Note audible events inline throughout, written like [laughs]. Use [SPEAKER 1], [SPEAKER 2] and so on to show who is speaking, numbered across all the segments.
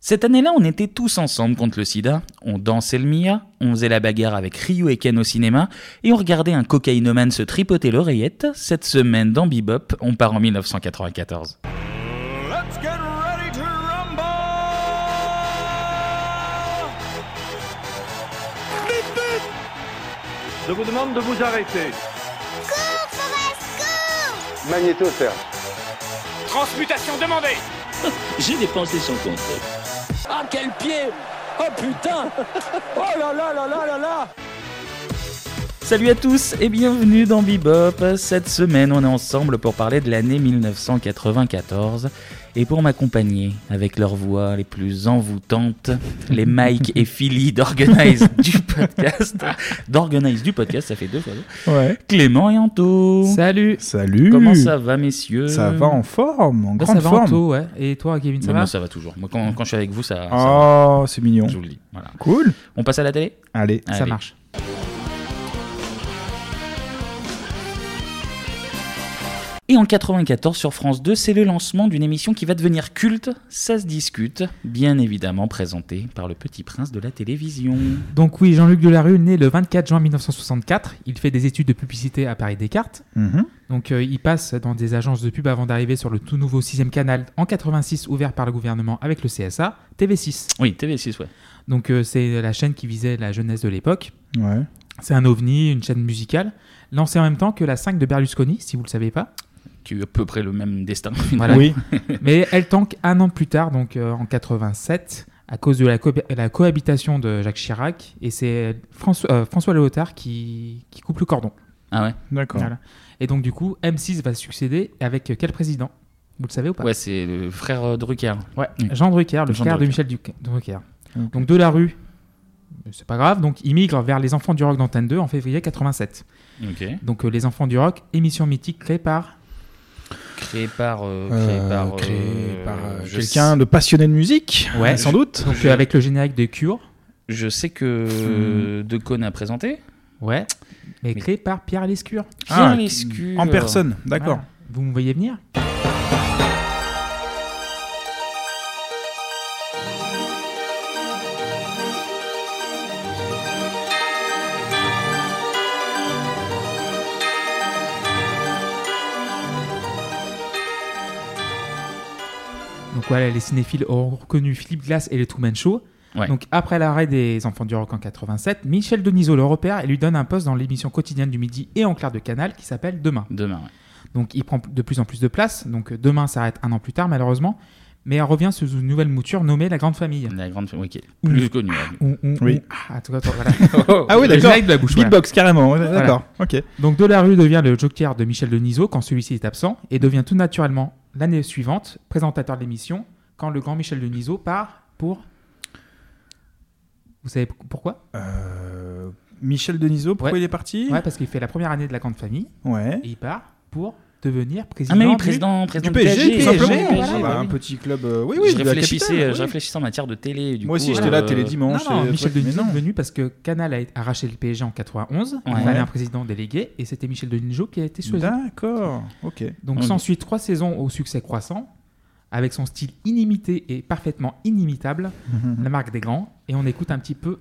[SPEAKER 1] Cette année-là, on était tous ensemble contre le sida, on dansait le Mia, on faisait la bagarre avec Ryu et Ken au cinéma, et on regardait un cocaïnomane se tripoter l'oreillette. Cette semaine, dans Bebop, on part en 1994.
[SPEAKER 2] Let's get ready to rumble! Vite, vite!
[SPEAKER 3] Je vous demande de vous arrêter.
[SPEAKER 4] Cours, Forest, cours
[SPEAKER 5] Magnéto, Serge.
[SPEAKER 2] Transmutation demandée!
[SPEAKER 6] J'ai dépensé sans compte.
[SPEAKER 7] Ah, quel pied Oh putain Oh là là là là là là
[SPEAKER 1] Salut à tous et bienvenue dans Bebop. Cette semaine, on est ensemble pour parler de l'année 1994. Et pour m'accompagner avec leurs voix les plus envoûtantes, les Mike et Philly d'Organize du podcast. D'Organize du podcast, ça fait deux fois. deux.
[SPEAKER 8] Ouais.
[SPEAKER 1] Clément et Anto.
[SPEAKER 9] Salut.
[SPEAKER 8] Salut.
[SPEAKER 1] Euh, Comment ça va, messieurs
[SPEAKER 8] Euh, Ça va en forme, en
[SPEAKER 9] Bah,
[SPEAKER 8] grande
[SPEAKER 9] Euh, ça va
[SPEAKER 8] forme.
[SPEAKER 9] en taux, ouais. Et toi, Kevin, ça
[SPEAKER 1] Moi,
[SPEAKER 9] va
[SPEAKER 1] ça va toujours. Moi, quand, quand je suis avec vous, ça, ça va.
[SPEAKER 8] oh, c'est mignon.
[SPEAKER 1] Je vous le dis. Voilà.
[SPEAKER 8] Cool.
[SPEAKER 1] On passe à la télé
[SPEAKER 8] Allez.
[SPEAKER 9] Ça
[SPEAKER 1] Allez.
[SPEAKER 9] marche.
[SPEAKER 1] Et en 94 sur France 2, c'est le lancement d'une émission qui va devenir culte, ça se discute, bien évidemment présentée par le petit prince de la télévision.
[SPEAKER 9] Donc oui, Jean-Luc Delarue, né le 24 juin 1964, il fait des études de publicité à Paris Descartes.
[SPEAKER 8] Mhm.
[SPEAKER 9] Donc euh, il passe dans des agences de pub avant d'arriver sur le tout nouveau 6ème canal en 86 ouvert par le gouvernement avec le CSA, TV6.
[SPEAKER 1] Oui, TV6, ouais.
[SPEAKER 9] Donc euh, c'est la chaîne qui visait la jeunesse de l'époque.
[SPEAKER 8] Ouais.
[SPEAKER 9] C'est un ovni, une chaîne musicale, lancée en même temps que la 5 de Berlusconi, si vous le savez pas.
[SPEAKER 1] Qui a à peu près le même destin.
[SPEAKER 9] Voilà.
[SPEAKER 8] Oui.
[SPEAKER 9] Mais elle tanque un an plus tard, donc euh, en 87, à cause de la, co- la cohabitation de Jacques Chirac. Et c'est François, euh, François Léotard qui, qui coupe le cordon.
[SPEAKER 1] Ah ouais
[SPEAKER 8] D'accord.
[SPEAKER 9] Voilà. Et donc, du coup, M6 va succéder avec euh, quel président Vous le savez ou pas
[SPEAKER 1] Ouais, c'est le frère euh, Drucker.
[SPEAKER 9] Ouais, Jean Drucker, le
[SPEAKER 1] Jean
[SPEAKER 9] frère
[SPEAKER 1] Drucker.
[SPEAKER 9] de Michel Duc- Drucker.
[SPEAKER 8] Ok.
[SPEAKER 9] Donc, de la rue. C'est pas grave, donc il migre vers les Enfants du Rock d'Antenne 2 en février 87.
[SPEAKER 1] Ok.
[SPEAKER 9] Donc euh, les Enfants du Rock, émission mythique créée par
[SPEAKER 1] Créé par. euh, créé
[SPEAKER 8] Euh,
[SPEAKER 1] par.
[SPEAKER 8] créé
[SPEAKER 1] euh,
[SPEAKER 8] par euh,
[SPEAKER 1] je
[SPEAKER 8] quelqu'un
[SPEAKER 1] sais-
[SPEAKER 8] de passionné de musique,
[SPEAKER 9] Ouais.
[SPEAKER 8] sans doute.
[SPEAKER 9] donc euh, avec le générique de Cure,
[SPEAKER 1] Je sais que
[SPEAKER 8] Hmm.
[SPEAKER 1] De Decaune a présenté.
[SPEAKER 9] ouais, mais,
[SPEAKER 1] Mais-
[SPEAKER 9] créée par Pierre Lescure.
[SPEAKER 8] Ah,
[SPEAKER 1] Pierre Lescure.
[SPEAKER 8] En personne, d'accord.
[SPEAKER 9] euh, Voilà. Vous me voyez venir Donc voilà, les cinéphiles auront reconnu Philippe Glass et le Truman Show.
[SPEAKER 1] Ouais.
[SPEAKER 9] Donc après l'arrêt des Enfants du Rock en 87, Michel Denisot le repère et lui donne un poste dans l'émission quotidienne du midi et en clair de canal qui s'appelle Demain.
[SPEAKER 1] Demain, ouais.
[SPEAKER 9] Donc il prend de plus en plus de place. Donc Demain s'arrête un an plus tard malheureusement, mais elle revient sous une nouvelle mouture nommée La Grande Famille.
[SPEAKER 1] La grande. Oui, qui est
[SPEAKER 9] Ouh.
[SPEAKER 1] plus connue. ouais.
[SPEAKER 9] Ou- ou-
[SPEAKER 8] Oui.
[SPEAKER 9] ou- Ah, attends, attends, voilà.
[SPEAKER 8] Ah oui,
[SPEAKER 9] Le
[SPEAKER 8] d'accord.
[SPEAKER 9] générique de la bouche. voilà.
[SPEAKER 8] Beatbox, carrément. Ouais, D'accord. Ok.
[SPEAKER 9] Donc Delarue devient le joker de Michel Denisot quand celui-ci est absent et devient tout naturellement l'année suivante présentateur de l'émission quand le grand Michel Denisot part pour. Vous savez p- pourquoi
[SPEAKER 8] Euh, Michel Denisot, pourquoi
[SPEAKER 9] Ouais.
[SPEAKER 8] il est parti
[SPEAKER 9] Ouais, parce qu'il fait la première année de la grande famille
[SPEAKER 8] Ouais.
[SPEAKER 9] et il part pour devenir président.
[SPEAKER 1] Ah, mais oui,
[SPEAKER 9] du-
[SPEAKER 1] président, président
[SPEAKER 8] Du PSG, tout simplement.
[SPEAKER 1] PSG,
[SPEAKER 8] Ah, bah,
[SPEAKER 1] ouais,
[SPEAKER 8] Un
[SPEAKER 1] oui.
[SPEAKER 8] petit club. euh, oui, oui.
[SPEAKER 1] je
[SPEAKER 8] de la
[SPEAKER 1] réfléchissais,
[SPEAKER 8] capitale,
[SPEAKER 1] euh,
[SPEAKER 8] oui.
[SPEAKER 1] je réfléchissais en matière de télé. Du
[SPEAKER 8] Moi
[SPEAKER 1] coup,
[SPEAKER 8] aussi, j'étais là,
[SPEAKER 1] euh,
[SPEAKER 8] télé dimanche.
[SPEAKER 9] Non, non, Michel Denisot est
[SPEAKER 8] non.
[SPEAKER 9] venu parce que Canal a a arraché le PSG en 91. Il
[SPEAKER 1] Ouais.
[SPEAKER 9] fallait un président délégué et c'était Michel Denisot qui a été choisi.
[SPEAKER 8] D'accord. Ok.
[SPEAKER 9] Donc
[SPEAKER 1] Ok.
[SPEAKER 9] s'ensuit trois saisons au succès croissant, avec son style inimité et parfaitement inimitable,
[SPEAKER 8] Mhm.
[SPEAKER 9] la marque des grands, et on écoute un petit peu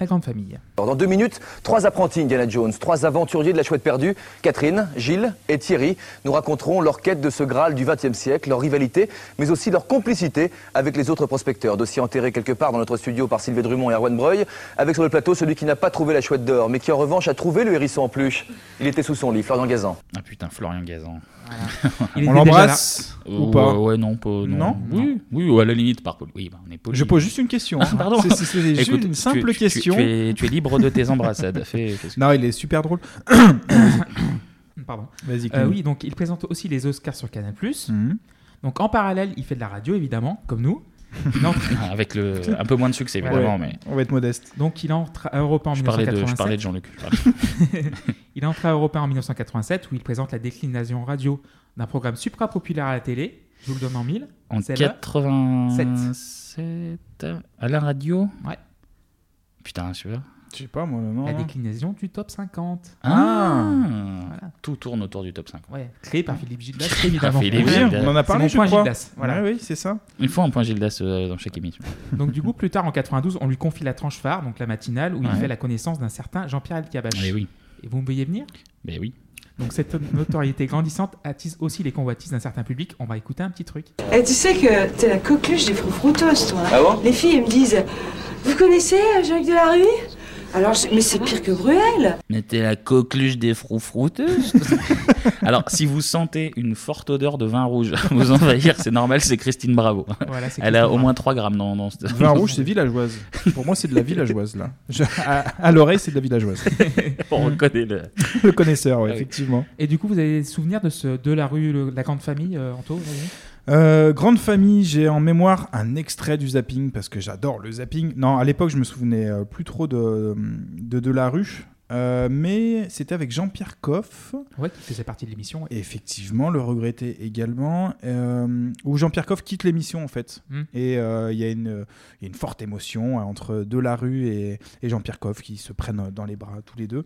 [SPEAKER 9] la grande famille.
[SPEAKER 10] Alors, Dans deux minutes, trois apprentis Indiana Jones, trois aventuriers de la chouette perdue, Catherine, Gilles et Thierry, nous raconteront leur quête de ce Graal du XXe siècle, leur rivalité, mais aussi leur complicité avec les autres prospecteurs. Dossier enterré quelque part dans notre studio par Sylvie Drummond et Erwan Breuil, avec sur le plateau celui qui n'a pas trouvé la chouette d'or, mais qui en revanche a trouvé le hérisson en peluche. Il était sous son lit, Florian Gazan.
[SPEAKER 1] Ah putain, Florian Gazan.
[SPEAKER 9] Il
[SPEAKER 8] On
[SPEAKER 9] était déjà
[SPEAKER 8] l'embrasse ou pas
[SPEAKER 1] Ouais, ouais, non, pas. Non.
[SPEAKER 8] Non
[SPEAKER 1] oui, oui, ou à la limite, par poli. Oui, bah, on est poli.
[SPEAKER 8] Je pose juste
[SPEAKER 1] [laughs]
[SPEAKER 8] une question. hein.
[SPEAKER 1] Ah, Pardon.
[SPEAKER 8] C'est- C'est c'est juste
[SPEAKER 1] Écoute,
[SPEAKER 8] une
[SPEAKER 1] tu-
[SPEAKER 8] simple
[SPEAKER 1] tu- tu-
[SPEAKER 8] question.
[SPEAKER 1] Tu, es, tu es libre de tes embrassades. Fais- fais ce que-
[SPEAKER 8] Non, il est super drôle.
[SPEAKER 9] là. Pardon.
[SPEAKER 8] Vas-y.
[SPEAKER 9] Euh,
[SPEAKER 8] Clément.
[SPEAKER 9] oui, donc il présente aussi les Oscars sur Canal+.
[SPEAKER 8] Mhm.
[SPEAKER 9] Donc en parallèle, il fait de la radio évidemment, comme nous. Il entre-
[SPEAKER 1] Ah, Avec le, un peu moins de succès, évidemment, mais.
[SPEAKER 8] On va être modeste.
[SPEAKER 9] donc il entre à Europe 1 en
[SPEAKER 1] Je parlais, de,
[SPEAKER 9] 1987.
[SPEAKER 1] je parlais de Jean-Luc. je parlais-
[SPEAKER 9] Il entre à Europe 1 en 1987 où il présente la déclinaison radio d'un programme supra-populaire à la télé. Je vous le donne en mille.
[SPEAKER 1] En euh,
[SPEAKER 9] C'est
[SPEAKER 1] 87. À la radio
[SPEAKER 9] Ouais.
[SPEAKER 1] Putain, je sais pas.
[SPEAKER 8] Je sais pas, moi, non.
[SPEAKER 9] La déclinaison du top 50.
[SPEAKER 1] Ah,
[SPEAKER 9] Voilà.
[SPEAKER 1] Tout tourne autour du top 5.
[SPEAKER 9] Ouais, créé par Philippe Gildas, évidemment.
[SPEAKER 1] Philippe
[SPEAKER 8] Oui,
[SPEAKER 1] Gildas.
[SPEAKER 9] Ouais.
[SPEAKER 8] on en a
[SPEAKER 9] C'est
[SPEAKER 8] parlé,
[SPEAKER 9] mon
[SPEAKER 8] je
[SPEAKER 9] point
[SPEAKER 8] crois.
[SPEAKER 9] Gildas, voilà.
[SPEAKER 8] Ouais, oui, c'est ça.
[SPEAKER 1] Il faut un point Gildas euh, dans chaque émission.
[SPEAKER 9] Donc du coup, plus tard en 92, on lui confie la tranche phare, donc la matinale, où il
[SPEAKER 1] Ouais.
[SPEAKER 9] fait la connaissance d'un certain Jean-Pierre Elkabbach.
[SPEAKER 1] Mais oui.
[SPEAKER 9] Et vous me voyez venir
[SPEAKER 1] Mais oui.
[SPEAKER 9] Donc cette notoriété grandissante attise aussi les convoitises d'un certain public. On va écouter un petit truc.
[SPEAKER 5] Eh, tu sais que t'es la coqueluche des froufrouteuses, toi.
[SPEAKER 11] Ah
[SPEAKER 5] Les filles, elles me disent Vous connaissez euh, Jacques Delarue Alors, je- mais c'est pire que Bruel
[SPEAKER 1] Mais t'es la coqueluche des froufrouteuses. [laughs] Alors, si vous sentez une forte odeur de vin rouge vous envahir, c'est normal, c'est Christine Bravo.
[SPEAKER 9] Voilà, c'est
[SPEAKER 1] Elle a
[SPEAKER 9] Christophe
[SPEAKER 1] au moins 3 grammes dans, dans cette- [laughs]
[SPEAKER 8] Vin rouge, c'est villageoise. Pour moi, c'est de la villageoise, là. Je- à à l'oreille, c'est de
[SPEAKER 1] [laughs]
[SPEAKER 8] la villageoise.
[SPEAKER 1] On reconnaît le.
[SPEAKER 8] Le connaisseur, ouais,
[SPEAKER 1] Ah oui.
[SPEAKER 8] effectivement.
[SPEAKER 9] Et du coup, vous avez des souvenirs de, ce, de la rue le- La Grande Famille, euh, Anto vas-y.
[SPEAKER 8] Euh, grande famille, j'ai en mémoire un extrait du zapping parce que j'adore le zapping. Non, à l'époque, je me souvenais euh, plus trop de de, de la rue. euh, mais c'était avec Jean-Pierre Coff,
[SPEAKER 9] Ouais, qui faisait partie de l'émission. ouais.
[SPEAKER 8] et effectivement, le regretté également, euh, où Jean-Pierre Coff quitte l'émission en fait.
[SPEAKER 9] Mm.
[SPEAKER 8] Et euh, il y, a une- il y a une forte émotion hein, entre Delarue et, et Jean-Pierre Coff qui se prennent dans les bras tous les deux.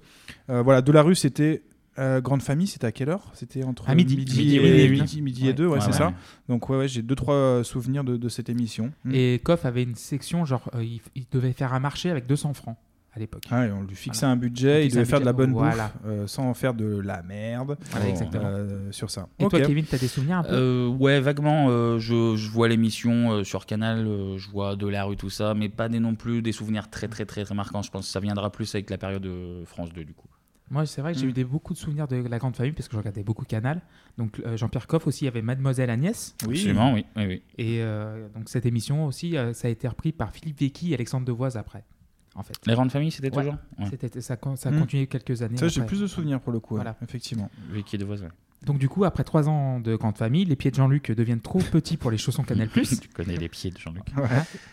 [SPEAKER 8] Euh, voilà, Delarue, c'était euh, Grande Famille, c'était à quelle heure C'était entre
[SPEAKER 9] À midi.
[SPEAKER 8] midi,
[SPEAKER 1] Midi,
[SPEAKER 8] et,
[SPEAKER 1] oui, oui.
[SPEAKER 8] midi- midi et
[SPEAKER 9] Ouais.
[SPEAKER 8] deux, ouais,
[SPEAKER 1] Ouais,
[SPEAKER 8] c'est
[SPEAKER 1] ouais.
[SPEAKER 8] ça. Donc ouais, ouais, j'ai deux trois euh, souvenirs de, de cette émission. Mm.
[SPEAKER 9] Et Koff avait une section, genre, euh, il, il devait faire un marché avec 200 francs à l'époque.
[SPEAKER 8] Ah, et on lui fixait un
[SPEAKER 9] On
[SPEAKER 8] budget, il
[SPEAKER 9] fixe
[SPEAKER 8] devait
[SPEAKER 9] un
[SPEAKER 8] faire de la
[SPEAKER 9] budget,
[SPEAKER 8] bonne
[SPEAKER 9] voilà.
[SPEAKER 8] bouffe, euh, sans faire de la merde
[SPEAKER 9] Voilà,
[SPEAKER 1] Oh.
[SPEAKER 9] exactement.
[SPEAKER 8] euh, sur ça.
[SPEAKER 9] Et
[SPEAKER 8] Ok.
[SPEAKER 9] toi, Kevin, t'as des souvenirs un peu
[SPEAKER 1] Euh, ouais, vaguement, euh, je, je vois l'émission euh, sur Canal, euh, je vois de la rue, tout ça, mais pas des non plus des souvenirs très très très très marquants. Je pense que ça viendra plus avec la période de France 2 du coup.
[SPEAKER 9] Moi, c'est vrai que j'ai
[SPEAKER 1] Mm.
[SPEAKER 9] eu des, beaucoup de souvenirs de La Grande Famille parce que je regardais beaucoup Canal. Donc, euh, Jean-Pierre Coff aussi il y avait Mademoiselle Agnès.
[SPEAKER 8] Oui.
[SPEAKER 1] Absolument, oui. oui, oui.
[SPEAKER 9] Et euh, donc, cette émission aussi, euh, ça a été repris par Philippe Vecchi et Alexandre Devoise après, en fait.
[SPEAKER 1] Les grandes familles, c'était
[SPEAKER 9] Ouais.
[SPEAKER 1] toujours Ouais.
[SPEAKER 9] C'était, ça, con- ça a
[SPEAKER 8] Mm.
[SPEAKER 9] continué quelques années.
[SPEAKER 8] Ça, j'ai
[SPEAKER 9] après.
[SPEAKER 8] plus de souvenirs pour le coup, ouais,
[SPEAKER 9] Voilà.
[SPEAKER 8] effectivement.
[SPEAKER 1] Oui, qui est de voisin.
[SPEAKER 9] Donc du coup, après trois ans de grande famille, les pieds de Jean-Luc deviennent trop petits pour les
[SPEAKER 1] [laughs]
[SPEAKER 9] chaussons Canal+.
[SPEAKER 1] tu connais les pieds de Jean-Luc.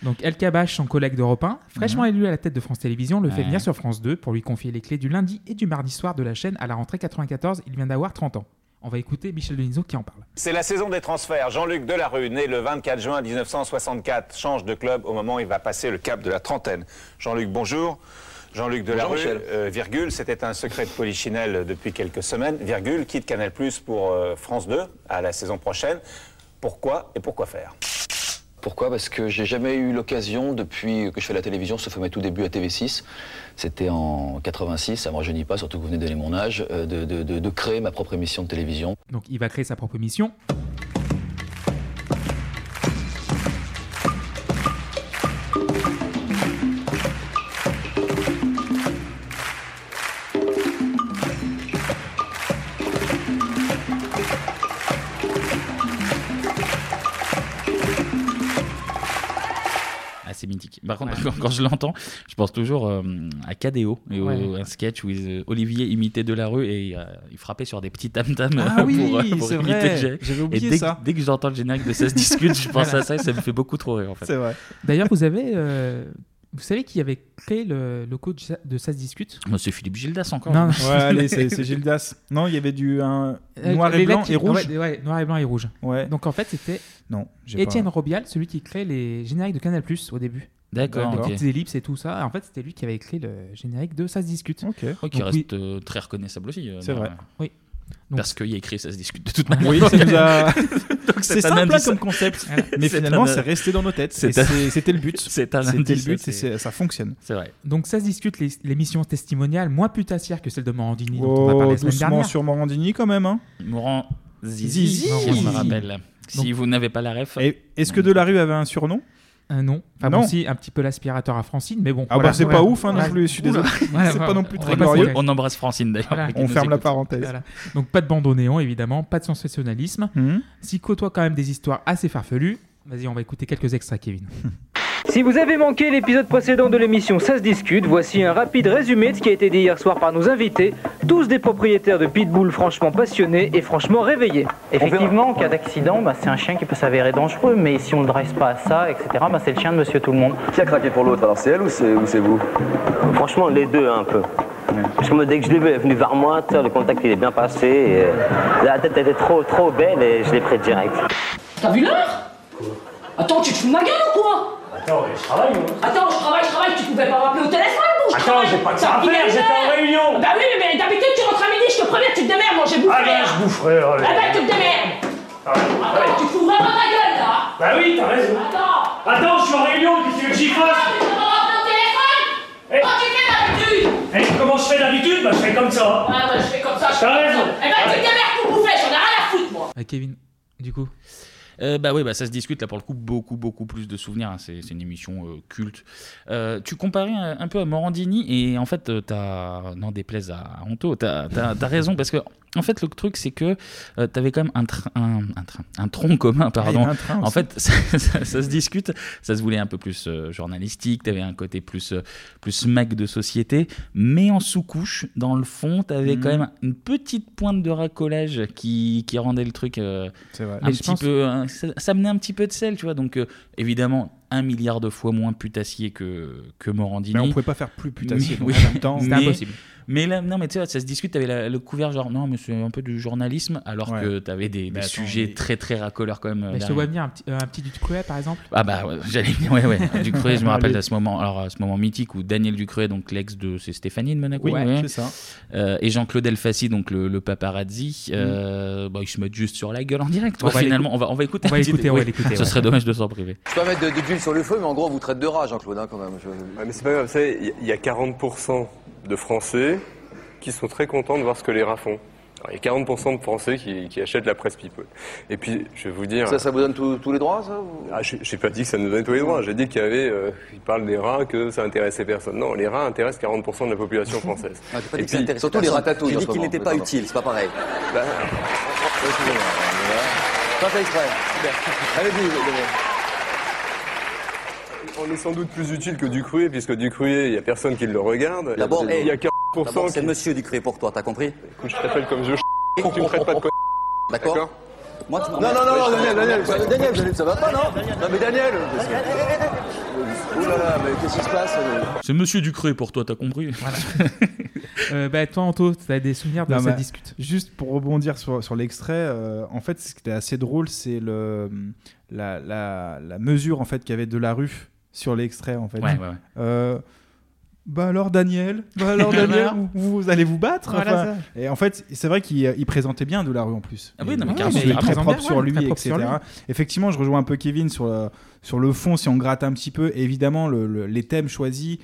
[SPEAKER 9] Donc El Kabache, son collègue d'Europe 1, fraîchement élu à la tête de France Télévisions, le fait
[SPEAKER 1] Ouais.
[SPEAKER 9] venir sur France 2 pour lui confier les clés du lundi et du mardi soir de la chaîne à la rentrée 94. Il vient d'avoir 30 ans. On va écouter Michel Denisot qui en parle.
[SPEAKER 12] C'est la saison des transferts. Jean-Luc Delarue, né le 24 juin 1964, change de club au moment où il va passer le cap de la trentaine. Jean-Luc, bonjour. Jean-Luc Delarue,
[SPEAKER 10] Michel.
[SPEAKER 12] euh, virgule, c'était un secret de polichinelle depuis quelques semaines, virgule, quitte Canal Plus pour euh, France 2 à la saison prochaine. Pourquoi et pourquoi faire
[SPEAKER 10] Pourquoi Parce que j'ai jamais eu l'occasion, depuis que je fais la télévision, sauf à mes tout débuts à TV6, c'était en 86, ça ne me rajeunit pas, surtout que vous venez de donner mon âge, euh, de, de- de- de créer ma propre émission de télévision.
[SPEAKER 9] Donc il va créer sa propre émission.
[SPEAKER 1] Ah, c'est mythique. Par contre, [laughs] quand, quand je l'entends, je pense toujours euh, à Cadéo, et au-
[SPEAKER 9] Ouais.
[SPEAKER 1] un sketch où ils, euh, Olivier imitait Delarue et euh, il frappait sur des petits tam-tams
[SPEAKER 9] Ah
[SPEAKER 1] euh, [laughs]
[SPEAKER 8] Ah
[SPEAKER 1] pour, euh, pour imiter Jay.
[SPEAKER 8] J'avais
[SPEAKER 1] Et
[SPEAKER 8] oublié
[SPEAKER 1] dès,
[SPEAKER 8] ça.
[SPEAKER 1] que- dès que j'entends le générique de ça se discute, je pense à ça et ça me fait beaucoup trop rire en fait.
[SPEAKER 8] C'est vrai.
[SPEAKER 9] D'ailleurs, vous avez, euh, vous savez qui avait créé le loco de Sa- de Ça se discute
[SPEAKER 1] Moi, Bah, c'est Philippe Gildas encore.
[SPEAKER 8] [laughs]
[SPEAKER 9] Non,
[SPEAKER 8] Ouais, allez, c'est c'est Gildas. Non, il y avait du un
[SPEAKER 9] euh,
[SPEAKER 8] noir et
[SPEAKER 9] les
[SPEAKER 8] blanc
[SPEAKER 9] lettres-
[SPEAKER 8] et rouge.
[SPEAKER 9] Ouais, ouais, noir et blanc et rouge.
[SPEAKER 8] Ouais.
[SPEAKER 9] Donc en fait, c'était
[SPEAKER 8] Non, j'ai
[SPEAKER 9] Étienne
[SPEAKER 8] pas.
[SPEAKER 9] Robial, celui qui crée les génériques de Canal+ au début.
[SPEAKER 1] D'accord,
[SPEAKER 9] des
[SPEAKER 1] ok.
[SPEAKER 9] petites ellipses et tout ça. En fait, c'était lui qui avait écrit le générique de Ça se discute.
[SPEAKER 8] Ok.
[SPEAKER 1] Ouais, qui
[SPEAKER 9] Donc,
[SPEAKER 1] reste euh, très reconnaissable aussi. euh,
[SPEAKER 8] C'est
[SPEAKER 1] dans-
[SPEAKER 8] vrai.
[SPEAKER 9] Oui. Donc-
[SPEAKER 1] Parce qu'il y a écrit, ça se discute de toute manière.
[SPEAKER 8] [laughs] Oui, ça
[SPEAKER 1] [laughs]
[SPEAKER 8] nous a-
[SPEAKER 1] c'est
[SPEAKER 8] c'est
[SPEAKER 1] un
[SPEAKER 8] simple hein,
[SPEAKER 1] indice.
[SPEAKER 8] comme concept,
[SPEAKER 9] Voilà.
[SPEAKER 8] mais
[SPEAKER 1] [laughs] C'est
[SPEAKER 8] finalement
[SPEAKER 1] un-
[SPEAKER 8] c'est resté dans nos têtes.
[SPEAKER 1] C'est
[SPEAKER 8] et
[SPEAKER 1] un-
[SPEAKER 8] [laughs] c'est- C'était le but.
[SPEAKER 1] C'est un
[SPEAKER 8] C'était le
[SPEAKER 1] indice,
[SPEAKER 8] but
[SPEAKER 1] ça,
[SPEAKER 8] et c'est- ça fonctionne.
[SPEAKER 1] C'est vrai.
[SPEAKER 9] Donc ça se discute les- l'émission testimoniale moins putassière que celle de Morandini dont on va parler
[SPEAKER 8] Oh,
[SPEAKER 9] la semaine
[SPEAKER 8] doucement
[SPEAKER 9] dernière.
[SPEAKER 8] sur Morandini quand même. hein.
[SPEAKER 1] Mourant Zizi,
[SPEAKER 9] Zizi.
[SPEAKER 1] je me rappelle. Si vous n'avez pas la ref,
[SPEAKER 8] Et Est-ce que Delarue avait un surnom
[SPEAKER 9] Un non. Enfin
[SPEAKER 8] Non.
[SPEAKER 9] bon, si, un petit peu l'aspirateur à Francine, mais bon.
[SPEAKER 8] Ah bah c'est pas ouf hein, non plus. Je suis
[SPEAKER 9] [laughs]
[SPEAKER 8] désolé. c'est pas non plus très
[SPEAKER 1] on,
[SPEAKER 8] glorieux.
[SPEAKER 1] on embrasse Francine d'ailleurs.
[SPEAKER 9] Voilà.
[SPEAKER 1] qui
[SPEAKER 8] On
[SPEAKER 1] nous
[SPEAKER 8] ferme la
[SPEAKER 1] écoute.
[SPEAKER 8] parenthèse.
[SPEAKER 9] Voilà. Donc pas de bande au néon évidemment, pas de sensationnalisme.
[SPEAKER 8] Hmm.
[SPEAKER 9] S'y côtoie quand même des histoires assez farfelues. Vas-y, on va écouter quelques extraits, Kevin.
[SPEAKER 7] Si vous avez manqué l'épisode précédent de l'émission Ça se discute, voici un rapide résumé de ce qui a été dit hier soir par nos invités, tous des propriétaires de pitbull franchement passionnés et franchement réveillés. Effectivement, en cas d'accident, bah, c'est un chien qui peut s'avérer dangereux, mais si on ne le dresse pas à ça, etc., bah, c'est le chien de monsieur tout le monde.
[SPEAKER 10] Qui a craqué pour l'autre Alors c'est elle ou c'est ou c'est vous
[SPEAKER 12] Franchement, les deux un peu. Parce que moi, dès que je l'ai vu, elle est venue vers moi, le contact il est bien passé. euh, la tête était trop trop belle et je l'ai pris direct.
[SPEAKER 5] T'as vu l'heure
[SPEAKER 11] hein.
[SPEAKER 5] Attends, tu te fous de ma gueule ou quoi Attends, je travaille, Attends, je travaille, je travaille, tu pouvais pas m'appeler au téléphone,
[SPEAKER 11] Attends, j'ai pas de ça à faire, j'étais en réunion.
[SPEAKER 13] Bah oui, mais d'habitude, tu rentres à midi, je te préviens, tu te démerdes, moi j'ai bouffé.
[SPEAKER 11] Ah ben,
[SPEAKER 13] hein.
[SPEAKER 11] je boufferai,
[SPEAKER 13] Ah
[SPEAKER 11] allez.
[SPEAKER 13] ben, tu te démerdes. Attends, tu te fous vraiment de ma gueule, là. hein.
[SPEAKER 11] Bah oui, t'as raison.
[SPEAKER 13] Attends.
[SPEAKER 11] Attends, je suis en réunion, qu'est-ce que tu veux que j'y fasse
[SPEAKER 13] Tu me rends ton téléphone
[SPEAKER 11] Eh.
[SPEAKER 13] Quand tu fais d'habitude
[SPEAKER 11] Eh, comment je fais d'habitude Bah, je fais comme ça.
[SPEAKER 13] Ah bah, je fais comme ça. je fais
[SPEAKER 11] T'as
[SPEAKER 13] comme
[SPEAKER 11] raison.
[SPEAKER 13] ça. Eh ben, tu te démerdes pour bouffer, j'en ai rien à foutre, moi.
[SPEAKER 9] Euh,
[SPEAKER 1] Ah, Kevin, du coup Bah oui, bah, ça se discute là pour le coup, beaucoup, beaucoup plus de souvenirs. hein. C'est c'est une émission euh, culte. Euh, tu comparais un, un peu à Morandini et en fait, euh, t'as. N'en déplaise à à Anto, t'as t'as- t'as raison parce que. En fait, le truc, c'est que tu t'avais quand même un, train- un, un train, un tronc commun,
[SPEAKER 8] il y
[SPEAKER 1] pardon.
[SPEAKER 8] avait un train
[SPEAKER 1] en
[SPEAKER 8] aussi.
[SPEAKER 1] fait, [laughs] ça, ça- ça se discute. Ça se voulait un peu plus euh, journalistique. T'avais un côté plus euh, plus Mac de société, mais en sous-couche, dans le fond, t'avais
[SPEAKER 8] Mhm.
[SPEAKER 1] quand même une petite pointe de racolage qui, qui rendait le truc euh, un
[SPEAKER 8] Mais je
[SPEAKER 1] petit
[SPEAKER 8] pense-
[SPEAKER 1] peu un- ça, ça amenait un petit peu de sel, tu vois. Donc euh, évidemment, un milliard de fois moins putassier que que Morandini.
[SPEAKER 8] Mais on pouvait pas faire plus putassier,
[SPEAKER 1] Mais-
[SPEAKER 8] donc, en même temps, c'était
[SPEAKER 1] mais-
[SPEAKER 8] impossible.
[SPEAKER 1] Mais là, non, mais tu sais, ça se discute. T'avais la- le couvert genre non, mais c'est un peu du journalisme, alors
[SPEAKER 9] Ouais.
[SPEAKER 1] que t'avais des, des
[SPEAKER 9] attends,
[SPEAKER 1] sujets très très racoleurs quand même. euh,
[SPEAKER 9] Mais je te
[SPEAKER 1] derrière.
[SPEAKER 9] vois venir un petit, euh, un petit Ducruet, par exemple.
[SPEAKER 1] Ah bah ouais, j'allais dire, ouais, ouais. Ducruet,
[SPEAKER 9] [laughs]
[SPEAKER 1] je me rappelle de ce moment, alors à ce moment mythique où Daniel Ducruet, donc l'ex de c'est Stéphanie de Monaco,
[SPEAKER 8] Oui, c'est ça.
[SPEAKER 1] Euh, et Jean-Claude Elfassi, donc le, le paparazzi,
[SPEAKER 8] Mm.
[SPEAKER 1] euh, bah, ils se mettent juste sur la gueule en direct.
[SPEAKER 9] On
[SPEAKER 1] ouais,
[SPEAKER 9] va
[SPEAKER 1] finalement,
[SPEAKER 9] l'écou-
[SPEAKER 1] on va on va écouter.
[SPEAKER 9] on
[SPEAKER 1] [laughs]
[SPEAKER 9] va
[SPEAKER 1] un petit-
[SPEAKER 9] l'écouter, on va
[SPEAKER 1] oui,
[SPEAKER 9] l'écouter,
[SPEAKER 1] Ce
[SPEAKER 9] ouais.
[SPEAKER 1] serait dommage de s'en priver.
[SPEAKER 10] Je peux pas mettre de, de l'huile sur le feu, mais en gros, on vous traite de rage, Jean-Claude, hein, quand même. Je-
[SPEAKER 14] Ouais, mais c'est pas grave, vous savez, il y a- il y a 40% de Français qui sont très contents de voir ce que les rats font. Alors, Il y a 40% de Français qui, qui achètent la presse People. Et puis, je vais vous dire.
[SPEAKER 10] Ça, ça vous donne tous tous les droits, ça ou-
[SPEAKER 14] Ah, j'ai j'ai pas dit que ça nous donnait tous les droits. J'ai dit qu'il y avait. euh, il parle des rats, que ça intéressait personne. Non, les rats intéressent 40% de la
[SPEAKER 10] [laughs]
[SPEAKER 14] population française.
[SPEAKER 10] Ah, j'ai pas
[SPEAKER 14] Et
[SPEAKER 10] dit que ça
[SPEAKER 14] puis-
[SPEAKER 10] intéressait Surtout les personne. ratatouilles J'ai en dit ce qu'ils moment. n'étaient pas Pardon. utiles,
[SPEAKER 14] c'est pas pareil.
[SPEAKER 10] [laughs] Pas fait exprès. Super. Allez-y, Damien.
[SPEAKER 14] On est sans doute plus utile que Ducruet, puisque Ducruet, il n'y a personne qui le regarde.
[SPEAKER 10] D'abord,
[SPEAKER 14] il y a
[SPEAKER 10] hey,
[SPEAKER 14] 40%
[SPEAKER 10] d'abord, c'est
[SPEAKER 14] qui...
[SPEAKER 10] monsieur Ducré pour toi, t'as compris Oh,
[SPEAKER 14] Écoute, je t'appelle comme je veux, tu me traites pas de con-
[SPEAKER 10] D'accord Moi, tu
[SPEAKER 14] Non,
[SPEAKER 10] m'emmènes.
[SPEAKER 14] non, non, non,
[SPEAKER 10] Ouais, je
[SPEAKER 14] Daniel,
[SPEAKER 10] t'emmène.
[SPEAKER 14] Daniel,
[SPEAKER 10] Ouais, Daniel, Daniel, ça va pas, non Non, mais Daniel parce que- Oh là là, mais qu'est-ce qui se passe euh
[SPEAKER 1] C'est Monsieur Ducruet pour toi, t'as compris
[SPEAKER 9] Euh, bah, toi, Anto, t'as des souvenirs de
[SPEAKER 8] Non,
[SPEAKER 9] ça
[SPEAKER 8] mais
[SPEAKER 9] discute.
[SPEAKER 8] Juste pour rebondir sur, sur l'extrait, euh, en fait, ce qui était assez drôle, c'est le la, la- la mesure en fait qu'il y avait de la rue sur l'extrait en fait.
[SPEAKER 1] Ouais, ouais, ouais.
[SPEAKER 8] Euh, bah alors Daniel, [laughs] bah alors Daniel, vous, vous allez vous battre.
[SPEAKER 9] Voilà
[SPEAKER 8] Enfin, et en fait, c'est vrai qu'il euh, il présentait bien de la rue en plus.
[SPEAKER 1] Ah oui, non, mais
[SPEAKER 8] Il-
[SPEAKER 1] carrément,
[SPEAKER 8] il est très
[SPEAKER 1] carrément.
[SPEAKER 8] propre
[SPEAKER 1] Ouais,
[SPEAKER 8] sur lui,
[SPEAKER 1] très propre
[SPEAKER 8] etc.
[SPEAKER 1] sur lui.
[SPEAKER 8] Effectivement, je rejoins un peu Kevin sur le, sur le fond. Si on gratte un petit peu, évidemment, le- le- les thèmes choisis,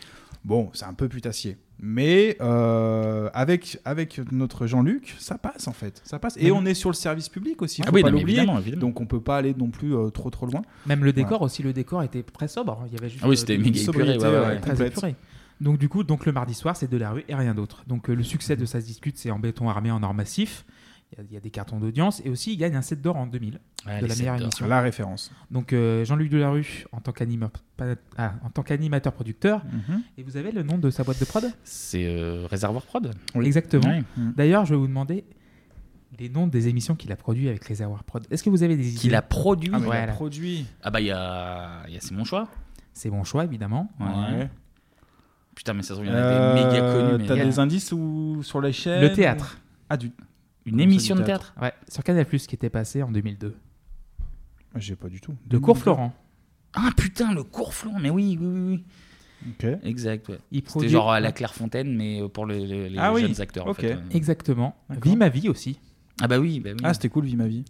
[SPEAKER 8] bon, c'est un peu putassier. Mais euh, avec, avec notre Jean-Luc, ça passe en fait. Ça passe. Et
[SPEAKER 9] Mhm.
[SPEAKER 8] on est sur le service public aussi.
[SPEAKER 9] Ah
[SPEAKER 8] faut
[SPEAKER 9] oui,
[SPEAKER 8] pas
[SPEAKER 9] non, mais
[SPEAKER 8] l'oublier.
[SPEAKER 9] évidemment, évidemment.
[SPEAKER 8] Donc on peut pas aller non plus euh, trop trop loin.
[SPEAKER 9] Même le
[SPEAKER 8] Voilà.
[SPEAKER 9] décor aussi, le décor était très sobre. Il y avait juste
[SPEAKER 1] Ah oui,
[SPEAKER 9] euh,
[SPEAKER 1] c'était
[SPEAKER 9] une
[SPEAKER 1] méga
[SPEAKER 9] sobriété,
[SPEAKER 1] épuré, ouais, ouais, Ah,
[SPEAKER 9] euh,
[SPEAKER 1] ouais.
[SPEAKER 9] très
[SPEAKER 1] Complète.
[SPEAKER 9] épurée. Donc du coup, donc le mardi soir, c'est de la rue et rien d'autre. Donc euh, le succès de ça se discute, c'est en béton armé en or massif. Il y a- il y, a des cartons d'audience et aussi il gagne un 7 d'or en 2000
[SPEAKER 8] Ouais,
[SPEAKER 1] Ah,
[SPEAKER 9] de
[SPEAKER 8] les
[SPEAKER 9] la
[SPEAKER 8] sept
[SPEAKER 9] meilleure
[SPEAKER 8] d'or.
[SPEAKER 9] émission.
[SPEAKER 8] La référence.
[SPEAKER 9] Donc euh, Jean-Luc Delarue en tant qu'animateur, pas- ah, en tant qu'animateur producteur.
[SPEAKER 8] Mhm.
[SPEAKER 9] Et vous avez le nom de sa boîte de prod
[SPEAKER 1] C'est euh, Réservoir Prod.
[SPEAKER 9] Exactement.
[SPEAKER 1] Ouais.
[SPEAKER 9] D'ailleurs, je vais vous demander les noms des émissions qu'il a produit avec Réservoir Prod. Est-ce que vous avez des idées
[SPEAKER 1] Qu'il a produit.
[SPEAKER 9] Ouais, là.
[SPEAKER 8] produit.
[SPEAKER 1] Ah bah il y a, il y a c'est mon choix.
[SPEAKER 9] C'est mon choix évidemment.
[SPEAKER 1] Ouais. Putain, mais ça se trouve, il y en a des méga
[SPEAKER 8] Euh,
[SPEAKER 1] connus. mais
[SPEAKER 8] T'as
[SPEAKER 1] il y a-
[SPEAKER 8] des indices ou sur la
[SPEAKER 1] Euh,
[SPEAKER 8] chaîne
[SPEAKER 9] Le théâtre.
[SPEAKER 8] Ah, du...
[SPEAKER 1] Une émission de théâtre.
[SPEAKER 9] Ouais, sur Canal Plus qui était passé en 2002.
[SPEAKER 8] Ah, J'ai pas du tout.
[SPEAKER 9] De Cours Florent.
[SPEAKER 1] Ah putain, le cours Florent, mais oui, oui, oui.
[SPEAKER 8] oui.
[SPEAKER 1] Exact, ouais.
[SPEAKER 9] Il
[SPEAKER 1] C'était
[SPEAKER 9] produit-
[SPEAKER 1] genre à la Clairefontaine, mais euh, pour le- le- les
[SPEAKER 9] Ah oui,
[SPEAKER 1] jeunes acteurs, en
[SPEAKER 9] ok.
[SPEAKER 1] fait. euh.
[SPEAKER 9] Exactement. Vie ma vie aussi.
[SPEAKER 1] Ah bah oui, bah oui.
[SPEAKER 8] Ah, c'était cool, Vie ma vie.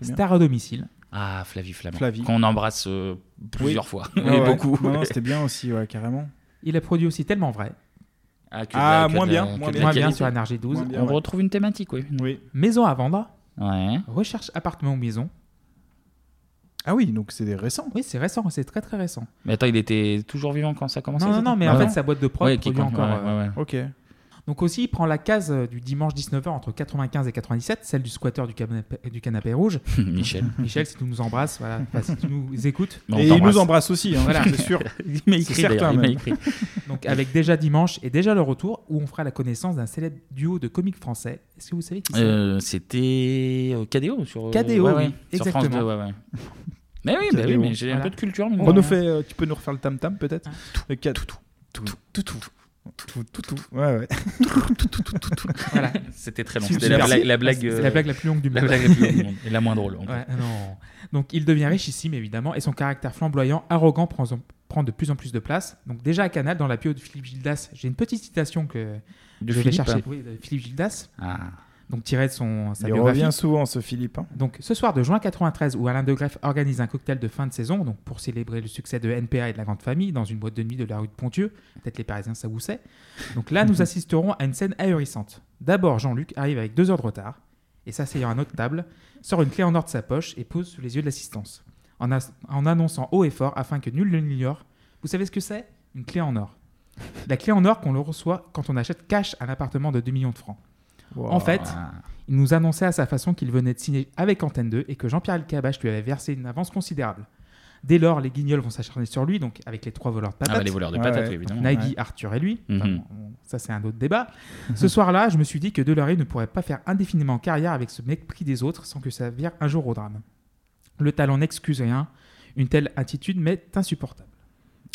[SPEAKER 9] Star à domicile.
[SPEAKER 1] Ah, Flavie Flamand.
[SPEAKER 9] Flavie.
[SPEAKER 1] Qu'on embrasse euh, plusieurs fois.
[SPEAKER 8] Oui,
[SPEAKER 1] [laughs] Et beaucoup.
[SPEAKER 8] Non, non, c'était bien aussi, ouais, carrément.
[SPEAKER 9] Il a produit aussi tellement vrai.
[SPEAKER 1] Ah, que de la-
[SPEAKER 8] Ah,
[SPEAKER 1] que
[SPEAKER 8] moins
[SPEAKER 1] de la-
[SPEAKER 8] bien,
[SPEAKER 1] que
[SPEAKER 8] moins
[SPEAKER 1] de
[SPEAKER 8] bien.
[SPEAKER 1] la
[SPEAKER 9] Moins bien
[SPEAKER 1] qualité.
[SPEAKER 9] sur NRJ12.
[SPEAKER 1] Moins bien, On ouais. retrouve une thématique, oui.
[SPEAKER 8] Oui.
[SPEAKER 9] Maison à vendre.
[SPEAKER 1] Ouais.
[SPEAKER 9] Recherche appartement ou maison.
[SPEAKER 8] Ah oui, donc c'est des récents.
[SPEAKER 9] Oui, c'est récent, c'est très très récent.
[SPEAKER 1] Mais attends, il était toujours vivant quand ça commençait
[SPEAKER 9] Non, non,
[SPEAKER 1] c'est
[SPEAKER 9] non,
[SPEAKER 1] ça
[SPEAKER 9] mais en
[SPEAKER 1] Ah
[SPEAKER 9] fait,
[SPEAKER 1] bon
[SPEAKER 9] sa boîte de prod
[SPEAKER 1] Ouais, qui
[SPEAKER 9] produit
[SPEAKER 1] continue,
[SPEAKER 9] encore, euh,
[SPEAKER 1] ouais, ouais, ouais.
[SPEAKER 8] Ok.
[SPEAKER 9] Donc aussi, il prend la case euh, du dimanche 19h entre 95 et 97, celle du squatter du canapé, du
[SPEAKER 1] [laughs]
[SPEAKER 9] canapé rouge.
[SPEAKER 1] Michel.
[SPEAKER 9] Michel, si tu nous embrasses, voilà, enfin, si tu nous écoutes.
[SPEAKER 1] Mais on Et il t'embrasse. nous
[SPEAKER 8] embrasse aussi, hein, c'est [laughs] sûr.
[SPEAKER 1] Il m'a écrit,
[SPEAKER 9] C'est certain,
[SPEAKER 1] d'ailleurs, il m'a
[SPEAKER 9] même.
[SPEAKER 1] écrit.
[SPEAKER 9] Donc avec déjà dimanche et déjà le retour, où on fera la connaissance d'un célèbre duo de comiques français. Est-ce que vous savez qui c'est
[SPEAKER 1] Euh, C'était euh, KDO sur euh,
[SPEAKER 9] KDO,
[SPEAKER 1] ouais,
[SPEAKER 9] oui,
[SPEAKER 1] ouais, sur France
[SPEAKER 9] exactement.
[SPEAKER 1] 2, ouais, ouais. Mais oui, bah oui, mais j'ai un
[SPEAKER 8] Voilà.
[SPEAKER 1] peu de culture. mine de
[SPEAKER 8] On nous
[SPEAKER 1] rien.
[SPEAKER 8] fait, euh, tu peux nous refaire le tam tam peut-être. Ah. Tout, tout, tout, tout, tout, Tout, tout, tout. Ouais, ouais.
[SPEAKER 1] Voilà. C'était très long.
[SPEAKER 9] Super.
[SPEAKER 1] C'était la, blague- la blague.
[SPEAKER 9] C'était
[SPEAKER 1] euh,
[SPEAKER 9] la blague la plus longue du monde.
[SPEAKER 1] [laughs] La blague la plus longue du monde. Et la moins drôle. en plus.
[SPEAKER 9] Ouais, non. Donc il devient richissime évidemment et son caractère flamboyant, arrogant prend, prend de plus en plus de place. Donc déjà à Canal, dans la bio de Philippe Gildas, j'ai une petite citation que
[SPEAKER 1] De
[SPEAKER 9] je vais
[SPEAKER 1] Philippe
[SPEAKER 9] chercher. Oui, de Philippe Gildas.
[SPEAKER 1] Ah.
[SPEAKER 9] Donc tiré de son sa
[SPEAKER 8] Il
[SPEAKER 9] biographie.
[SPEAKER 8] revient souvent, ce Philippe. hein.
[SPEAKER 9] Donc ce soir de juin 93 où Alain Degreffe organise un cocktail de fin de saison donc pour célébrer le succès de NPA et de la Grande Famille dans une boîte de nuit de la rue de Pontieux, peut-être les Parisiens savent où c'est. Donc là nous assisterons à une scène ahurissante. D'abord Jean-Luc arrive avec deux heures de retard et s'asseyant à notre table, sort une clé en or de sa poche et pose sous les yeux de l'assistance. En, as- en annonçant haut et fort afin que nul ne l'ignore, vous savez ce que c'est Une clé en or. La clé en or qu'on le reçoit quand on achète cash un appartement de 2 millions de francs.
[SPEAKER 8] Wow.
[SPEAKER 1] Oh,
[SPEAKER 9] En
[SPEAKER 1] ah.
[SPEAKER 9] fait, il nous annonçait à sa façon qu'il venait de signer avec Antenne 2 et que Jean-Pierre Elkabach lui avait versé une avance considérable. Dès lors, les guignols vont s'acharner sur lui, donc avec les trois voleurs de
[SPEAKER 1] Ah bah,
[SPEAKER 9] patates.
[SPEAKER 1] les voleurs de Ouais, patates, ouais. oui, évidemment.
[SPEAKER 9] Nagui,
[SPEAKER 1] Ouais.
[SPEAKER 9] Arthur et lui.
[SPEAKER 1] Mhm.
[SPEAKER 9] Enfin, on- ça, c'est un autre
[SPEAKER 1] [laughs]
[SPEAKER 9] débat. Ce soir-là, je me suis dit que Delarue ne pourrait pas faire indéfiniment carrière avec ce mépris des autres sans que ça vire un jour au drame. Le talent n'excuse rien. Une telle attitude m'est insupportable.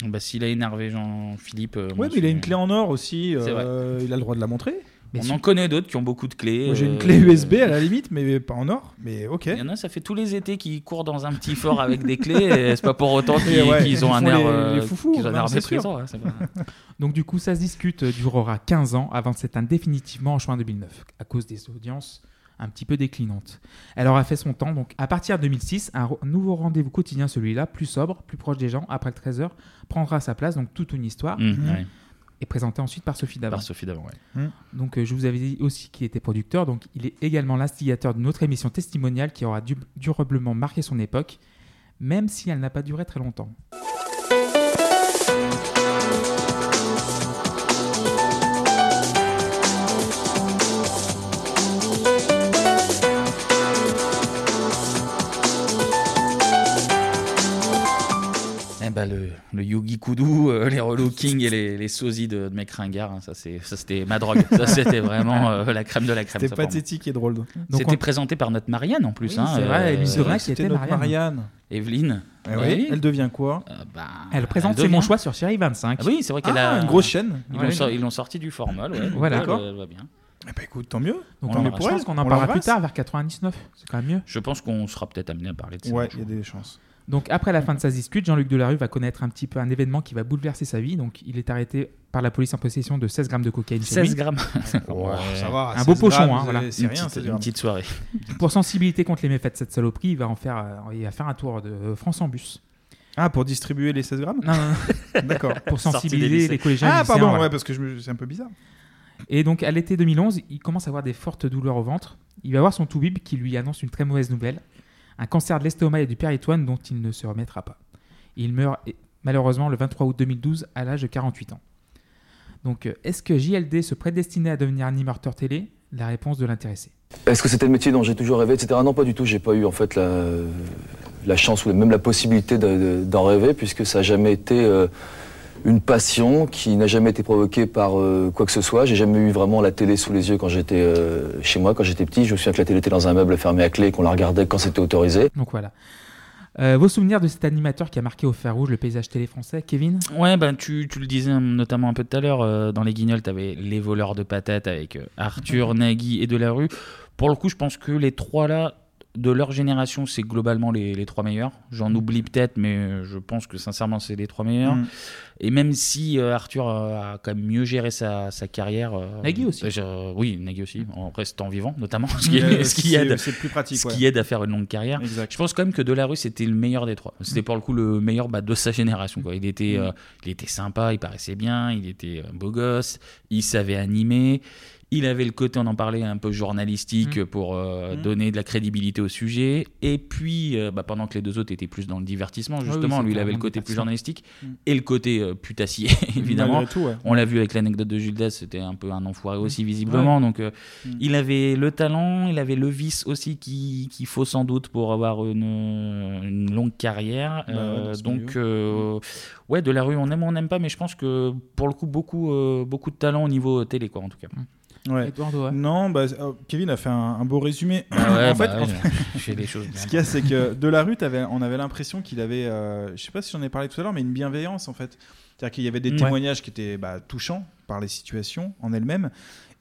[SPEAKER 1] Bah, S'il a énervé Jean-Philippe. euh,
[SPEAKER 8] Ouais,
[SPEAKER 1] bon,
[SPEAKER 8] mais il a
[SPEAKER 1] c'est-
[SPEAKER 8] une clé en or aussi.
[SPEAKER 1] C'est
[SPEAKER 8] euh, il a le droit de la montrer.
[SPEAKER 1] On en connaît d'autres qui ont beaucoup de clés.
[SPEAKER 8] Moi, J'ai
[SPEAKER 1] euh,
[SPEAKER 8] une clé USB à la limite, mais pas en or. Mais ok.
[SPEAKER 1] Il y en a, ça fait tous les étés qu'ils courent dans un petit fort avec des clés. et C'est pas pour autant qu'ils
[SPEAKER 8] [laughs] Et ouais,
[SPEAKER 1] qu'ils ont
[SPEAKER 8] ils
[SPEAKER 1] un
[SPEAKER 8] font
[SPEAKER 1] air,
[SPEAKER 8] les-
[SPEAKER 1] euh,
[SPEAKER 8] les foufous,
[SPEAKER 1] qu'ils ont un
[SPEAKER 8] non,
[SPEAKER 1] air
[SPEAKER 8] c'est sûr.
[SPEAKER 1] méprisant, hein, c'est pas-
[SPEAKER 9] Donc du coup, ça se discute, euh, durera 15 ans avant de s'éteindre définitivement en juin 2009, à cause des audiences un petit peu déclinantes. Elle aura fait son temps, donc à partir de 2006, un ro- nouveau rendez-vous quotidien, celui-là, plus sobre, plus proche des gens, après le 13h, prendra sa place, donc toute une histoire,
[SPEAKER 8] Mm,
[SPEAKER 1] Mhm, Mhm. ouais.
[SPEAKER 9] et présentée ensuite par Sophie Davant.
[SPEAKER 1] Par Sophie Davant, ouais.
[SPEAKER 9] Mhm. Donc euh, je vous avais dit aussi qu'il était producteur, donc il est également l'instigateur d'une autre émission testimoniale qui aura du- durablement marqué son époque, même si elle n'a pas duré très longtemps.
[SPEAKER 1] Eh ben, le, le Yugi Kudu, euh, les relookings et les, les sosies de, de mecs ringards, hein, ça, c'est- ça, c'était ma drogue. Ça c'était vraiment euh, la crème de la crème.
[SPEAKER 8] C'était
[SPEAKER 1] ça, pour moi.
[SPEAKER 8] pathétique et drôle.
[SPEAKER 1] Donc, Mm. C'était on- présenté par notre Marianne en plus.
[SPEAKER 8] Oui,
[SPEAKER 1] hein,
[SPEAKER 8] c'est vrai,
[SPEAKER 1] euh,
[SPEAKER 8] Émilie
[SPEAKER 1] euh,
[SPEAKER 8] Zola qui C'était était notre Marianne. Marianne.
[SPEAKER 1] Evelyne. Euh, bah,
[SPEAKER 8] Eh oui, Elle devient quoi
[SPEAKER 9] Elle présente
[SPEAKER 1] elle
[SPEAKER 9] C'est mon
[SPEAKER 1] devient.
[SPEAKER 9] choix sur Chérie 25.
[SPEAKER 1] Ah oui, c'est vrai qu'elle
[SPEAKER 8] Ah,
[SPEAKER 1] a
[SPEAKER 8] une grosse chaîne.
[SPEAKER 1] Ils
[SPEAKER 9] Ouais.
[SPEAKER 1] l'ont sor- ils l'ont sorti du formol. Ouais, donc,
[SPEAKER 9] Voilà.
[SPEAKER 1] elle,
[SPEAKER 9] D'accord.
[SPEAKER 1] elle va bien.
[SPEAKER 8] Eh ben, écoute, tant mieux.
[SPEAKER 1] On
[SPEAKER 9] Donc on,
[SPEAKER 1] l'embrasse.
[SPEAKER 9] je pense qu'on en
[SPEAKER 1] On
[SPEAKER 9] parlera plus
[SPEAKER 1] l'embrasse.
[SPEAKER 9] tard vers 99. C'est quand même mieux.
[SPEAKER 1] Je pense qu'on sera peut-être amené à parler de ça.
[SPEAKER 8] Ouais, il y a des chances.
[SPEAKER 9] Donc après la fin de sa discute, Jean-Luc Delarue va connaître un petit peu un événement qui va bouleverser sa vie. Donc il est arrêté par la police en possession de 16 grammes de cocaïne. chez
[SPEAKER 1] 16
[SPEAKER 9] lui.
[SPEAKER 1] grammes. Ouais.
[SPEAKER 8] ça va,
[SPEAKER 9] un beau
[SPEAKER 8] 16
[SPEAKER 9] pochon.
[SPEAKER 8] grammes,
[SPEAKER 9] hein,
[SPEAKER 8] c'est-
[SPEAKER 9] voilà.
[SPEAKER 8] c'est Une rien, petite- 16 une grammes. petite
[SPEAKER 1] soirée.
[SPEAKER 9] Pour sensibilité contre les méfaits de cette saloperie, il va en faire, euh, il va faire un tour de France en bus.
[SPEAKER 8] Ah, pour distribuer les 16 [laughs] grammes
[SPEAKER 9] Non, non, non.
[SPEAKER 8] D'accord.
[SPEAKER 9] Pour sensibiliser les collégiens. et
[SPEAKER 8] Ah,
[SPEAKER 9] les lycéens,
[SPEAKER 8] pardon,
[SPEAKER 9] voilà.
[SPEAKER 8] ouais, parce que je me- c'est un peu bizarre.
[SPEAKER 9] Et donc, à l'été 2011, il commence à avoir des fortes douleurs au ventre. Il va voir son toubib qui lui annonce une très mauvaise nouvelle un cancer de l'estomac et du péritoine dont il ne se remettra pas. Il meurt et- malheureusement le 23 août 2012 à l'âge de 48 ans. Donc, euh, est-ce que JLD se prédestinait à devenir animateur télé La réponse de l'intéressé.
[SPEAKER 10] Est-ce que c'était le métier dont j'ai toujours rêvé, etc. Non, pas du tout. J'ai pas eu en fait la, la chance ou même la possibilité de- de- d'en rêver, puisque ça n'a jamais été euh, une passion qui n'a jamais été provoquée par euh, quoi que ce soit. J'ai jamais eu vraiment la télé sous les yeux quand j'étais euh, chez moi, quand j'étais petit. Je me souviens que la télé était dans un meuble fermé à clé, qu'on la regardait quand c'était autorisé.
[SPEAKER 9] Donc voilà. Euh, vos souvenirs de cet animateur qui a marqué au fer rouge le paysage télé français, Kevin
[SPEAKER 1] Ouais, ben tu, tu le disais hum, notamment un peu tout à l'heure, euh, dans les guignols, tu avais les voleurs de patates avec euh, Arthur, Nagui et Delarue. Pour le coup, je pense que les trois là, de leur génération, c'est globalement les, les trois meilleurs. J'en
[SPEAKER 8] Mm.
[SPEAKER 1] oublie peut-être, mais euh, je pense que sincèrement, c'est les trois meilleurs.
[SPEAKER 9] Mm.
[SPEAKER 1] Et même si euh, Arthur euh, a quand même mieux géré sa, sa carrière. euh,
[SPEAKER 9] Nagui aussi.
[SPEAKER 1] euh, je- oui, Nagui
[SPEAKER 8] Mm.
[SPEAKER 1] aussi, en restant vivant notamment, [laughs] ce qui,
[SPEAKER 8] Euh,
[SPEAKER 1] ce qui
[SPEAKER 8] c'est-
[SPEAKER 1] aide,
[SPEAKER 8] c'est plus pratique,
[SPEAKER 1] ce
[SPEAKER 8] ouais.
[SPEAKER 1] qui aide à faire une longue carrière. Je pense quand même que Delarue c'était le meilleur des trois.
[SPEAKER 9] Mm.
[SPEAKER 1] C'était pour le coup le meilleur bah, de sa génération. Quoi. Il était, euh, il était sympa, il paraissait bien, il était euh, beau gosse, il savait animer. Il avait le côté, on en parlait, un peu journalistique
[SPEAKER 9] Mm.
[SPEAKER 1] pour euh, donner de la crédibilité au sujet. Et puis, euh, bah, pendant que les deux autres étaient plus dans le divertissement,
[SPEAKER 9] Ah oui,
[SPEAKER 1] justement, lui, il
[SPEAKER 9] c'était
[SPEAKER 1] avait le
[SPEAKER 9] vraiment
[SPEAKER 1] côté plus
[SPEAKER 9] divertissement.
[SPEAKER 1] journalistique
[SPEAKER 9] Mm. Bah,
[SPEAKER 1] et le côté euh, putassier, [laughs] évidemment.
[SPEAKER 9] Malgré tout, ouais.
[SPEAKER 1] On l'a vu avec l'anecdote de Gildas, c'était un peu un
[SPEAKER 8] Mmh.
[SPEAKER 1] enfoiré aussi, visiblement.
[SPEAKER 9] Ouais.
[SPEAKER 1] Donc, euh, il avait le talent, il avait le vice aussi qui- qu'il faut sans doute pour avoir une, une longue carrière.
[SPEAKER 8] Bah ouais,
[SPEAKER 1] Euh,
[SPEAKER 8] dans ce
[SPEAKER 1] donc, euh, ouais,
[SPEAKER 8] Mmh.
[SPEAKER 1] de la rue, on aime ou on n'aime pas, mais je pense que pour le coup, beaucoup, euh, beaucoup de talent au niveau euh, télé, quoi, en tout cas.
[SPEAKER 8] Ouais.
[SPEAKER 9] Eduardo, ouais.
[SPEAKER 8] Non, bah, euh, Kevin a fait un, un beau résumé.
[SPEAKER 1] ouais,
[SPEAKER 8] Ah en fait,
[SPEAKER 1] bah
[SPEAKER 8] en
[SPEAKER 1] ouais,
[SPEAKER 8] fait-
[SPEAKER 1] je fais des choses bien.
[SPEAKER 8] Ce qu'il y a, c'est que Delarue, t'avais- on avait l'impression qu'il avait, euh, je sais pas si j'en ai parlé tout à l'heure, mais une bienveillance en fait. C'est-à-dire qu'il y avait des
[SPEAKER 1] Ouais.
[SPEAKER 8] témoignages qui étaient bah, touchants par les situations en elles-mêmes.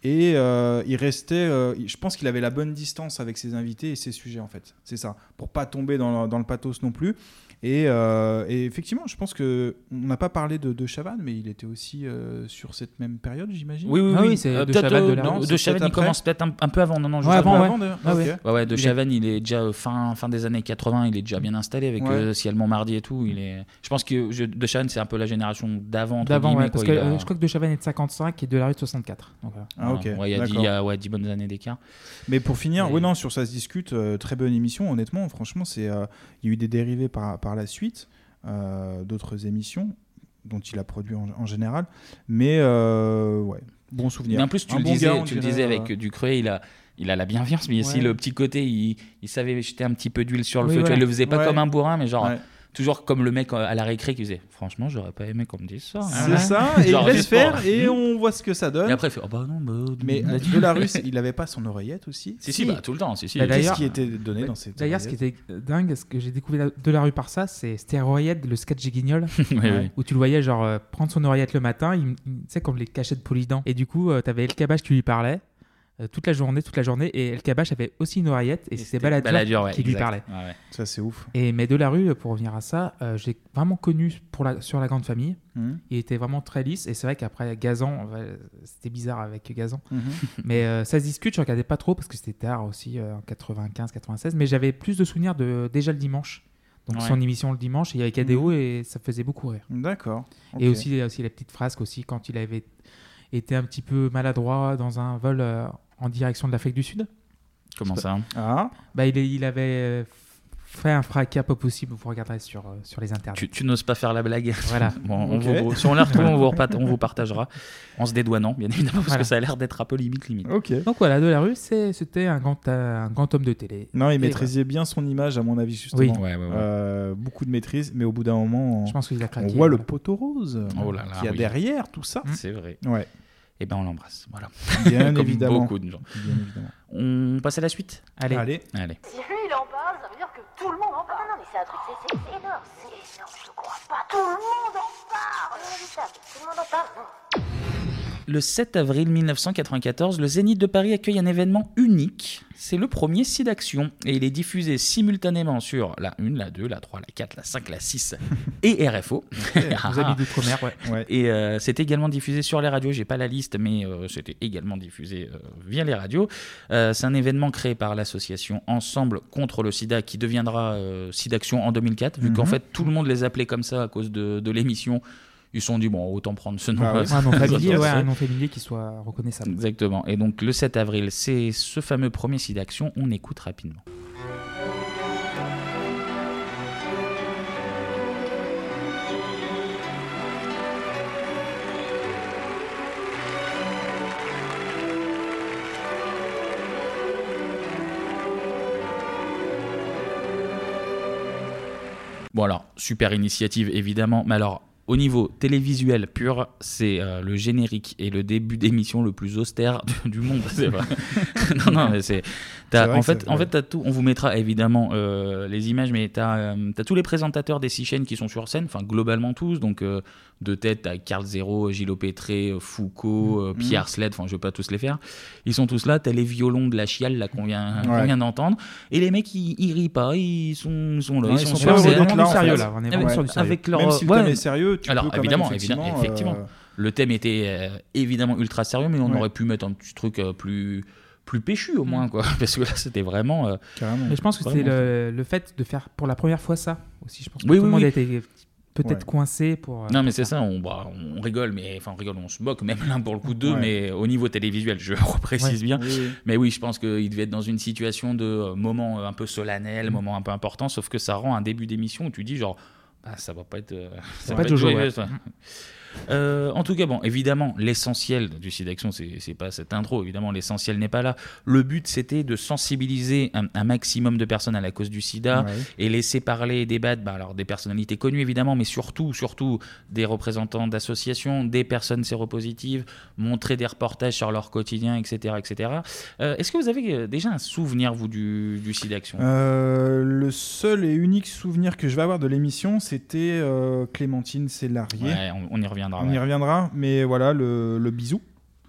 [SPEAKER 8] Et euh, il restait, euh, je pense qu'il avait la bonne distance avec ses invités et ses sujets en fait. C'est ça, pour pas tomber dans, le- dans le pathos non plus. Et, euh, et effectivement, je pense que on n'a pas parlé de, de Chavannes, mais il était aussi euh, sur cette même période, j'imagine.
[SPEAKER 1] Oui, oui,
[SPEAKER 9] Ah
[SPEAKER 1] oui.
[SPEAKER 9] oui, c'est
[SPEAKER 1] Euh,
[SPEAKER 9] de
[SPEAKER 1] peut-être,
[SPEAKER 9] Chavannes,
[SPEAKER 1] euh,
[SPEAKER 9] de la-
[SPEAKER 1] non,
[SPEAKER 8] c'est
[SPEAKER 1] de
[SPEAKER 8] peut-être
[SPEAKER 1] Chavannes, il
[SPEAKER 8] après.
[SPEAKER 1] commence peut-être un, un peu avant. Non, non, juste
[SPEAKER 8] Ouais, avant,
[SPEAKER 1] avant.
[SPEAKER 8] ouais. Ah ouais.
[SPEAKER 1] Ouais, ouais, de
[SPEAKER 9] Il est-
[SPEAKER 1] Chavannes, il est déjà euh, fin, fin des années 80, il est déjà bien installé avec
[SPEAKER 8] Ouais.
[SPEAKER 1] euh, Ciel Montmardi et tout. Il est... Je pense que je- de Chavannes, c'est un peu la génération d'avant. entre
[SPEAKER 9] D'avant,
[SPEAKER 1] guillemets,
[SPEAKER 9] ouais, parce que
[SPEAKER 1] quoi. Il a-
[SPEAKER 9] euh, je crois que De Chavannes est de 55 et De La Rue de 64. Donc, voilà.
[SPEAKER 8] Ah, ok,
[SPEAKER 1] Ouais, il y a dix-
[SPEAKER 8] d'accord.
[SPEAKER 1] il y a ouais, 10 bonnes années d'écart.
[SPEAKER 8] Mais pour finir,
[SPEAKER 1] Mais-
[SPEAKER 8] oui, non, sur ça se discute, euh, très bonne émission, honnêtement, franchement, c'est, euh, il y a eu des dérivés par, par la suite, euh, d'autres émissions dont il a produit en, en général, mais euh, ouais, bon souvenir.
[SPEAKER 1] Mais en plus, tu,
[SPEAKER 8] Un
[SPEAKER 1] le,
[SPEAKER 8] bon
[SPEAKER 1] disais,
[SPEAKER 8] gars, on
[SPEAKER 1] tu le
[SPEAKER 8] dirait,
[SPEAKER 1] disais
[SPEAKER 8] euh,
[SPEAKER 1] avec du Ducreux, il a, il a la bienveillance, mais aussi
[SPEAKER 8] Ouais.
[SPEAKER 1] le petit côté, il, il savait jeter un petit peu d'huile sur le
[SPEAKER 9] Oui,
[SPEAKER 1] feu. tu vois,
[SPEAKER 9] voilà.
[SPEAKER 1] il le faisait pas
[SPEAKER 9] Ouais.
[SPEAKER 1] comme un bourrin, mais genre.
[SPEAKER 9] Ouais.
[SPEAKER 1] Toujours comme le mec euh, à la récré qui faisait Franchement, j'aurais pas aimé qu'on me dise ça.
[SPEAKER 8] C'est ça,
[SPEAKER 1] euh,
[SPEAKER 8] et
[SPEAKER 1] hein, Genre
[SPEAKER 8] il laisse
[SPEAKER 1] juste pour-
[SPEAKER 8] faire, et on voit ce que ça donne.
[SPEAKER 1] Et après, il fait Oh bah non, bah,
[SPEAKER 8] Mais
[SPEAKER 9] euh,
[SPEAKER 1] bah,
[SPEAKER 8] de
[SPEAKER 1] [laughs]
[SPEAKER 8] la Russe, il n'avait pas son oreillette aussi
[SPEAKER 1] Si, si, bah, tout le temps. Si, si.
[SPEAKER 9] Bah,
[SPEAKER 8] Qu'est-ce
[SPEAKER 9] d'ailleurs-
[SPEAKER 8] qui était donné
[SPEAKER 9] Ouais.
[SPEAKER 8] dans cette
[SPEAKER 9] D'ailleurs, ce qui était dingue, ce que j'ai découvert de la rue par ça, c'est c'était Royette, le sketch des Guignols,
[SPEAKER 1] [laughs] oui.
[SPEAKER 9] où tu le voyais genre euh, prendre son oreillette le matin, il, il- tu sais, comme les cachets de Polydent. Et du coup, euh, t'avais El Kabash qui lui parlait euh, toute la journée, toute la journée, et El Kabash avait aussi une oreillette, et, c'était Balladur,
[SPEAKER 1] Balladur, ouais,
[SPEAKER 9] qui lui
[SPEAKER 1] exact.
[SPEAKER 9] parlait.
[SPEAKER 1] Ouais, ouais.
[SPEAKER 8] Ça, c'est ouf.
[SPEAKER 9] Et mais de la rue, pour revenir à ça, euh, je l'ai vraiment connu pour la, sur la grande famille.
[SPEAKER 1] Hmm.
[SPEAKER 8] Mhm.
[SPEAKER 9] Il était vraiment très lisse. Et c'est vrai qu'après Gazan, euh, c'était bizarre avec Gazan.
[SPEAKER 8] Mhm.
[SPEAKER 9] mais euh, ça se discute, je regardais pas trop parce que c'était tard aussi, euh, en 95, 96. Mais j'avais plus de souvenirs de déjà le dimanche. Donc
[SPEAKER 8] Ouais.
[SPEAKER 9] son émission le dimanche, il y avait KDO et ça faisait beaucoup rire.
[SPEAKER 8] D'accord.
[SPEAKER 9] Et
[SPEAKER 8] ok.
[SPEAKER 9] aussi, aussi la petite frasque aussi quand il avait été un petit peu maladroit dans un vol euh, en direction de l'Afrique du Sud.
[SPEAKER 1] Comment
[SPEAKER 9] Je sais
[SPEAKER 1] ça
[SPEAKER 8] Ah.
[SPEAKER 9] Bah, il, est- il avait euh, fait un fracas pas possible, vous regarderez sur, euh, sur les internets.
[SPEAKER 1] Tu, tu n'oses pas faire la blague.
[SPEAKER 9] [laughs] Voilà.
[SPEAKER 1] Bon, on
[SPEAKER 9] Ok.
[SPEAKER 1] vous- si on la retrouve, on vous, repat-
[SPEAKER 9] [laughs]
[SPEAKER 1] on vous partagera. En se dédouanant, bien évidemment, parce
[SPEAKER 9] Voilà.
[SPEAKER 1] que ça a l'air d'être un peu limite, limite.
[SPEAKER 9] Donc voilà, de la rue, c'est- c'était un grand, euh, un grand homme de télé.
[SPEAKER 8] Non, il
[SPEAKER 9] Et
[SPEAKER 8] maîtrisait bien son image, à mon avis, justement.
[SPEAKER 9] Oui.
[SPEAKER 1] Ouais, ouais, ouais.
[SPEAKER 8] Euh, beaucoup de maîtrise, mais au bout d'un moment, on,
[SPEAKER 9] Je pense qu'il a
[SPEAKER 8] on
[SPEAKER 9] craqué, euh,
[SPEAKER 8] voit le
[SPEAKER 9] voilà.
[SPEAKER 8] poteau rose
[SPEAKER 1] Oh là là,
[SPEAKER 8] qu'il y a
[SPEAKER 1] oui.
[SPEAKER 8] derrière tout ça.
[SPEAKER 1] C'est vrai.
[SPEAKER 8] Ouais.
[SPEAKER 1] Et ben on l'embrasse. Voilà. [laughs]
[SPEAKER 8] Bien
[SPEAKER 1] Comme
[SPEAKER 8] évidemment.
[SPEAKER 1] beaucoup de gens.
[SPEAKER 8] Bien évidemment.
[SPEAKER 1] On passe à la suite
[SPEAKER 9] Allez.
[SPEAKER 8] Allez.
[SPEAKER 1] Allez.
[SPEAKER 4] Si lui il en parle, ça veut dire que tout le monde en parle. Ah non, non, mais c'est un truc, c'est c'est énorme, c'est énorme, je le crois pas. Tout le monde en parle. Tout le monde en parle.
[SPEAKER 1] Le 7 avril 1994, le Zénith de Paris accueille un événement unique. C'est le premier SIDAction et il est diffusé simultanément sur la 1, la 2, la 3, la 4, la 5, la
[SPEAKER 9] [laughs]
[SPEAKER 1] 6 et RFO.
[SPEAKER 9] Nos amis d'outre-mer, ouais.
[SPEAKER 1] Et euh, c'est également diffusé sur les radios. J'ai pas la liste, mais euh, c'était également diffusé euh, via les radios. Euh, c'est un événement créé par l'association Ensemble contre le SIDA qui deviendra euh, SIDAction en 2004, vu qu'en
[SPEAKER 8] Mhm.
[SPEAKER 1] fait tout le monde les appelait comme ça à cause de, de l'émission. Ils se sont dit bon, autant prendre ce nom.
[SPEAKER 9] Bah ouais,
[SPEAKER 1] [laughs]
[SPEAKER 9] un nom familier, ouais, un nom
[SPEAKER 1] Ah. Ça-
[SPEAKER 9] familier qui soit reconnaissable.
[SPEAKER 1] Exactement. Et donc le 7 avril, c'est ce fameux premier SIDAction. On écoute rapidement. Bon alors, super initiative évidemment, mais alors au niveau télévisuel pur, c'est euh, le générique et le début d'émission le plus austère du- du monde. C'est vrai. [laughs] non, non, mais c'est. t'as-
[SPEAKER 8] C'est vrai
[SPEAKER 1] en
[SPEAKER 8] que
[SPEAKER 1] fait,
[SPEAKER 8] c'est-
[SPEAKER 1] en fait, t'as tout. On vous mettra évidemment euh, les images, mais t'as euh, t'as tous les présentateurs des six chaînes qui sont sur scène, enfin globalement tous. Donc euh, de tête, t'as Carl Zéro, Gilles Pétré, euh, Foucault, euh,
[SPEAKER 8] Mhm.
[SPEAKER 1] Pierre Sled. Enfin, je vais pas tous les faire. Ils sont tous là. T'as les violons de la chiale là qu'on vient, qu'on
[SPEAKER 8] Ouais.
[SPEAKER 1] vient d'entendre. Et les mecs, ils, ils rient pas. Ils sont, ils sont là.
[SPEAKER 8] Non,
[SPEAKER 1] Bah, ils, sont, sur
[SPEAKER 8] pas
[SPEAKER 1] scène.
[SPEAKER 8] heureux d'être là, en
[SPEAKER 9] sérieux,
[SPEAKER 8] fait.
[SPEAKER 9] là, on est
[SPEAKER 1] Avec-
[SPEAKER 9] vraiment sur du sérieux.
[SPEAKER 1] Avec leur,
[SPEAKER 8] Même si le
[SPEAKER 1] ouais.
[SPEAKER 8] thème est sérieux, tu
[SPEAKER 1] Alors,
[SPEAKER 8] peux quand
[SPEAKER 1] évidemment,
[SPEAKER 8] même,
[SPEAKER 1] évidemment,
[SPEAKER 8] effectivement,
[SPEAKER 1] effectivement.
[SPEAKER 8] euh,
[SPEAKER 1] Le thème était euh, évidemment ultra sérieux, mais on
[SPEAKER 8] Ouais.
[SPEAKER 1] aurait pu mettre un petit truc euh, plus plus péchu
[SPEAKER 9] Mm.
[SPEAKER 1] au moins quoi [laughs] parce que là c'était vraiment euh,
[SPEAKER 8] Carrément.
[SPEAKER 9] Mais je pense que c'est
[SPEAKER 1] Vraiment.
[SPEAKER 9] le, le fait de faire pour la première fois ça aussi. Je pense que
[SPEAKER 1] Oui,
[SPEAKER 9] tout
[SPEAKER 1] oui,
[SPEAKER 9] le monde
[SPEAKER 1] oui.
[SPEAKER 9] a été peut-être
[SPEAKER 1] Ouais.
[SPEAKER 9] coincé pour. euh,
[SPEAKER 1] non mais c'est ça on, bah, on rigole mais enfin on rigole on se moque même l'un pour le coup d'eux
[SPEAKER 9] Ouais.
[SPEAKER 1] mais au niveau télévisuel je [laughs] reprécise
[SPEAKER 9] Ouais.
[SPEAKER 1] bien
[SPEAKER 9] Oui, oui.
[SPEAKER 1] mais oui je pense qu'il devait être dans une situation de euh, moment euh, un peu
[SPEAKER 9] Mm.
[SPEAKER 1] solennel moment un peu important sauf que ça rend un début d'émission où tu dis genre bah, ça va pas être euh, ça va
[SPEAKER 9] va pas être jojo,
[SPEAKER 1] joyeux,
[SPEAKER 9] ouais.
[SPEAKER 1] ça.
[SPEAKER 9] Mm.
[SPEAKER 1] Euh, en tout cas, bon, évidemment, l'essentiel du site d'action, c'est c'est pas cette intro, évidemment, l'essentiel n'est pas là. Le but, c'était de sensibiliser un, un maximum de personnes à la cause du sida
[SPEAKER 8] Ouais.
[SPEAKER 1] et laisser parler et débattre bah, alors, des personnalités connues, évidemment, mais surtout, surtout des représentants d'associations, des personnes séropositives, montrer des reportages sur leur quotidien, etc. etc. Euh, Est-ce que vous avez euh, déjà un souvenir, vous, du, du site d'action
[SPEAKER 8] Euh, le seul et unique souvenir que je vais avoir de l'émission, c'était euh, Clémentine Célarier.
[SPEAKER 1] Ouais, on, on y reviendra.
[SPEAKER 8] On y
[SPEAKER 1] ouais.
[SPEAKER 8] reviendra, mais voilà, le, le bisou.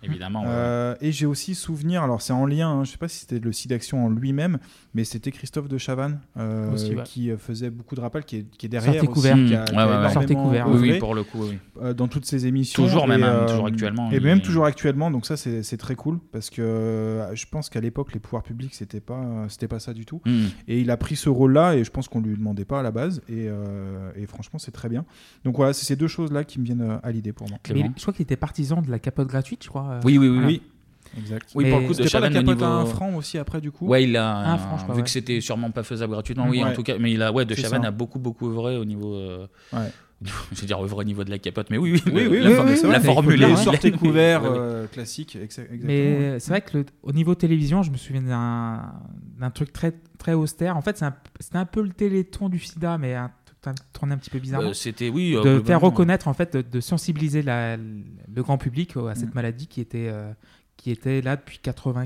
[SPEAKER 1] Évidemment, ouais,
[SPEAKER 8] Euh, et j'ai aussi souvenir, alors c'est en lien, hein, je sais pas si c'était le site d'action en lui-même, mais c'était Christophe de Chavannes euh,
[SPEAKER 1] Aussi, ouais.
[SPEAKER 8] qui euh, faisait beaucoup de rappels, qui est, qui est derrière.
[SPEAKER 1] Sortez
[SPEAKER 8] aussi,
[SPEAKER 1] couvert.
[SPEAKER 8] qui a-
[SPEAKER 1] Ouais,
[SPEAKER 8] qui a
[SPEAKER 1] ouais, ouais.
[SPEAKER 8] énormément
[SPEAKER 1] Sortez couvert.
[SPEAKER 8] œuvré,
[SPEAKER 1] Oui, oui, pour le coup, oui.
[SPEAKER 8] euh, dans toutes ses émissions.
[SPEAKER 1] Toujours même,
[SPEAKER 8] et, euh,
[SPEAKER 1] hein, toujours actuellement,
[SPEAKER 8] Et
[SPEAKER 1] il
[SPEAKER 8] même
[SPEAKER 1] est-
[SPEAKER 8] toujours actuellement, donc ça c'est c'est très cool, parce que euh, je pense qu'à l'époque, les pouvoirs publics, c'était pas, euh, c'était pas ça du tout.
[SPEAKER 1] Mm.
[SPEAKER 8] Et il a pris ce rôle-là, et je pense qu'on lui demandait pas à la base, et, euh, et franchement, c'est très bien. Donc voilà, c'est ces deux choses-là qui me viennent euh, à l'idée pour moi.
[SPEAKER 9] Mais il- je crois qu'il était partisan de la capote gratuite, je crois. euh,
[SPEAKER 1] Oui, oui, oui.
[SPEAKER 9] voilà.
[SPEAKER 1] oui.
[SPEAKER 8] Exact.
[SPEAKER 1] Oui, pour le coup, de
[SPEAKER 8] C'était pas la
[SPEAKER 1] Chavannes, au
[SPEAKER 8] capote à
[SPEAKER 1] niveau-
[SPEAKER 8] un franc aussi, après, du coup Ah,
[SPEAKER 1] Ouais, il a.
[SPEAKER 9] Un franc, je crois,
[SPEAKER 1] vu
[SPEAKER 9] ouais.
[SPEAKER 1] que c'était sûrement pas faisable gratuitement,
[SPEAKER 9] Mm.
[SPEAKER 1] oui, en
[SPEAKER 9] Ouais.
[SPEAKER 1] tout cas. Mais il a, ouais, De
[SPEAKER 9] C'est
[SPEAKER 1] Chavannes
[SPEAKER 9] ça.
[SPEAKER 1] a beaucoup, beaucoup œuvré au niveau. euh,
[SPEAKER 8] Ouais.
[SPEAKER 1] [laughs] Je veux dire, œuvré au niveau de la capote, mais oui, oui,
[SPEAKER 8] Oui,
[SPEAKER 1] le-
[SPEAKER 8] oui,
[SPEAKER 1] la,
[SPEAKER 8] oui,
[SPEAKER 1] for-
[SPEAKER 8] oui, c'est
[SPEAKER 1] la
[SPEAKER 8] vrai.
[SPEAKER 1] formule
[SPEAKER 8] Le
[SPEAKER 1] est- [laughs]
[SPEAKER 8] sortez couvert,
[SPEAKER 1] Ouais, ouais.
[SPEAKER 8] euh, classique, exa- exactement.
[SPEAKER 9] Mais euh, c'est vrai que le- au niveau télévision, je me souviens d'un d'un truc très très austère. En fait, c'est un- c'était un, peu le téléthon du sida, mais un, tout un- tourné un petit peu bizarre.
[SPEAKER 1] Euh, c'était- oui, euh,
[SPEAKER 9] de faire
[SPEAKER 1] globalement.
[SPEAKER 9] reconnaître en fait, de, de sensibiliser la- le grand public euh, à
[SPEAKER 1] Mm.
[SPEAKER 9] cette maladie qui était euh, qui était là depuis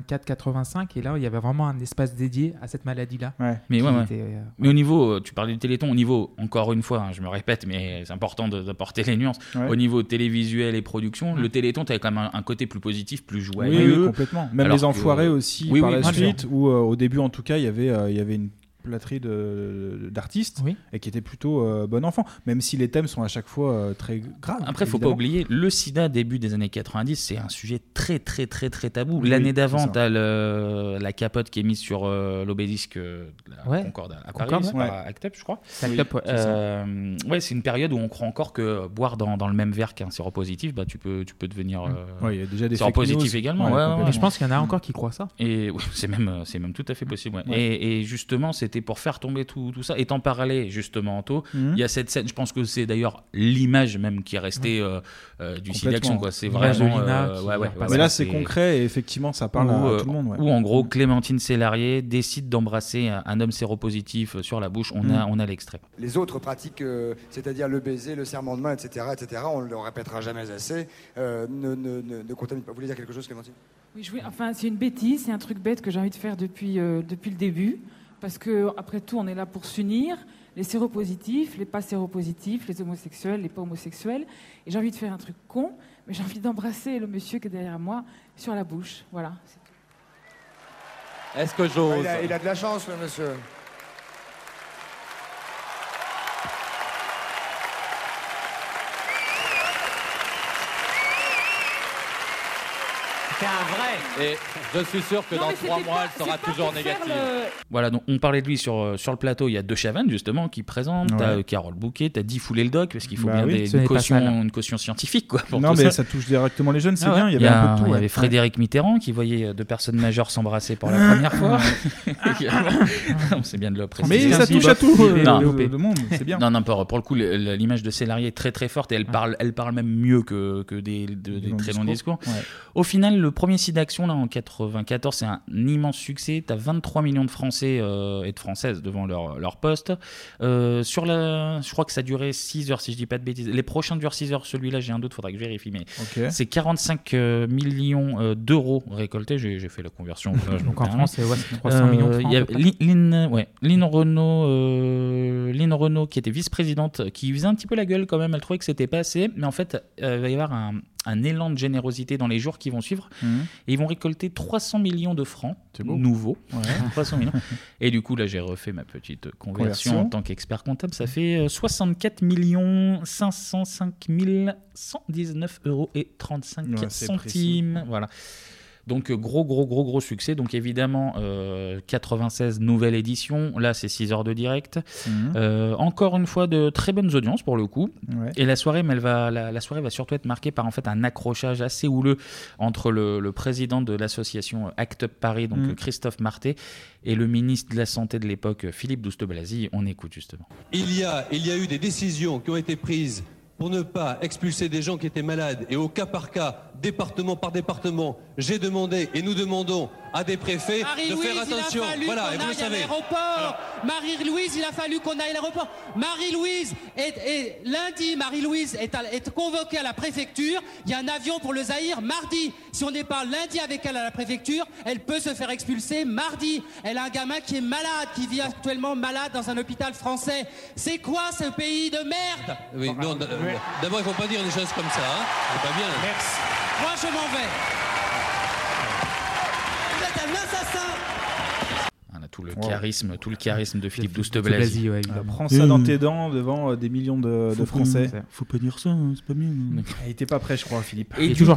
[SPEAKER 9] 84-85 et là il y avait vraiment un espace dédié à cette maladie là.
[SPEAKER 1] Mais, ouais, ouais. mais au niveau, euh, tu parlais du Téléthon, au niveau, encore une fois, hein, je me répète, mais c'est important de- d'apporter les nuances.
[SPEAKER 8] Ouais.
[SPEAKER 1] Au niveau télévisuel et production,
[SPEAKER 8] Mm.
[SPEAKER 1] le Téléthon, tu quand même un, un côté plus positif, plus joyeux.
[SPEAKER 8] Oui, oui, complètement. Même
[SPEAKER 1] Alors
[SPEAKER 8] les
[SPEAKER 1] que-
[SPEAKER 8] enfoirés aussi
[SPEAKER 1] Oui,
[SPEAKER 8] par
[SPEAKER 1] oui,
[SPEAKER 8] la
[SPEAKER 1] bien sûr.
[SPEAKER 8] suite, où euh, au début en tout cas, il y avait, euh, il y avait une plâtrie de- d'artistes et qui était plutôt euh, bon enfant, même si les thèmes sont à chaque fois euh, très graves.
[SPEAKER 1] Après, faut pas
[SPEAKER 8] évidemment.
[SPEAKER 1] oublier, le sida début des années 90, c'est un sujet très, très, très, très tabou.
[SPEAKER 8] Oui,
[SPEAKER 1] L'année
[SPEAKER 8] oui, c'est
[SPEAKER 1] d'avant,
[SPEAKER 8] ça.
[SPEAKER 1] t'as le- la capote qui est mise sur euh, l'obélisque euh, de la
[SPEAKER 9] Ouais.
[SPEAKER 1] Concorde à- à Paris,
[SPEAKER 9] Concorde,
[SPEAKER 1] c'est
[SPEAKER 9] ouais.
[SPEAKER 1] par Act Up, je crois.
[SPEAKER 9] C'est Act Up, ouais, c'est
[SPEAKER 1] Euh, ouais, c'est une période où on croit encore que boire dans, dans le même verre qu'un séropositif, bah, tu, peux, tu peux devenir euh,
[SPEAKER 8] Mmh, Ouais, il y a déjà des fake
[SPEAKER 1] séropositif
[SPEAKER 8] news.
[SPEAKER 1] également.
[SPEAKER 8] Ouais,
[SPEAKER 1] ouais, ouais,
[SPEAKER 8] complètement.
[SPEAKER 1] ouais.
[SPEAKER 9] je pense qu'il y en a encore qui croient ça.
[SPEAKER 1] Et [laughs] oui, c'est même, euh, c'est même tout à fait possible. ouais.
[SPEAKER 9] Ouais.
[SPEAKER 1] Et, et justement, c'était pour faire tomber tout, tout ça. Et t'en parlais justement, Anto.
[SPEAKER 8] Mmh. Hmm.
[SPEAKER 9] Mhm.
[SPEAKER 1] Il y a cette scène, je pense que c'est d'ailleurs l'image même qui est restée euh, euh, du site d'action.
[SPEAKER 8] Complètement.
[SPEAKER 1] quoi. C'est
[SPEAKER 8] L'image de
[SPEAKER 1] vraiment.
[SPEAKER 8] Lina
[SPEAKER 1] euh,
[SPEAKER 8] qui
[SPEAKER 1] ouais, ouais,
[SPEAKER 8] vient
[SPEAKER 1] ouais,
[SPEAKER 8] Mais là,
[SPEAKER 1] ouais,
[SPEAKER 8] c'est concret et effectivement, ça parle
[SPEAKER 1] Où,
[SPEAKER 8] à
[SPEAKER 1] euh,
[SPEAKER 8] tout le monde. ouais.
[SPEAKER 1] où, en gros, Clémentine Célarier décide d'embrasser un, un homme séropositif euh, sur la bouche. On a,
[SPEAKER 8] Hmm.
[SPEAKER 15] Mhm.
[SPEAKER 1] on a l'extrait.
[SPEAKER 15] Les autres pratiques, euh, c'est-à-dire le baiser, le serment de main, etc., etc., on ne le répétera jamais assez, euh, ne, ne, ne, ne contaminent pas. Vous voulez dire quelque chose, Clémentine
[SPEAKER 16] Oui, je voulais- enfin, c'est une bêtise, c'est un truc bête que j'ai envie de faire depuis, euh, depuis le début. Parce que, après tout, on est là pour s'unir, les séropositifs, les pas séropositifs, les homosexuels, les pas homosexuels. Et j'ai envie de faire un truc con, mais j'ai envie d'embrasser le monsieur qui est derrière moi sur la bouche. Voilà. c'est tout.
[SPEAKER 17] Est-ce que j'ose
[SPEAKER 15] il, a, Euh, il a de la chance, le monsieur.
[SPEAKER 17] C'est un vrai. Et je suis sûr que
[SPEAKER 16] Non,
[SPEAKER 17] dans
[SPEAKER 16] mais
[SPEAKER 17] trois
[SPEAKER 16] c'était
[SPEAKER 17] mois,
[SPEAKER 16] pas-
[SPEAKER 17] elle sera
[SPEAKER 16] c'est pas
[SPEAKER 17] toujours
[SPEAKER 16] pour faire
[SPEAKER 17] négative.
[SPEAKER 16] le-
[SPEAKER 1] Voilà, donc on parlait de lui sur, euh, sur le plateau. Il y a deux Chavannes justement qui présentent.
[SPEAKER 8] Ouais.
[SPEAKER 1] T'as euh, Carole Bouquet, t'as Diffoulé le doc, parce qu'il faut
[SPEAKER 8] Bah
[SPEAKER 1] bien
[SPEAKER 8] oui,
[SPEAKER 1] des-
[SPEAKER 8] ce
[SPEAKER 1] une,
[SPEAKER 8] n'est pas
[SPEAKER 1] caution,
[SPEAKER 8] sale.
[SPEAKER 1] une caution scientifique. Quoi, pour
[SPEAKER 8] Non,
[SPEAKER 1] tout
[SPEAKER 8] mais
[SPEAKER 1] ça.
[SPEAKER 8] ça touche directement les jeunes, c'est
[SPEAKER 1] Ah ouais.
[SPEAKER 8] bien. Il y avait
[SPEAKER 1] a-
[SPEAKER 8] un peu de tout.
[SPEAKER 1] Il y
[SPEAKER 8] ouais.
[SPEAKER 1] avait Frédéric Mitterrand qui voyait euh, deux personnes majeures s'embrasser pour la première
[SPEAKER 8] [laughs]
[SPEAKER 1] fois. [laughs] On sait bien de le préciser.
[SPEAKER 8] Ah. Mais ça touche à tout, euh,
[SPEAKER 1] Non.
[SPEAKER 8] le- le monde, c'est bien.
[SPEAKER 1] Non, non, pour, pour le coup, le- le- l'image de Célarier est très très forte et elle parle, elle parle même mieux que, que des, de- des
[SPEAKER 8] longs
[SPEAKER 1] très longs discours.
[SPEAKER 8] discours.
[SPEAKER 1] Au final, le premier site d'action là en 94, c'est un immense succès. T'as 23 millions de Français euh, et de Françaises devant leur, leur poste. Euh, sur la, je crois que ça durait 6 heures si je dis pas de bêtises. Les prochains durent 6 heures. Celui-là, j'ai un doute, faudra que je vérifie. Mais
[SPEAKER 8] Ok.
[SPEAKER 1] c'est 45 euh, millions euh, d'euros récoltés. J'ai j'ai fait la conversion. euh,
[SPEAKER 9] [laughs]
[SPEAKER 1] je
[SPEAKER 9] Donc en
[SPEAKER 1] me permets.
[SPEAKER 9] France, c'est, ouais, c'est 300 millions de
[SPEAKER 1] Euh,
[SPEAKER 9] francs,
[SPEAKER 1] il y
[SPEAKER 9] à
[SPEAKER 1] a
[SPEAKER 9] peu près.
[SPEAKER 1] Lin- Lynn, ouais, Lynn Renault, euh, Lynn Renault, qui était vice-présidente, qui faisait un petit peu la gueule quand même. Elle trouvait que c'était pas assez, mais en fait, euh, il va y avoir un, un élan de générosité dans les jours qui vont suivre.
[SPEAKER 8] Mhm.
[SPEAKER 1] Et ils vont récolter 300 millions de francs
[SPEAKER 8] beau.
[SPEAKER 1] nouveaux. [laughs]
[SPEAKER 8] Ouais.
[SPEAKER 1] 300 millions. Et du coup, là, j'ai refait ma petite conversion,
[SPEAKER 8] Conversion.
[SPEAKER 1] en tant qu'expert comptable. Ça fait euh, 64 millions 505 119 euros et 35
[SPEAKER 8] Ouais, c'est
[SPEAKER 1] centimes. Voilà. Donc euh, gros, gros, gros, gros succès. Donc évidemment, euh, 96, nouvelle édition. Là, c'est 6 heures de direct.
[SPEAKER 8] Mhm.
[SPEAKER 1] Euh, encore une fois, de très bonnes audiences pour le coup.
[SPEAKER 8] Ouais.
[SPEAKER 1] Et la soirée, mais elle va, la, la soirée va surtout être marquée par en fait un accrochage assez houleux entre le, le président de l'association Act Up Paris, donc
[SPEAKER 8] Mhm.
[SPEAKER 1] euh, Christophe Marté, et le ministre de la Santé de l'époque, Philippe Douste-Blazy. On écoute justement.
[SPEAKER 18] Il y, a, il y a eu des décisions qui ont été prises pour ne pas expulser des gens qui étaient malades. Et au cas par cas, département par département, j'ai demandé et nous demandons à des préfets de
[SPEAKER 19] Marie-Louise,
[SPEAKER 18] faire attention.
[SPEAKER 19] Il a fallu
[SPEAKER 18] Voilà, et
[SPEAKER 19] qu'on
[SPEAKER 18] vous le
[SPEAKER 19] aille à
[SPEAKER 18] savez.
[SPEAKER 19] l'aéroport. Marie-Louise, il a fallu qu'on aille à l'aéroport. Marie-Louise est, est- lundi. Marie-Louise est, à- est convoquée à la préfecture. Il y a un avion pour le Zaïre mardi. Si on n'est pas lundi avec elle à la préfecture, elle peut se faire expulser mardi. Elle a un gamin qui est malade, qui vit actuellement malade dans un hôpital français. C'est quoi ce pays de merde
[SPEAKER 18] Oui, non, d- euh, d'abord, il ne faut pas dire des choses comme ça. hein. C'est pas bien. Merci.
[SPEAKER 19] Moi, je m'en vais. Vous êtes un assassin.
[SPEAKER 1] On a tout le charisme, tout le charisme de Philippe Douste
[SPEAKER 9] Blasi,
[SPEAKER 1] Blasi.
[SPEAKER 9] ouais,
[SPEAKER 8] Ah, prends ça dans tes dents devant euh, des millions de, de
[SPEAKER 1] Faut pas-
[SPEAKER 8] Français.
[SPEAKER 1] Faut pas dire ça, hein, c'est pas bien.
[SPEAKER 8] Ah, Il était pas prêt, je crois, Philippe.
[SPEAKER 1] Et du coup,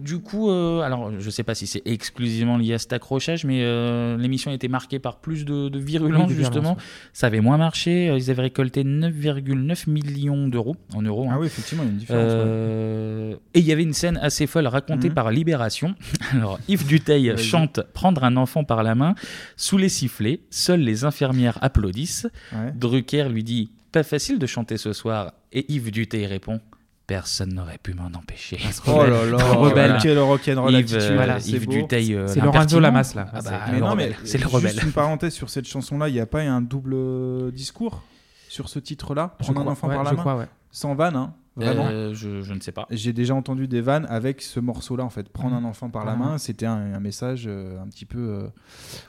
[SPEAKER 1] Du coup, euh, alors je sais pas si c'est exclusivement lié à cet accrochage, mais euh, l'émission a été marquée par plus de, de virulence
[SPEAKER 9] Oui, de virulence,
[SPEAKER 1] justement.
[SPEAKER 9] ouais.
[SPEAKER 1] Ça avait moins marché. euh, Ils avaient récolté 9,9 millions d'euros en euros.
[SPEAKER 8] Ah
[SPEAKER 1] hein.
[SPEAKER 8] oui, effectivement, il y a une différence,
[SPEAKER 1] Euh, Et il y avait une scène assez folle racontée
[SPEAKER 8] Mhm.
[SPEAKER 1] par Libération. [laughs] Alors Yves Duteil
[SPEAKER 8] Vas-y.
[SPEAKER 1] chante "Prendre un enfant par la main" sous les sifflets. Seules les infirmières applaudissent.
[SPEAKER 8] Ouais.
[SPEAKER 1] Drucker lui dit "Pas facile de chanter ce soir." Et Yves Duteil répond. Personne n'aurait pu m'en empêcher.
[SPEAKER 8] Oh là là,
[SPEAKER 1] Trop rebelle.
[SPEAKER 8] quel rock'n'roll
[SPEAKER 1] Yves,
[SPEAKER 8] attitude,
[SPEAKER 1] euh,
[SPEAKER 8] voilà, c'est
[SPEAKER 1] Yves
[SPEAKER 8] beau.
[SPEAKER 1] Duteil. euh,
[SPEAKER 9] C'est
[SPEAKER 1] l'impertinent.
[SPEAKER 9] Lorenzo Lamas, là.
[SPEAKER 1] Ah
[SPEAKER 9] C'est-
[SPEAKER 1] bah,
[SPEAKER 9] Mais
[SPEAKER 1] le
[SPEAKER 9] non,
[SPEAKER 1] rebelle. C'est le rebelle.
[SPEAKER 8] Juste une parenthèse sur cette chanson-là, il n'y a pas un double discours sur ce titre-là
[SPEAKER 9] Je
[SPEAKER 8] Prendre un
[SPEAKER 9] crois-
[SPEAKER 8] enfant
[SPEAKER 9] ouais,
[SPEAKER 8] par la
[SPEAKER 9] je
[SPEAKER 8] main
[SPEAKER 9] crois, ouais.
[SPEAKER 8] Sans vanne, hein, vraiment
[SPEAKER 1] Euh, je, je ne sais pas.
[SPEAKER 8] J'ai déjà entendu des vannes avec ce morceau-là, en fait. Prendre un enfant par la
[SPEAKER 1] Ah.
[SPEAKER 8] main, c'était un, un message euh, un petit peu, euh,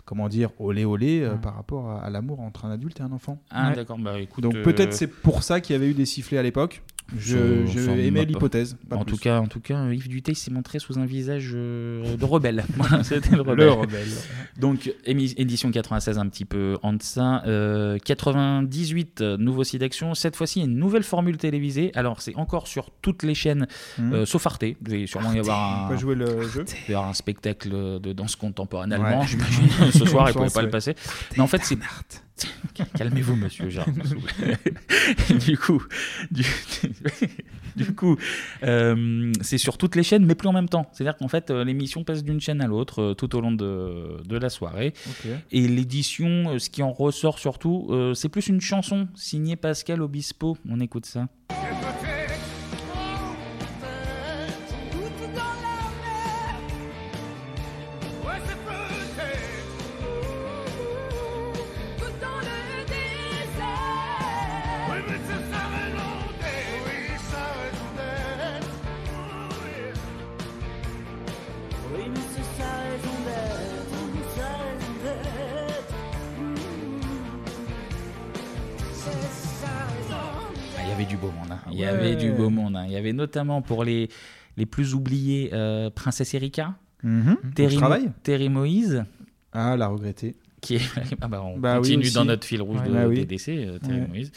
[SPEAKER 8] comment dire, olé olé
[SPEAKER 1] Mm.
[SPEAKER 8] euh, par rapport à, à l'amour entre un adulte et un enfant.
[SPEAKER 1] Ah, d'accord, bah, écoute,
[SPEAKER 8] Donc
[SPEAKER 1] euh,
[SPEAKER 8] peut-être c'est pour ça qu'il y avait eu des sifflets à l'époque. Je,
[SPEAKER 1] On
[SPEAKER 8] je
[SPEAKER 1] s'en
[SPEAKER 8] aimais
[SPEAKER 1] moque pas.
[SPEAKER 8] l'hypothèse. pas
[SPEAKER 1] En
[SPEAKER 8] plus.
[SPEAKER 1] tout cas, en tout cas, Yves Duteil s'est montré sous un visage euh, de
[SPEAKER 8] [laughs]
[SPEAKER 1] rebelle. Voilà, c'était le rebelle.
[SPEAKER 8] rebelle.
[SPEAKER 1] Donc émi- édition 96 un petit peu en deçà. Euh, 98 euh, nouveau site d'action. Cette fois-ci une nouvelle formule télévisée. Alors c'est encore sur toutes les chaînes
[SPEAKER 8] Mhm.
[SPEAKER 1] euh, sauf Arte. Il va y sûrement y avoir
[SPEAKER 8] On
[SPEAKER 1] un, Ah,
[SPEAKER 8] peut jouer le jeu.
[SPEAKER 1] Il va y avoir un spectacle de danse contemporaine allemand,
[SPEAKER 8] Ouais. [laughs]
[SPEAKER 1] j'imagine. Ce soir,
[SPEAKER 8] Je
[SPEAKER 1] il ne pouvait
[SPEAKER 8] pense,
[SPEAKER 1] pas
[SPEAKER 8] ouais.
[SPEAKER 1] le passer. Mais en fait, c'est. Calmez-vous, monsieur Gérard. [laughs] du coup, du, [laughs] du coup euh, c'est sur toutes les chaînes, mais plus en même temps. C'est-à-dire qu'en fait, euh, l'émission passe d'une chaîne à l'autre euh, tout au long de, de la soirée.
[SPEAKER 8] Ok.
[SPEAKER 1] Et l'édition, euh, ce qui en ressort surtout, euh, c'est plus une chanson signée Pascal Obispo. On écoute ça.
[SPEAKER 2] Oui, mais c'est sa raison d'être, c'est sa raison d'être. C'est sa raison d'être.
[SPEAKER 1] Ah, Il y avait du beau monde. hein. Il y
[SPEAKER 8] Ouais.
[SPEAKER 1] avait du beau monde. hein. Il y avait notamment pour les, les plus oubliés euh, Princesse Erika,
[SPEAKER 8] Mhm.
[SPEAKER 1] Terry,
[SPEAKER 8] Je travaille.
[SPEAKER 1] Terry Moïse.
[SPEAKER 8] Ah, la regrettée.
[SPEAKER 1] Qui est- [laughs] Ah bah, on
[SPEAKER 8] Bah oui,
[SPEAKER 1] continue
[SPEAKER 8] aussi.
[SPEAKER 1] dans notre fil rouge de,
[SPEAKER 8] Ouais. Ah oui.
[SPEAKER 1] des décès, euh, Terry
[SPEAKER 8] Ouais.
[SPEAKER 1] Moïse.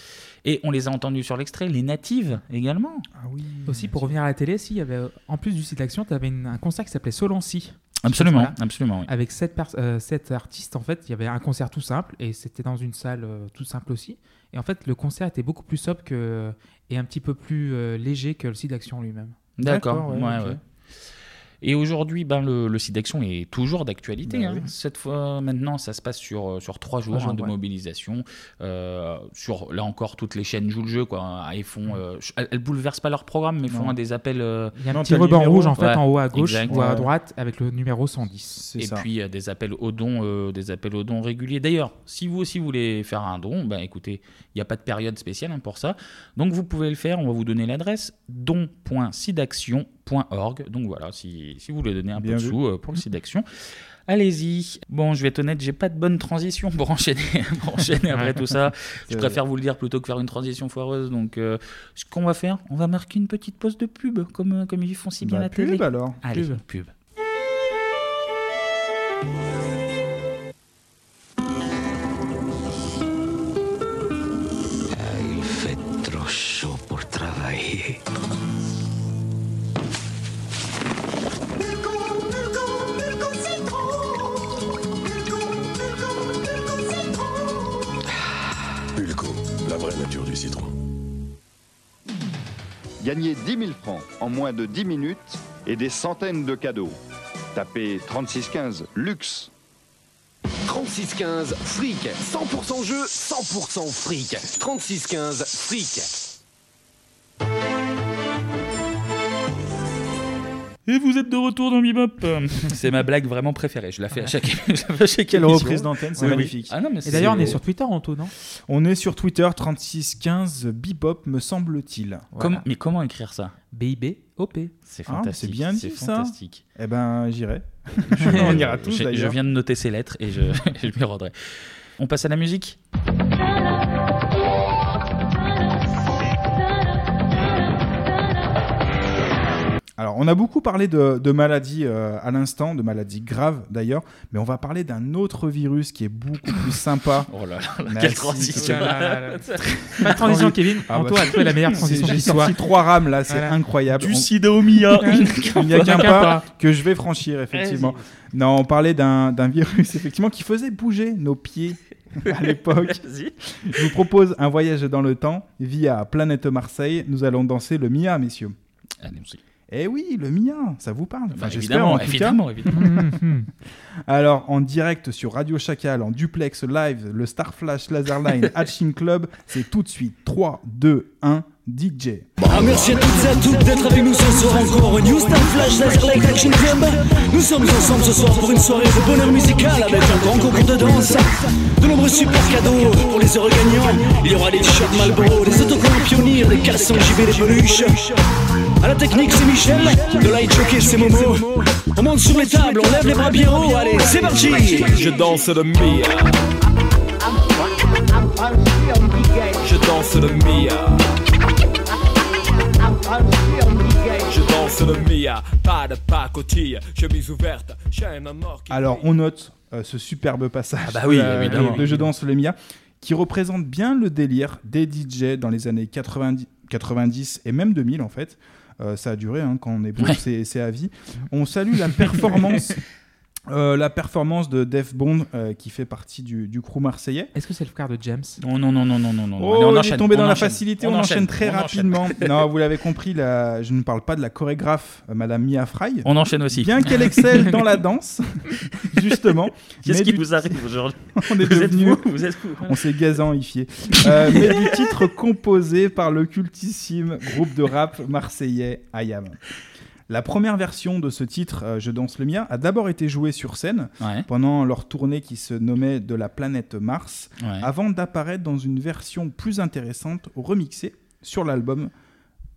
[SPEAKER 1] Et on les a entendus sur l'extrait, les natives également.
[SPEAKER 8] Ah
[SPEAKER 9] Aussi, pour revenir à la télé, si, il y avait, en plus du site d'action, tu avais un concert qui s'appelait Solancy.
[SPEAKER 1] Absolument, absolument, oui.
[SPEAKER 9] Avec sept, pers- euh, sept artistes, en fait, il y avait un concert tout simple et c'était dans une salle euh, tout simple aussi. Et en fait, le concert était beaucoup plus sobre que, et un petit peu plus euh, léger que le site d'action lui-même.
[SPEAKER 1] D'accord, ouais, ouais. Et aujourd'hui, ben, le, le site d'action est toujours d'actualité.
[SPEAKER 9] Bah
[SPEAKER 1] hein.
[SPEAKER 9] oui.
[SPEAKER 1] Cette fois, maintenant, ça se passe sur, euh, sur trois jours
[SPEAKER 9] jours,
[SPEAKER 1] hein, de
[SPEAKER 9] ouais.
[SPEAKER 1] mobilisation. Euh, sur, là encore, toutes les chaînes jouent le jeu. Quoi, et font, euh, ch- elles, elles bouleversent pas leur programme, mais font
[SPEAKER 9] Non.
[SPEAKER 1] un des appels. euh,
[SPEAKER 9] Il y a un petit ruban rouge en fait
[SPEAKER 1] Ouais,
[SPEAKER 9] en haut à gauche
[SPEAKER 1] exact.
[SPEAKER 9] ou à droite avec le numéro 110.
[SPEAKER 1] Et puis euh, des appels aux dons, euh, des appels aux dons réguliers. D'ailleurs, si vous aussi voulez faire un don, ben écoutez, il n'y a pas de période spéciale hein, pour ça. Donc vous pouvez le faire. On va vous donner l'adresse don.sidaction.org. Donc voilà, si, si vous voulez donner un
[SPEAKER 8] Bien
[SPEAKER 1] peu de
[SPEAKER 8] vu.
[SPEAKER 1] sous euh, pour le site d'action, allez-y. Bon, je vais être honnête, j'ai pas de bonne transition pour enchaîner, [laughs] pour enchaîner après tout
[SPEAKER 8] [laughs]
[SPEAKER 1] ça. Je
[SPEAKER 8] Euh,
[SPEAKER 1] préfère vous le dire plutôt que faire une transition foireuse. Donc euh, ce qu'on va faire, on va marquer une petite pause de pub comme euh, comme ils font si bien
[SPEAKER 8] Bah,
[SPEAKER 1] la
[SPEAKER 8] pub,
[SPEAKER 1] télé.
[SPEAKER 8] alors.
[SPEAKER 1] Allez,
[SPEAKER 8] Pub.
[SPEAKER 1] pub.
[SPEAKER 20] Ah, il fait trop chaud pour travailler.
[SPEAKER 21] Pulco, la vraie nature du citron.
[SPEAKER 22] Gagnez 10 000 francs en moins de 10 minutes et des centaines de cadeaux. Tapez 3615 luxe.
[SPEAKER 23] 3615 fric 100% jeu 100% fric 3615 fric
[SPEAKER 1] Et vous êtes de retour dans Bebop. [laughs] C'est ma blague vraiment préférée. Je la fais à chaque, [laughs] je la fais à chaque
[SPEAKER 8] Quelle
[SPEAKER 1] émission.
[SPEAKER 8] reprise d'antenne, c'est
[SPEAKER 1] Oui.
[SPEAKER 8] magnifique.
[SPEAKER 1] Ah non, mais
[SPEAKER 8] Et
[SPEAKER 1] c'est-
[SPEAKER 9] D'ailleurs, on est sur Twitter, Anto, non
[SPEAKER 8] On est sur Twitter 3615 Bebop, me semble-t-il.
[SPEAKER 1] Comme- mais comment écrire ça
[SPEAKER 9] B-I-B-O-P.
[SPEAKER 1] C'est
[SPEAKER 8] Ah,
[SPEAKER 1] fantastique.
[SPEAKER 8] c'est bien dit,
[SPEAKER 1] c'est
[SPEAKER 8] ça. [laughs]
[SPEAKER 1] fantastique.
[SPEAKER 8] Eh ben, j'irai.
[SPEAKER 1] Je-
[SPEAKER 8] on ira tous,
[SPEAKER 1] je-
[SPEAKER 8] d'ailleurs.
[SPEAKER 1] Je viens de noter ces lettres et je, [laughs] je m'y rendrai. On passe à la musique
[SPEAKER 8] Alors, on a beaucoup parlé de, de maladies euh, à l'instant, de maladies graves d'ailleurs, mais on va parler d'un autre virus qui est beaucoup
[SPEAKER 1] [laughs]
[SPEAKER 8] plus sympa.
[SPEAKER 1] Oh là là,
[SPEAKER 8] Merci.
[SPEAKER 1] quelle transition.
[SPEAKER 8] Oh là là là.
[SPEAKER 9] Pas de transition, Kevin.
[SPEAKER 8] Ah
[SPEAKER 9] Anto
[SPEAKER 8] bah,
[SPEAKER 9] a trouvé la
[SPEAKER 8] [laughs]
[SPEAKER 9] meilleure
[SPEAKER 8] c'est-
[SPEAKER 9] transition
[SPEAKER 8] J'ai
[SPEAKER 9] qui
[SPEAKER 8] sorti
[SPEAKER 9] soit.
[SPEAKER 8] trois rames là, c'est
[SPEAKER 9] Voilà.
[SPEAKER 8] incroyable.
[SPEAKER 1] Du Oh,
[SPEAKER 8] On- [laughs]
[SPEAKER 1] sida au [laughs] Mia.
[SPEAKER 8] Il n'y a qu'un pas que je vais franchir, effectivement. Non, on parlait d'un d'un virus, [laughs] effectivement, qui faisait bouger nos pieds à l'époque.
[SPEAKER 1] Vas-y.
[SPEAKER 8] Je vous propose un voyage dans le temps via Planète Marseille. Nous allons danser le Mia, messieurs.
[SPEAKER 1] Allons-y.
[SPEAKER 8] Eh oui, le Mia, ça vous parle
[SPEAKER 1] Bah,
[SPEAKER 8] j'espère,
[SPEAKER 1] évidemment,
[SPEAKER 8] en tout cas.
[SPEAKER 1] évidemment,
[SPEAKER 8] [laughs]
[SPEAKER 1] évidemment.
[SPEAKER 8] Alors, en direct sur Radio Chacal, en duplex live, le Star Flash Laserline Hatching Club, c'est tout de suite 3, 2, 1, DJ.
[SPEAKER 3] Ah, merci à toutes et à toutes d'être avec nous ce soir encore au New Star Flash Laser Light Action Club. Nous sommes ensemble ce soir pour une soirée de bonheur musical avec un grand concours de danse, de nombreux super cadeaux pour les heureux gagnants. Il y aura des t-shirts Malboro, des autocollants pionniers, des cassons JB, des peluches. À la technique, c'est Michel, de light jockey, c'est Momo. On monte sur les tables, on lève les bras bien haut, allez, c'est parti!
[SPEAKER 23] Je danse le Mia. Je danse le Mia. Je danse le Mia. Pas de pacotille, chemise ouverte, chaîne à mort.
[SPEAKER 8] Alors, on note euh, ce superbe passage
[SPEAKER 1] Ah bah oui,
[SPEAKER 8] de la-
[SPEAKER 1] évidemment.
[SPEAKER 8] de, Je danse le Mia, qui représente bien le délire des DJ dans les années 90, 90 et même 2000 en fait. Euh, ça a duré, hein, quand on est bon,
[SPEAKER 1] Ouais.
[SPEAKER 8] c'est c'est à vie. On salue
[SPEAKER 1] [laughs]
[SPEAKER 8] la performance. euh, la performance de Def Bond euh, qui fait partie du, du crew marseillais.
[SPEAKER 9] Est-ce que c'est le frère de James
[SPEAKER 1] Non, non, non, non, non, non. non.
[SPEAKER 8] Oh,
[SPEAKER 1] Allez,
[SPEAKER 8] on, est
[SPEAKER 1] enchaîne,
[SPEAKER 8] tombé dans
[SPEAKER 1] on
[SPEAKER 8] la
[SPEAKER 1] enchaîne,
[SPEAKER 8] facilité, on, enchaîne, très
[SPEAKER 1] on
[SPEAKER 8] rapidement.
[SPEAKER 1] [laughs] enchaîne.
[SPEAKER 8] non, vous l'avez compris, la- je ne parle pas de la chorégraphe, euh, Madame Mia Fry.
[SPEAKER 1] On enchaîne aussi.
[SPEAKER 8] Bien qu'elle excelle
[SPEAKER 1] [laughs]
[SPEAKER 8] dans la danse, [laughs] justement.
[SPEAKER 1] Qu'est-ce
[SPEAKER 8] mais
[SPEAKER 1] qui
[SPEAKER 8] du-
[SPEAKER 1] vous arrive
[SPEAKER 8] [laughs]
[SPEAKER 1] aujourd'hui
[SPEAKER 8] on est
[SPEAKER 1] Vous êtes
[SPEAKER 8] devenu-
[SPEAKER 1] fous, vous êtes fous.
[SPEAKER 8] [laughs] On s'est gazanifié. Euh, mais du titre composé par le cultissime groupe de rap marseillais IAM. La première version de ce titre, euh, Je danse le mien, a d'abord été jouée sur scène
[SPEAKER 1] Ouais.
[SPEAKER 8] pendant leur tournée qui se nommait De la planète Mars,
[SPEAKER 1] Ouais.
[SPEAKER 8] avant d'apparaître dans une version plus intéressante remixée sur l'album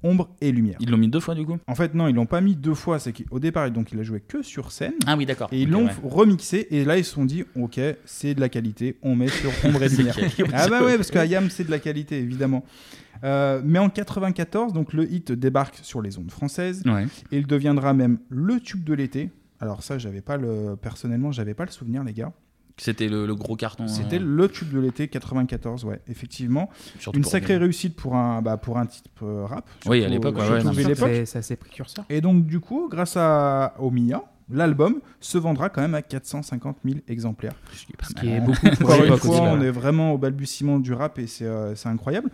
[SPEAKER 8] Ombre et Lumière.
[SPEAKER 1] Ils l'ont mis deux fois du coup
[SPEAKER 8] En fait, non, ils l'ont pas mis deux fois. C'est qu'au départ, ils- donc il a joué que sur scène.
[SPEAKER 1] Ah oui, d'accord.
[SPEAKER 8] Et ils
[SPEAKER 1] Ok,
[SPEAKER 8] l'ont
[SPEAKER 1] ouais.
[SPEAKER 8] remixé. Et là, ils se sont dit, ok, c'est de la qualité. On
[SPEAKER 1] [laughs]
[SPEAKER 8] met sur Ombre et
[SPEAKER 1] C'est
[SPEAKER 8] Lumière.
[SPEAKER 1] quali- [laughs]
[SPEAKER 8] ah bah ouais, parce que Ayam, c'est de la qualité, évidemment. Euh, mais en 94, donc le hit débarque sur les ondes françaises.
[SPEAKER 1] Ouais.
[SPEAKER 8] Et il deviendra même le tube de l'été. Alors ça, j'avais pas le personnellement, j'avais pas le souvenir, les gars.
[SPEAKER 1] C'était le, le gros carton.
[SPEAKER 8] C'était
[SPEAKER 1] euh,
[SPEAKER 8] le tube de l'été 94, ouais, effectivement.
[SPEAKER 1] Surtout
[SPEAKER 8] Une
[SPEAKER 1] pour
[SPEAKER 8] sacrée
[SPEAKER 1] Renaud.
[SPEAKER 8] réussite pour un, bah, pour un titre euh, rap.
[SPEAKER 1] Oui, à
[SPEAKER 8] surtout-
[SPEAKER 1] l'époque, ouais,
[SPEAKER 8] surtout
[SPEAKER 1] ouais, non,
[SPEAKER 8] vu
[SPEAKER 1] c'est-
[SPEAKER 8] l'époque.
[SPEAKER 9] C'est c'est assez précurseur.
[SPEAKER 8] Et donc, du coup, grâce à Omia, l'album se vendra quand même à 450 000 exemplaires.
[SPEAKER 1] Ce qui est pas
[SPEAKER 9] Ce
[SPEAKER 1] mal.
[SPEAKER 9] qui est beaucoup pour
[SPEAKER 8] Encore une
[SPEAKER 9] l'époque
[SPEAKER 8] fois,
[SPEAKER 9] aussi,
[SPEAKER 8] on
[SPEAKER 9] ouais.
[SPEAKER 8] est vraiment au balbutiement du rap et c'est euh, c'est incroyable.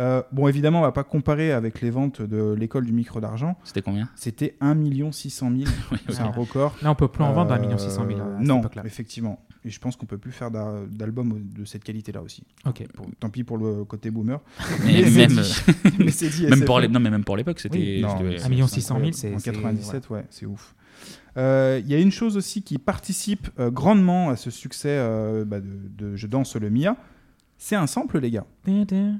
[SPEAKER 8] Euh, bon, évidemment, on va pas comparer avec les ventes de l'école du micro d'argent.
[SPEAKER 1] C'était
[SPEAKER 8] [laughs]
[SPEAKER 1] combien
[SPEAKER 8] C'était 1 600
[SPEAKER 9] [laughs]
[SPEAKER 8] 000. C'est un record. Euh,
[SPEAKER 9] Là, on peut plus en vendre 1 600 000 hein, à cette
[SPEAKER 8] non,
[SPEAKER 9] époque-là.
[SPEAKER 8] effectivement. Et je pense qu'on peut plus faire d'a- d'album de cette qualité-là aussi.
[SPEAKER 9] Ok.
[SPEAKER 8] Pour- tant pis pour le côté
[SPEAKER 9] [laughs]
[SPEAKER 8] boomer.
[SPEAKER 1] Mais
[SPEAKER 8] c'est
[SPEAKER 1] même,
[SPEAKER 8] dit. Mais c'est dit, et
[SPEAKER 1] même
[SPEAKER 8] c'est
[SPEAKER 1] pour les-
[SPEAKER 8] fait.
[SPEAKER 1] non, mais même pour l'époque, c'était- euh,
[SPEAKER 8] Oui, non,
[SPEAKER 1] c'était-
[SPEAKER 8] mais
[SPEAKER 1] c'est-
[SPEAKER 8] c'est
[SPEAKER 9] 1 600 000,
[SPEAKER 8] incroyable.
[SPEAKER 9] c'est-
[SPEAKER 8] En
[SPEAKER 9] c'est-
[SPEAKER 8] 97, ouais, c'est ouf. Euh, Il y a une chose aussi qui participe euh, grandement à ce succès euh, bah, de, de Je danse le Mia. C'est un sample, les gars.
[SPEAKER 9] Tintin.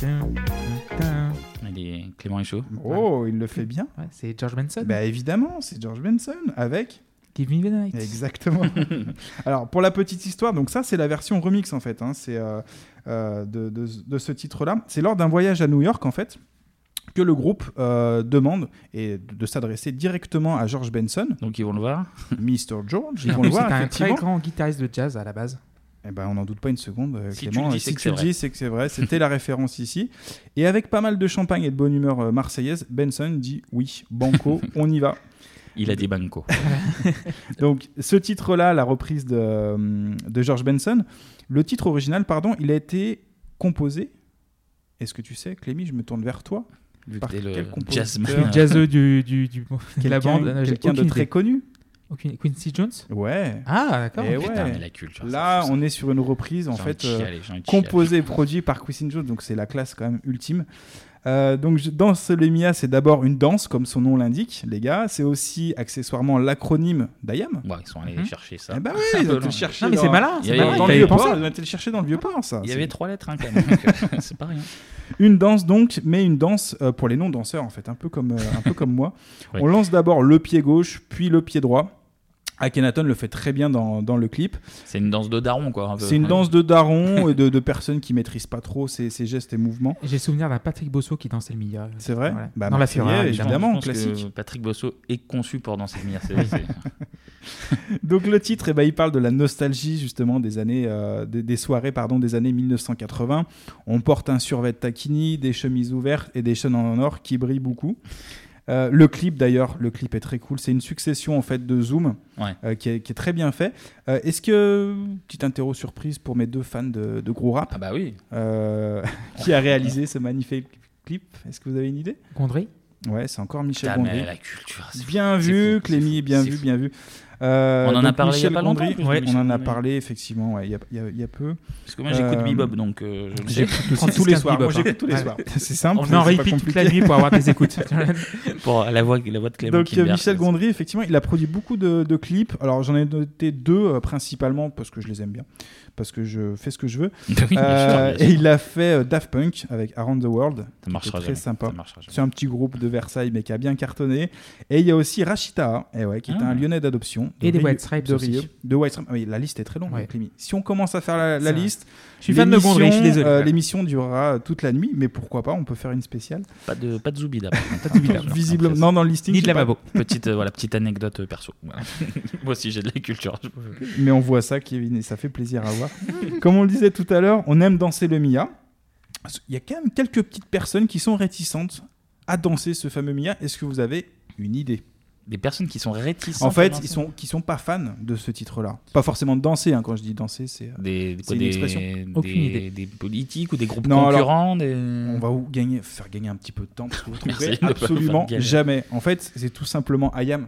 [SPEAKER 9] Tintin.
[SPEAKER 1] Il est- Clément est chaud.
[SPEAKER 8] Oh, il le fait bien.
[SPEAKER 9] Ouais, c'est George Benson.
[SPEAKER 8] Bah évidemment, c'est George Benson
[SPEAKER 1] [laughs]
[SPEAKER 8] avec.
[SPEAKER 9] Give me the night.
[SPEAKER 8] Exactement. Alors pour la petite histoire, donc ça c'est la version remix en fait. hein, c'est euh, euh, de, de- de ce titre-là. C'est lors d'un voyage à New York en fait que le groupe euh, demande et de, de s'adresser directement à George
[SPEAKER 1] [laughs]
[SPEAKER 8] Benson,
[SPEAKER 1] Donc ils vont le voir.
[SPEAKER 8] Mr.
[SPEAKER 1] Ah,
[SPEAKER 8] George. Ils vont
[SPEAKER 9] En
[SPEAKER 8] le
[SPEAKER 9] plus,
[SPEAKER 8] voir
[SPEAKER 9] C'était un très
[SPEAKER 8] effectivement.
[SPEAKER 9] grand guitariste de jazz à la base.
[SPEAKER 8] Eh ben, on n'en doute pas une seconde, euh,
[SPEAKER 1] Si tu
[SPEAKER 8] Clément.
[SPEAKER 1] le dis,
[SPEAKER 8] Et
[SPEAKER 1] c'est
[SPEAKER 8] si
[SPEAKER 1] que
[SPEAKER 8] tu
[SPEAKER 1] c'est
[SPEAKER 8] le
[SPEAKER 1] vrai.
[SPEAKER 8] dis, c'est que c'est vrai. C'était la référence ici. Et avec pas mal de champagne et de bonne humeur euh, marseillaise, Benson dit oui,
[SPEAKER 1] [laughs]
[SPEAKER 8] banco, on y va.
[SPEAKER 1] Il a des bancos.
[SPEAKER 8] Donc, ce titre-là, la reprise de, euh, de George Benson, le titre original, pardon, il a été composé. Est-ce que tu sais, Clémy, je me tourne vers toi.
[SPEAKER 1] Vu que
[SPEAKER 8] Par
[SPEAKER 1] t'es le
[SPEAKER 8] quel
[SPEAKER 1] jazzman.
[SPEAKER 8] compositeur
[SPEAKER 9] Le jazzeux euh, du, du, du- de [laughs] la
[SPEAKER 8] Quelqu'un-
[SPEAKER 9] bande. Non, j'ai
[SPEAKER 8] quelqu'un de
[SPEAKER 9] aucune
[SPEAKER 8] très
[SPEAKER 9] idée.
[SPEAKER 8] connu
[SPEAKER 9] Aucune- Quincy Jones
[SPEAKER 8] Ouais.
[SPEAKER 9] Ah, d'accord.
[SPEAKER 1] euh,
[SPEAKER 8] Eh
[SPEAKER 9] Putain,
[SPEAKER 8] ouais.
[SPEAKER 9] mais la culture, ça,
[SPEAKER 8] Là,
[SPEAKER 9] c'est fou,
[SPEAKER 8] on
[SPEAKER 9] ça.
[SPEAKER 8] est sur une reprise en
[SPEAKER 9] J'ai envie de
[SPEAKER 8] fait euh,
[SPEAKER 9] chialer, j'ai envie de
[SPEAKER 8] composée et produite par Quincy Jones, donc c'est la classe quand même ultime. Euh, donc je- Danse le Mia, c'est d'abord une danse comme son nom l'indique, les gars. C'est aussi accessoirement l'acronyme d'IAM.
[SPEAKER 1] Ouais, ils sont allés chercher ça.
[SPEAKER 8] Eh ben oui,
[SPEAKER 1] Un
[SPEAKER 8] ils
[SPEAKER 1] peu
[SPEAKER 9] [laughs]
[SPEAKER 8] ont été
[SPEAKER 1] loin.
[SPEAKER 8] le chercher.
[SPEAKER 1] Non, mais c'est
[SPEAKER 8] dans-
[SPEAKER 1] malin, c'est
[SPEAKER 8] dans
[SPEAKER 1] malin,
[SPEAKER 8] le
[SPEAKER 1] il fallait
[SPEAKER 8] vieux
[SPEAKER 1] pas
[SPEAKER 8] port,
[SPEAKER 1] ça.
[SPEAKER 8] Ils ont été le chercher dans le vieux port, ça.
[SPEAKER 1] Il y
[SPEAKER 8] C'est-
[SPEAKER 1] avait trois lettres hein, quand même, donc, euh, [laughs] c'est pas rien.
[SPEAKER 8] Une danse donc, mais une danse euh, pour les non-danseurs en fait, un peu comme, euh, un peu comme moi.
[SPEAKER 1] Oui.
[SPEAKER 8] On lance d'abord le pied gauche, puis le pied droit. Akhenaton le fait très bien dans, dans le clip.
[SPEAKER 1] C'est une danse de daron, quoi. un peu.
[SPEAKER 8] C'est une
[SPEAKER 1] Ouais.
[SPEAKER 8] danse de daron et de, de personnes qui maîtrisent pas trop ces, ces gestes et mouvements.
[SPEAKER 9] J'ai souvenir d'un Patrick Bosso qui dansait le meilleur.
[SPEAKER 8] C'est vrai
[SPEAKER 9] Voilà.
[SPEAKER 8] Bah,
[SPEAKER 9] Dans la
[SPEAKER 8] Marseillais,
[SPEAKER 9] Fiora,
[SPEAKER 8] évidemment,
[SPEAKER 1] Je pense que
[SPEAKER 8] classique.
[SPEAKER 1] Patrick Bosso est conçu pour danser le Mia, c'est-
[SPEAKER 8] [laughs]
[SPEAKER 1] c'est-
[SPEAKER 8] Donc le titre, eh ben, il parle de la nostalgie justement des années, euh, des, des soirées pardon, des années 1980. On porte un survêt taquini, des chemises ouvertes et des chaînes en or qui brillent beaucoup. Euh, le clip d'ailleurs, le clip est très cool. C'est une succession en fait de zoom
[SPEAKER 1] Ouais.
[SPEAKER 8] euh, qui, est, qui est très bien fait. Euh, Est-ce que petite interro surprise pour mes deux fans de, de gros rap euh,
[SPEAKER 1] Ah bah oui.
[SPEAKER 8] [laughs] qui a réalisé ce magnifique clip Est-ce que vous avez une idée
[SPEAKER 9] Gondry.
[SPEAKER 8] Ouais, c'est encore Michel
[SPEAKER 1] Putain, mais
[SPEAKER 8] Gondry.
[SPEAKER 1] la culture, c'est
[SPEAKER 8] Bien vu, Clémy, bien vu, bien vu. Euh,
[SPEAKER 1] On en a
[SPEAKER 8] donc
[SPEAKER 1] parlé il y a
[SPEAKER 8] Michel
[SPEAKER 1] pas longtemps,
[SPEAKER 8] Gondry,
[SPEAKER 1] en plus, de
[SPEAKER 8] ouais, on
[SPEAKER 1] Michel
[SPEAKER 8] en a
[SPEAKER 1] Gondry.
[SPEAKER 8] parlé effectivement ouais, il y, a- il y a- il y a peu.
[SPEAKER 1] Parce que moi, j'écoute Bebop, donc, euh, je le sais.
[SPEAKER 8] j'écoute aussi
[SPEAKER 1] Prends
[SPEAKER 8] tous les
[SPEAKER 1] 36,
[SPEAKER 8] soirs.
[SPEAKER 1] Bebop,
[SPEAKER 8] Moi,
[SPEAKER 1] hein.
[SPEAKER 8] j'écoute tous les
[SPEAKER 1] Ouais.
[SPEAKER 8] soirs. [laughs] C'est simple.
[SPEAKER 9] On est en
[SPEAKER 8] c'est pas
[SPEAKER 9] repeat toute la
[SPEAKER 8] compliqué.
[SPEAKER 9] nuit pour avoir des
[SPEAKER 8] [laughs]
[SPEAKER 9] écoutes.
[SPEAKER 1] [laughs] pour la voix, la voix de Clément
[SPEAKER 8] Donc euh,
[SPEAKER 1] Kinberg,
[SPEAKER 8] Michel Gondry, effectivement, il a produit beaucoup de, de clips. Alors j'en ai noté deux euh, principalement parce que je les aime bien, parce que je fais ce que je veux.
[SPEAKER 1] [laughs] Oui, bien sûr, bien sûr.
[SPEAKER 8] Euh, et il a fait euh, Daft Punk avec Around the World. qui
[SPEAKER 1] marchera
[SPEAKER 8] était très
[SPEAKER 1] jamais,
[SPEAKER 8] sympa.
[SPEAKER 1] ça marchera jamais.
[SPEAKER 8] C'est un petit groupe de Versailles mais qui a bien cartonné. Et il y a aussi Rachita, eh ouais, qui est
[SPEAKER 1] Ah.
[SPEAKER 8] un Lyonnais d'adoption. de
[SPEAKER 9] Et des
[SPEAKER 8] Rio-
[SPEAKER 9] White Stripes
[SPEAKER 8] de
[SPEAKER 9] aussi.
[SPEAKER 8] Rio- De White Stripes. Ah oui, la liste est très longue.
[SPEAKER 9] Ouais.
[SPEAKER 8] Clémy. Si on commence à faire la, la
[SPEAKER 9] C'est vrai.
[SPEAKER 8] liste,
[SPEAKER 9] Je suis fan de
[SPEAKER 8] l'émission,
[SPEAKER 9] Gondry, je suis désolé.
[SPEAKER 8] euh, L'émission durera toute la nuit, mais pourquoi pas On peut faire une spéciale.
[SPEAKER 1] Pas de, pas de
[SPEAKER 8] [laughs]
[SPEAKER 1] Zoubida.
[SPEAKER 8] Visiblement, non, dans le listing.
[SPEAKER 1] Ni de
[SPEAKER 8] j'ai
[SPEAKER 1] la
[SPEAKER 8] pas-
[SPEAKER 1] babo. [laughs] Petite, euh, voilà, petite anecdote euh, perso. Voilà. [laughs] Moi aussi, j'ai de la culture. Je-
[SPEAKER 8] Mais on voit ça, Kevin, et ça fait plaisir à voir. [laughs] Comme on le disait tout à l'heure, on aime danser le Mia. Il y a quand même quelques petites personnes qui sont réticentes à danser ce fameux Mia. Est-ce que vous avez une idée
[SPEAKER 1] Des personnes qui sont réticentes. à
[SPEAKER 8] En fait,
[SPEAKER 1] danser.
[SPEAKER 8] ils sont, qui sont pas fans de ce titre-là. Pas forcément de danser, hein, quand je dis danser, c'est euh,
[SPEAKER 1] Des,
[SPEAKER 8] c'est
[SPEAKER 1] quoi,
[SPEAKER 8] une
[SPEAKER 1] des-
[SPEAKER 8] expression.
[SPEAKER 1] des- des politiques ou des groupes
[SPEAKER 8] Non, alors,
[SPEAKER 1] concurrents.
[SPEAKER 8] On va vous gagner, faire gagner un petit peu de temps
[SPEAKER 1] [laughs]
[SPEAKER 8] parce que vous
[SPEAKER 1] Mm. Merci
[SPEAKER 8] trouverez
[SPEAKER 1] de pas nous
[SPEAKER 8] absolument
[SPEAKER 1] faire gagner.
[SPEAKER 8] jamais. En fait, c'est tout simplement Ayam.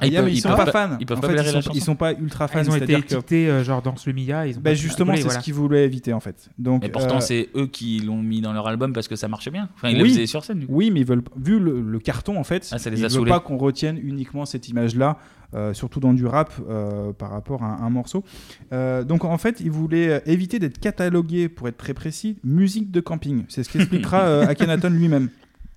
[SPEAKER 1] Ah, ils
[SPEAKER 8] Ayam,
[SPEAKER 1] peuvent-
[SPEAKER 8] ils,
[SPEAKER 1] ils
[SPEAKER 8] sont
[SPEAKER 1] peuvent
[SPEAKER 8] pas,
[SPEAKER 1] pas-
[SPEAKER 8] fans.
[SPEAKER 1] ils peuvent
[SPEAKER 8] En
[SPEAKER 1] pas
[SPEAKER 8] fait,
[SPEAKER 1] blairer
[SPEAKER 8] ils
[SPEAKER 1] la
[SPEAKER 8] sont,
[SPEAKER 1] chanson.
[SPEAKER 8] ils sont pas ultra fans.
[SPEAKER 9] Ils ont été
[SPEAKER 8] Ah, c'est-à-dire que-
[SPEAKER 9] étiquetés euh, genre dans le Mia. Ils ont
[SPEAKER 8] Bah,
[SPEAKER 9] pas-
[SPEAKER 8] justement,
[SPEAKER 9] appelé,
[SPEAKER 8] c'est
[SPEAKER 9] voilà.
[SPEAKER 8] ce qu'ils voulaient éviter en fait. Donc,
[SPEAKER 1] Et pourtant,
[SPEAKER 8] euh,
[SPEAKER 1] c'est eux qui l'ont mis dans leur album parce que ça marchait bien. Enfin, ils le faisaient sur scène. du coup.
[SPEAKER 8] Oui, mais ils veulent, vu le, le carton en fait,
[SPEAKER 1] Ah, ça les
[SPEAKER 8] ils
[SPEAKER 1] a
[SPEAKER 8] veulent
[SPEAKER 1] saoulés.
[SPEAKER 8] pas qu'on retienne uniquement cette image-là, euh, surtout dans du rap euh, par rapport à un, un morceau. Euh, donc en fait, ils voulaient euh, éviter d'être catalogués, pour être très précis, musique de camping. C'est ce
[SPEAKER 1] [laughs]
[SPEAKER 8] qu'expliquera euh, Akhenaton lui-même.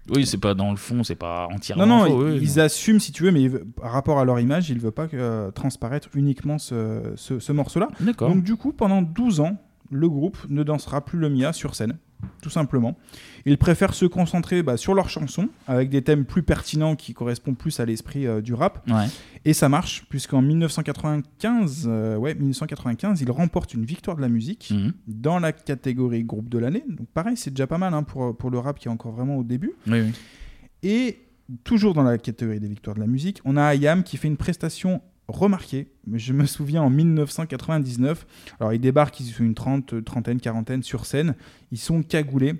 [SPEAKER 1] Oui, c'est pas dans le fond, c'est pas entièrement.
[SPEAKER 8] Non, non,
[SPEAKER 1] faux,
[SPEAKER 8] ils,
[SPEAKER 1] oui,
[SPEAKER 8] ils assument si tu veux, mais ils veulent- par rapport à leur image, ils ne veulent pas que, euh, transparaître uniquement ce, ce- ce morceau-là.
[SPEAKER 1] D'accord.
[SPEAKER 8] Donc du coup, pendant 12 ans, le groupe ne dansera plus le Mia sur scène, tout simplement. Ils préfèrent se concentrer bah, sur leurs chansons, avec des thèmes plus pertinents qui correspondent plus à l'esprit euh, du rap.
[SPEAKER 1] Ouais.
[SPEAKER 8] Et ça marche, puisqu'en 1995, euh, ouais, 1995, ils remportent une victoire de la
[SPEAKER 1] Mm.
[SPEAKER 8] musique
[SPEAKER 1] Mhm.
[SPEAKER 8] dans la catégorie groupe de l'année. Donc pareil, c'est déjà pas mal hein, pour, pour le rap qui est encore vraiment au début.
[SPEAKER 1] Oui, oui.
[SPEAKER 8] Et toujours dans la catégorie des victoires de la musique, on a Ayam qui fait une prestation remarquée. Mais Je me souviens en 1999. Alors ils débarquent, ils sont une trente, trentaine, quarantaine sur scène. Ils sont cagoulés.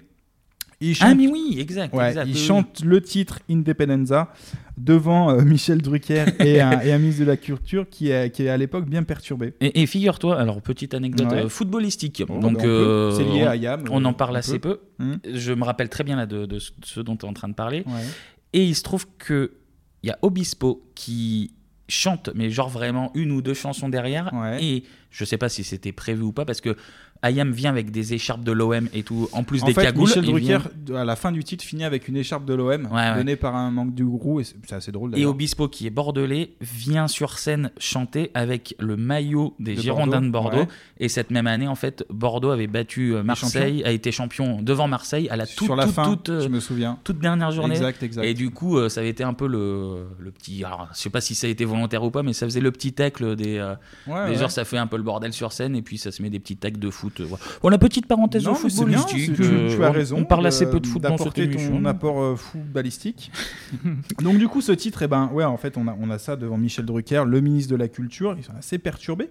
[SPEAKER 8] Ils
[SPEAKER 1] Ah,
[SPEAKER 8] chantent-
[SPEAKER 1] mais oui, exact.
[SPEAKER 8] Ouais,
[SPEAKER 1] exact,
[SPEAKER 8] ils
[SPEAKER 1] oui, oui.
[SPEAKER 8] chantent le titre Independenza devant euh, Michel Drucker
[SPEAKER 1] [laughs]
[SPEAKER 8] et un, et un ministre de la Culture qui est, qui est à l'époque bien perturbé.
[SPEAKER 1] Et, et figure-toi, alors petite anecdote
[SPEAKER 8] Ouais.
[SPEAKER 1] euh, footballistique.
[SPEAKER 8] Bon,
[SPEAKER 1] Donc,
[SPEAKER 8] bah, on peut.
[SPEAKER 1] euh,
[SPEAKER 8] C'est lié
[SPEAKER 1] on-
[SPEAKER 8] à Yam,
[SPEAKER 1] On
[SPEAKER 8] euh,
[SPEAKER 1] en parle
[SPEAKER 8] un
[SPEAKER 1] assez
[SPEAKER 8] peu.
[SPEAKER 1] peu.
[SPEAKER 8] Mhm.
[SPEAKER 1] Je me rappelle très bien là de, de ce- de ce dont tu es en train de parler.
[SPEAKER 8] Ouais.
[SPEAKER 1] Et il se trouve que il y a Obispo qui chante, mais genre vraiment une ou deux chansons derrière. Et je sais pas si c'était prévu ou pas, parce que Ayam vient avec des écharpes de l'OM et tout, en plus
[SPEAKER 8] en
[SPEAKER 1] des
[SPEAKER 8] fait,
[SPEAKER 1] cagoules.
[SPEAKER 8] Michel
[SPEAKER 1] il vient-
[SPEAKER 8] Drucker, de- à la fin du titre, finit avec une écharpe de l'OM
[SPEAKER 1] ouais.
[SPEAKER 8] donnée par un manque du gourou. Et c'est c'est assez drôle
[SPEAKER 1] Et
[SPEAKER 8] d'ailleurs.
[SPEAKER 1] Obispo, qui est bordelais, vient sur scène chanter avec le maillot des
[SPEAKER 8] De
[SPEAKER 1] Girondins de
[SPEAKER 8] Bordeaux,
[SPEAKER 1] Bordeaux.
[SPEAKER 8] ouais.
[SPEAKER 1] Et cette même année, en fait, Bordeaux avait battu euh, Marseille,
[SPEAKER 8] champions.
[SPEAKER 1] a été champion devant Marseille à la toute,
[SPEAKER 8] Sur la
[SPEAKER 1] toute,
[SPEAKER 8] fin,
[SPEAKER 1] toute, euh,
[SPEAKER 8] je me souviens.
[SPEAKER 1] toute dernière journée.
[SPEAKER 8] Exact, exact.
[SPEAKER 1] Et du coup, euh, ça avait été un peu le, le petit. Alors, je sais pas si ça a été volontaire ou pas, mais ça faisait le petit tacle des. euh, des
[SPEAKER 8] Ouais, Ah ouais.
[SPEAKER 1] Genre, ça fait un peu le bordel sur scène et puis ça se met des petits tacles de foot. euh, voilà. Bon, la petite parenthèse
[SPEAKER 8] Non, mais c'est bien, c'est-
[SPEAKER 1] footballistique.
[SPEAKER 8] tu,
[SPEAKER 1] euh,
[SPEAKER 8] tu as
[SPEAKER 1] on-
[SPEAKER 8] raison.
[SPEAKER 1] On parle
[SPEAKER 8] de-
[SPEAKER 1] assez peu de foot dans cette
[SPEAKER 8] d'apporter
[SPEAKER 1] émission.
[SPEAKER 8] ton apport euh,
[SPEAKER 1] [laughs]
[SPEAKER 8] footballistique. Donc du coup, ce titre, eh ben, ouais, en fait, on a, on a ça devant Michel Drucker, le ministre de la Culture. Ils sont assez perturbés.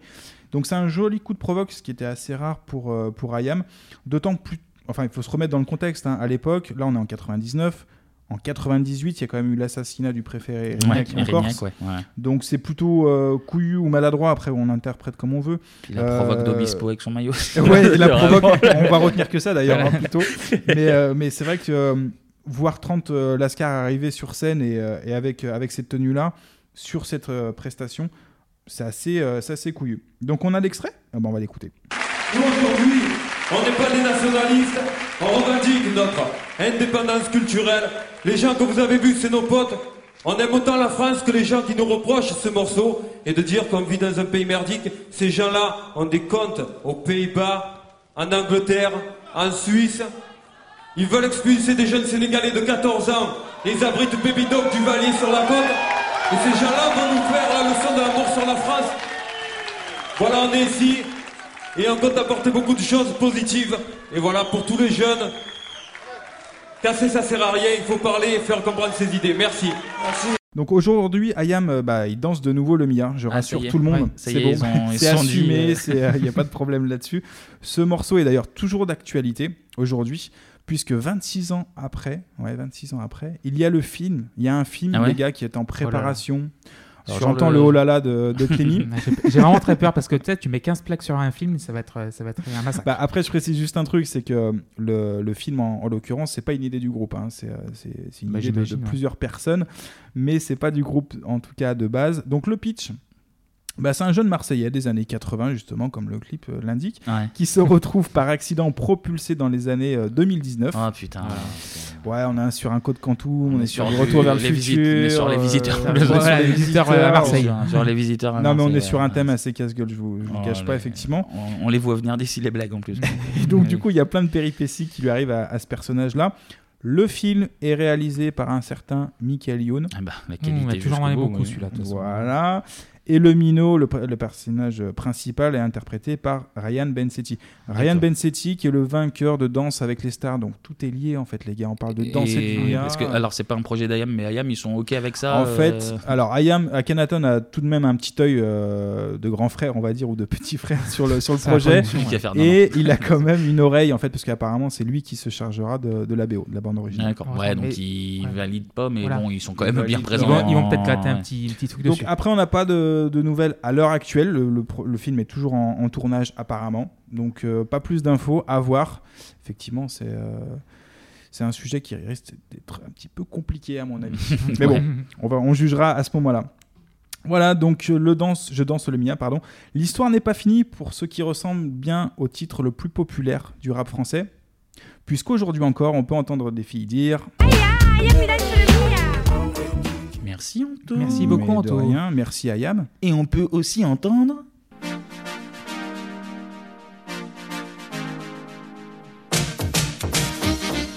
[SPEAKER 8] Donc c'est un joli coup de provoque, ce qui était assez rare pour euh, pour Ayam. D'autant plus, enfin, il faut se remettre dans le contexte. hein. À l'époque, là, on est en 99. En 98, il y a quand même eu l'assassinat du préfet
[SPEAKER 1] Ouais,
[SPEAKER 8] Erignac en
[SPEAKER 1] Erignac,
[SPEAKER 8] Corse.
[SPEAKER 1] ouais, ouais.
[SPEAKER 8] Donc c'est plutôt euh, couillu ou maladroit, après on interprète comme on veut.
[SPEAKER 1] Puis la
[SPEAKER 8] Euh,
[SPEAKER 1] provoque d'Obispo avec son maillot.
[SPEAKER 8] Ouais, et la provoque,
[SPEAKER 1] Vraiment.
[SPEAKER 8] on va retenir que ça d'ailleurs,
[SPEAKER 1] Voilà.
[SPEAKER 8] hein, plutôt. Mais, euh, mais c'est vrai que euh, voir 30 euh, Lascar arriver sur scène et, euh, et avec, euh, avec cette tenue-là, sur cette euh, prestation, c'est assez, euh, c'est assez couillu. Donc on a l'extrait Ah ben, On va l'écouter.
[SPEAKER 23] Nous aujourd'hui, on n'est pas des nationalistes, on revendique notre indépendance culturelle. Les gens que vous avez vus, c'est nos potes. On aime autant la France que les gens qui nous reprochent ce morceau et de dire qu'on vit dans un pays merdique. Ces gens-là ont des comptes aux Pays-Bas, en Angleterre, en Suisse. Ils veulent expulser des jeunes Sénégalais de 14 ans. Ils abritent Baby Dog du Valier sur la côte. Et ces gens-là vont nous faire la leçon de l'amour sur la France. Voilà, on est ici et on compte apporter beaucoup de choses positives. Et voilà, pour tous les jeunes, casser ça sert à rien, il faut parler et faire comprendre ses idées. Merci.
[SPEAKER 8] Donc aujourd'hui, Ayam, euh, bah, il danse de nouveau le Mia. Je
[SPEAKER 1] Ah,
[SPEAKER 8] rassure
[SPEAKER 1] ça y est.
[SPEAKER 8] tout le monde.
[SPEAKER 1] Ouais, ça y
[SPEAKER 8] c'est
[SPEAKER 1] est,
[SPEAKER 8] bon,
[SPEAKER 1] ils
[SPEAKER 8] [laughs]
[SPEAKER 1] ont- ils
[SPEAKER 8] c'est
[SPEAKER 1] sont dit,
[SPEAKER 8] assumé,
[SPEAKER 1] euh.
[SPEAKER 8] c'est- il n'y a pas de problème là-dessus. Ce morceau est d'ailleurs toujours d'actualité aujourd'hui, puisque 26 ans après, ouais, 26 ans après, il y a le film. Il y a un film,
[SPEAKER 9] Ah ouais
[SPEAKER 8] les gars, qui est en préparation.
[SPEAKER 9] Oh là là. Alors,
[SPEAKER 8] J'entends
[SPEAKER 9] genre
[SPEAKER 8] le...
[SPEAKER 9] le-
[SPEAKER 8] oh là là de,
[SPEAKER 1] [laughs]
[SPEAKER 8] de Clémy.
[SPEAKER 9] J'ai vraiment très peur parce que peut-être tu mets 15 plaques sur un film, ça va être, euh, ça va être un massacre.
[SPEAKER 8] Bah, après, je précise juste un truc, c'est que euh, le, le film, en, en l'occurrence, c'est pas une idée du groupe. hein, c'est, euh, c'est, c'est une
[SPEAKER 9] Bah,
[SPEAKER 8] idée de, de
[SPEAKER 9] j'imagine, ouais.
[SPEAKER 8] plusieurs personnes, mais c'est pas du groupe, en tout cas de base. Donc le pitch. Bah, c'est un jeune Marseillais des années 80, justement, comme le clip euh, l'indique,
[SPEAKER 1] Ouais.
[SPEAKER 8] qui se retrouve par accident propulsé dans les années euh, 2019.
[SPEAKER 1] Ah, putain.
[SPEAKER 8] Ouais, on est sur un code Quantum, on, est sur,
[SPEAKER 1] sur
[SPEAKER 8] le retour
[SPEAKER 1] les-
[SPEAKER 8] vers le
[SPEAKER 1] les
[SPEAKER 8] futur.
[SPEAKER 1] visites- mais sur les
[SPEAKER 8] euh,
[SPEAKER 1] visiteurs.
[SPEAKER 8] voilà,
[SPEAKER 1] Les
[SPEAKER 8] sur
[SPEAKER 1] visiteurs à
[SPEAKER 8] les
[SPEAKER 9] euh,
[SPEAKER 8] visiteurs,
[SPEAKER 1] Marseille.
[SPEAKER 9] Mmh,
[SPEAKER 8] on-
[SPEAKER 1] Sur les visiteurs à
[SPEAKER 8] Non, mais on est
[SPEAKER 1] Marseille,
[SPEAKER 8] sur un thème assez casse-gueule, je vous, je
[SPEAKER 1] Oh
[SPEAKER 8] vous cache pas, effectivement.
[SPEAKER 1] On, on les voit venir d'ici les blagues en plus.
[SPEAKER 8] Et donc, du coup, il y a plein de péripéties qui lui arrivent à, à ce personnage-là. Le film est réalisé par un certain Michael Youn.
[SPEAKER 1] Ah bah, la
[SPEAKER 9] qualité Mmh, On a toujours jusqu'au en aimé bout, beaucoup, oui. celui-là, de toute façon.
[SPEAKER 8] Voilà. Et le minot, le, pr- le personnage principal, est interprété par Ryan Bensetti. Ryan Bensetti, qui est le vainqueur de Danse avec les stars. Donc, tout est lié, en fait, les gars. On parle de Danse et de
[SPEAKER 1] Et
[SPEAKER 8] Lumière.
[SPEAKER 1] parce que, alors, c'est pas un projet d'IAM, mais IAM, ils sont OK avec ça.
[SPEAKER 8] En
[SPEAKER 1] euh,
[SPEAKER 8] fait, alors Ayam, Akhenaton a tout de même un petit œil euh, de grand frère, on va dire, ou de petit frère sur le, sur le
[SPEAKER 1] Ça,
[SPEAKER 8] projet.
[SPEAKER 1] la production, Celui qui va ouais. faire, non,
[SPEAKER 8] Et
[SPEAKER 1] non.
[SPEAKER 8] il a quand même une oreille, en fait, parce qu'apparemment, c'est lui qui se chargera de, de la BO, de la bande originale.
[SPEAKER 1] D'accord. Ouais, donc ils valident pas, mais
[SPEAKER 9] Voilà.
[SPEAKER 1] bon, ils sont quand
[SPEAKER 9] Ils
[SPEAKER 1] même bien
[SPEAKER 9] valident.
[SPEAKER 1] présents.
[SPEAKER 9] Ils vont- ils vont peut-être gratter un
[SPEAKER 1] Ouais.
[SPEAKER 9] petit- petit truc
[SPEAKER 8] Donc
[SPEAKER 9] dessus.
[SPEAKER 8] après, on n'a pas de, de nouvelles à l'heure actuelle. Le, le pro- le film est toujours en, en tournage, apparemment. Donc euh, pas plus d'infos à voir. Effectivement, c'est. euh, C'est un sujet qui risque d'être un petit peu compliqué à mon avis.
[SPEAKER 9] [laughs]
[SPEAKER 8] Mais bon,
[SPEAKER 1] Ouais.
[SPEAKER 8] on, va, on jugera à ce moment-là. Voilà, donc euh, le danse, je danse le mien, pardon. L'histoire n'est pas finie pour ce qui ressemble bien au titre le plus populaire du rap français, puisqu'aujourd'hui encore, on peut entendre des filles dire
[SPEAKER 1] Merci Anto.
[SPEAKER 8] Merci beaucoup Anto. merci Ayam.
[SPEAKER 1] Et on peut aussi entendre.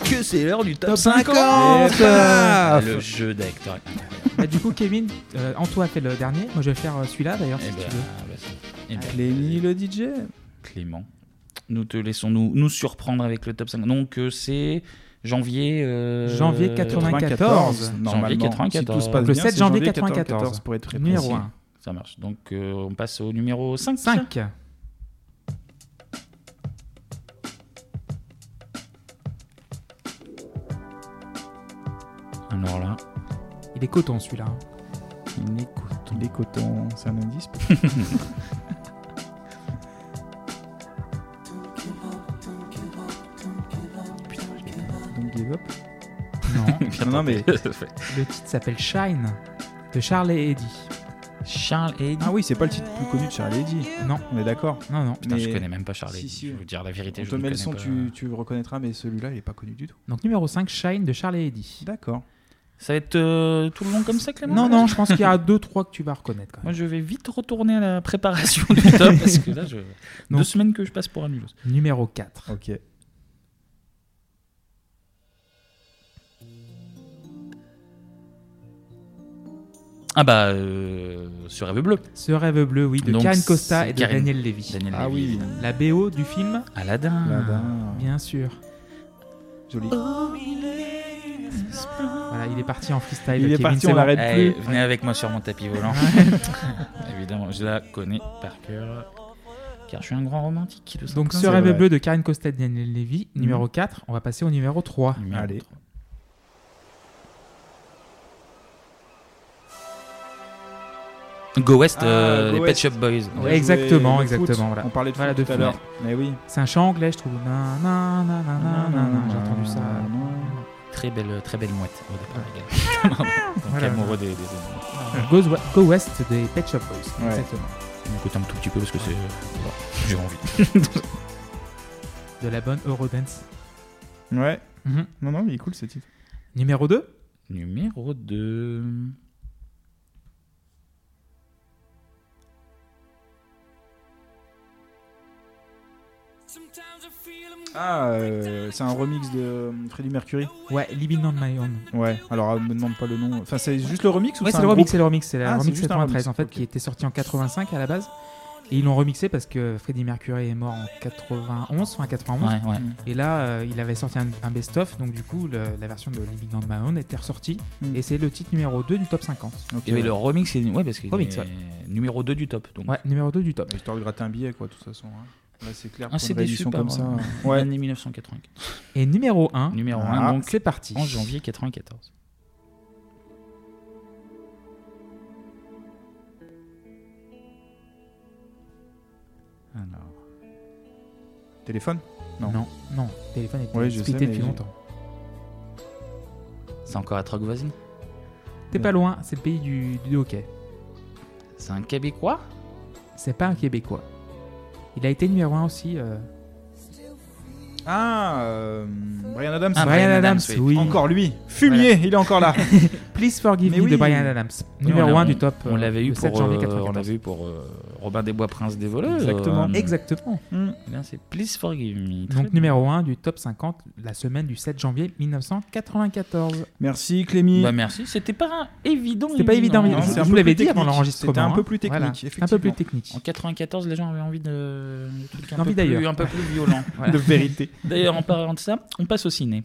[SPEAKER 1] Que c'est l'heure du top, 50,
[SPEAKER 9] Et
[SPEAKER 8] Ah,
[SPEAKER 9] paf
[SPEAKER 1] Le jeu d'acteur.
[SPEAKER 9] Bah, du coup, Kevin, euh, Anto a fait le dernier. Moi, je vais faire euh, celui-là d'ailleurs, si
[SPEAKER 1] ben,
[SPEAKER 9] tu veux.
[SPEAKER 1] Eh ben,
[SPEAKER 8] Clémy le DJ.
[SPEAKER 1] Clément. Nous te laissons nous, nous surprendre avec le top 5. Donc euh, c'est janvier euh,
[SPEAKER 9] Janvier 94.
[SPEAKER 1] Janvier
[SPEAKER 9] Normalement,
[SPEAKER 1] 94.
[SPEAKER 9] si tout se passe Le bien, 7 c'est janvier janvier 94, 94, pour être très numéro précis. un.
[SPEAKER 1] Ça marche. Donc euh, on passe au numéro 5.
[SPEAKER 9] 5.
[SPEAKER 1] Alors là,
[SPEAKER 9] Il est coton celui-là. hein.
[SPEAKER 8] Il est coton. Il est coton, c'est un indice.
[SPEAKER 9] [laughs]
[SPEAKER 8] Don't give up.
[SPEAKER 9] Non.
[SPEAKER 8] non, non, mais.
[SPEAKER 9] Le titre s'appelle Shine de Charles et Eddie.
[SPEAKER 1] Charles et Eddie
[SPEAKER 8] Ah oui, c'est pas le titre plus connu de Charles et Eddie.
[SPEAKER 9] Non.
[SPEAKER 8] On est d'accord
[SPEAKER 9] Non, non.
[SPEAKER 1] Putain, je
[SPEAKER 8] Mais-
[SPEAKER 1] connais même pas Charlie.
[SPEAKER 8] Si, si.
[SPEAKER 1] Je vais vous dire la vérité.
[SPEAKER 8] On
[SPEAKER 1] je
[SPEAKER 8] te
[SPEAKER 1] ne
[SPEAKER 8] met le
[SPEAKER 1] connais
[SPEAKER 8] son,
[SPEAKER 1] pas.
[SPEAKER 8] tu, tu le reconnaîtras, mais celui-là, il est pas connu du tout.
[SPEAKER 9] Donc numéro 5, Shine de Charles et Eddie.
[SPEAKER 8] D'accord.
[SPEAKER 1] Ça va être euh, tout le long comme ça, Clément
[SPEAKER 9] Non, non, je pense qu'il y a 2-3 que tu vas reconnaître quand même.
[SPEAKER 1] Moi, je vais vite retourner à la préparation du
[SPEAKER 8] [laughs]
[SPEAKER 1] top parce que là, je... deux
[SPEAKER 9] Donc-
[SPEAKER 1] semaines que je passe pour un nul.
[SPEAKER 9] Numéro 4.
[SPEAKER 8] Ok.
[SPEAKER 1] Ah bah, euh, ce rêve bleu.
[SPEAKER 9] Ce rêve bleu, oui, de
[SPEAKER 1] Donc,
[SPEAKER 9] Karen Costa
[SPEAKER 1] c'est
[SPEAKER 9] et de
[SPEAKER 1] Karen-
[SPEAKER 9] Daniel Levy.
[SPEAKER 1] Daniel
[SPEAKER 9] ah
[SPEAKER 1] Levy.
[SPEAKER 9] oui. Ah. La BO du film
[SPEAKER 1] Aladdin.
[SPEAKER 8] Aladdin.
[SPEAKER 9] Bien sûr.
[SPEAKER 8] Joli.
[SPEAKER 1] Ah,
[SPEAKER 9] Voilà, il est parti en freestyle.
[SPEAKER 8] Il est
[SPEAKER 9] Kevin,
[SPEAKER 8] parti,
[SPEAKER 9] c'est
[SPEAKER 8] on
[SPEAKER 9] bon.
[SPEAKER 8] l'arrête
[SPEAKER 1] Allez, Eh, venez avec moi sur mon tapis volant. [laughs] Évidemment, je la connais par cœur. Car je suis un grand romantique. tout
[SPEAKER 9] Donc ce
[SPEAKER 1] simplement.
[SPEAKER 9] rêve bleu de Eh, Karen Costa et Daniel Levy, numéro 4. On va passer au numéro 3.
[SPEAKER 1] Allez. Go West,
[SPEAKER 8] Ah,
[SPEAKER 1] euh,
[SPEAKER 8] Go
[SPEAKER 1] les Pet
[SPEAKER 8] West.
[SPEAKER 1] Shop Boys.
[SPEAKER 8] On a
[SPEAKER 9] Ouais,
[SPEAKER 8] joué
[SPEAKER 9] exactement,
[SPEAKER 8] le
[SPEAKER 9] exactement.
[SPEAKER 8] foot.
[SPEAKER 9] voilà.
[SPEAKER 8] On parlait de
[SPEAKER 9] Voilà,
[SPEAKER 8] foot tout à
[SPEAKER 9] foot,
[SPEAKER 8] l'heure.
[SPEAKER 9] ouais.
[SPEAKER 8] Mais oui.
[SPEAKER 9] C'est un chant anglais, je trouve. Nan, nan, nan, nan,
[SPEAKER 1] Ah,
[SPEAKER 9] nan, nan, nan. J'ai entendu ça.
[SPEAKER 8] Ah,
[SPEAKER 1] Très belle, très belle mouette au départ, les gars. Donc,
[SPEAKER 9] Voilà.
[SPEAKER 1] amoureux des, des
[SPEAKER 9] Voilà. Go, Go West des Pet Shop Boys.
[SPEAKER 1] Ouais.
[SPEAKER 9] Exactement.
[SPEAKER 1] On écoute un tout petit peu parce que c'est. voilà, J'ai envie.
[SPEAKER 9] De la bonne Eurodance.
[SPEAKER 8] Ouais.
[SPEAKER 9] Mhm.
[SPEAKER 8] Non, non, mais il est cool ce titre.
[SPEAKER 9] Numéro 2
[SPEAKER 1] Numéro 2.
[SPEAKER 8] Ah, euh, c'est un remix de euh, Freddie Mercury.
[SPEAKER 9] Ouais, Living on My Own.
[SPEAKER 8] Ouais, alors euh, me demande pas le nom. Enfin, c'est juste le remix ou
[SPEAKER 9] Ouais,
[SPEAKER 8] c'est
[SPEAKER 9] c'est le
[SPEAKER 8] un
[SPEAKER 9] remix,
[SPEAKER 8] groupe
[SPEAKER 9] c'est le remix, c'est le
[SPEAKER 8] Ah,
[SPEAKER 9] remix
[SPEAKER 8] juste un
[SPEAKER 9] 93 en fait qui était sorti en 85 à la base. Et ils l'ont remixé parce que Freddie Mercury est mort en 91, enfin 91.
[SPEAKER 1] Ouais, ouais. Mm.
[SPEAKER 9] Et là, euh, il avait sorti un, un best-of, donc du coup, le- la version de Living on My Own était ressortie. Et c'est le titre numéro 2 du top 50.
[SPEAKER 1] Et le remix, c'est. Ouais, parce qu'il
[SPEAKER 9] Remix,
[SPEAKER 1] est
[SPEAKER 9] ouais.
[SPEAKER 1] numéro 2 du top. Donc.
[SPEAKER 9] Ouais, numéro 2 du top.
[SPEAKER 8] Histoire de gratter un billet, quoi, de toute façon. hein. Là, c'est clair.
[SPEAKER 1] Ah,
[SPEAKER 8] pour
[SPEAKER 1] c'est déçu
[SPEAKER 8] une réédition
[SPEAKER 1] par
[SPEAKER 8] comme ça.
[SPEAKER 1] [laughs] Ouais.
[SPEAKER 8] Ouais.
[SPEAKER 1] L'année 1984.
[SPEAKER 9] Et numéro 1.
[SPEAKER 1] Numéro
[SPEAKER 8] Ah.
[SPEAKER 1] 1, donc
[SPEAKER 9] c'est parti.
[SPEAKER 1] En janvier 94.
[SPEAKER 8] Alors. Téléphone Non.
[SPEAKER 9] Non, non, le téléphone était
[SPEAKER 8] Ouais, je sais,
[SPEAKER 9] splitté
[SPEAKER 8] mais
[SPEAKER 9] depuis
[SPEAKER 8] j'ai-
[SPEAKER 9] longtemps.
[SPEAKER 1] C'est encore à Troc voisine
[SPEAKER 9] T'es pas loin, c'est le pays du, du hockey.
[SPEAKER 1] C'est un Québécois
[SPEAKER 9] C'est pas un Québécois. Il a été numéro 1 aussi. euh,
[SPEAKER 8] Ah, euh, Brian Adams.
[SPEAKER 9] Ah, Brian Adams, oui.
[SPEAKER 8] Encore lui. Fumier, il est
[SPEAKER 1] [laughs]
[SPEAKER 8] encore là.
[SPEAKER 9] Please forgive me de Brian Adams. Numéro
[SPEAKER 1] on l'a-
[SPEAKER 9] 1 du top.
[SPEAKER 1] On
[SPEAKER 9] euh,
[SPEAKER 1] l'avait eu,
[SPEAKER 9] le 7
[SPEAKER 1] pour,
[SPEAKER 9] janvier
[SPEAKER 1] euh,
[SPEAKER 9] 94.
[SPEAKER 1] on l'avait eu pour euh, Robin des Bois, Prince des voleurs.
[SPEAKER 9] Exactement.
[SPEAKER 1] euh,
[SPEAKER 9] Exactement.
[SPEAKER 1] eh bien, c'est Please Forgive Me.
[SPEAKER 8] Mmh.
[SPEAKER 1] Très
[SPEAKER 9] Donc numéro 1 du top 50 la semaine du 7 janvier 1994.
[SPEAKER 8] Merci Clémy. [laughs]
[SPEAKER 1] Bah merci, c'était pas évident.
[SPEAKER 9] C'était pas évident, mais
[SPEAKER 8] c'est
[SPEAKER 9] je-
[SPEAKER 8] un
[SPEAKER 9] je
[SPEAKER 8] peu
[SPEAKER 9] vous l'avais
[SPEAKER 8] plus
[SPEAKER 9] dit avant
[SPEAKER 8] technique.
[SPEAKER 9] l'enregistrement,
[SPEAKER 8] C'était un peu
[SPEAKER 9] hein.
[SPEAKER 8] plus technique,
[SPEAKER 9] Voilà. Un peu plus
[SPEAKER 8] effectivement.
[SPEAKER 9] technique.
[SPEAKER 1] En 94, les gens avaient envie de de trucs un, peu plus,
[SPEAKER 9] Envie d'ailleurs.
[SPEAKER 1] un peu plus violent.
[SPEAKER 9] De vérité.
[SPEAKER 1] [laughs] D'ailleurs, en parlant de ça, on passe au ciné.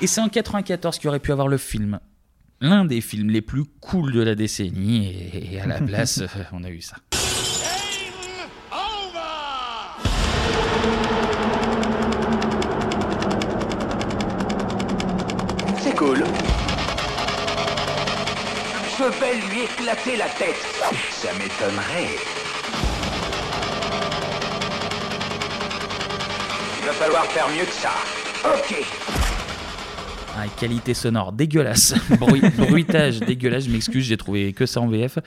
[SPEAKER 1] Et c'est en 94 qu'il aurait pu avoir le film. L'un des films les plus cool de la décennie, et- et à la place, euh, on a eu ça.
[SPEAKER 20] C'est cool. Je vais lui éclater la tête. Ça m'étonnerait. Il va falloir faire mieux que ça. Ok.
[SPEAKER 1] Ah, et qualité sonore dégueulasse, [laughs] Bruit- bruitage dégueulasse, je m'excuse, j'ai trouvé que ça en VF.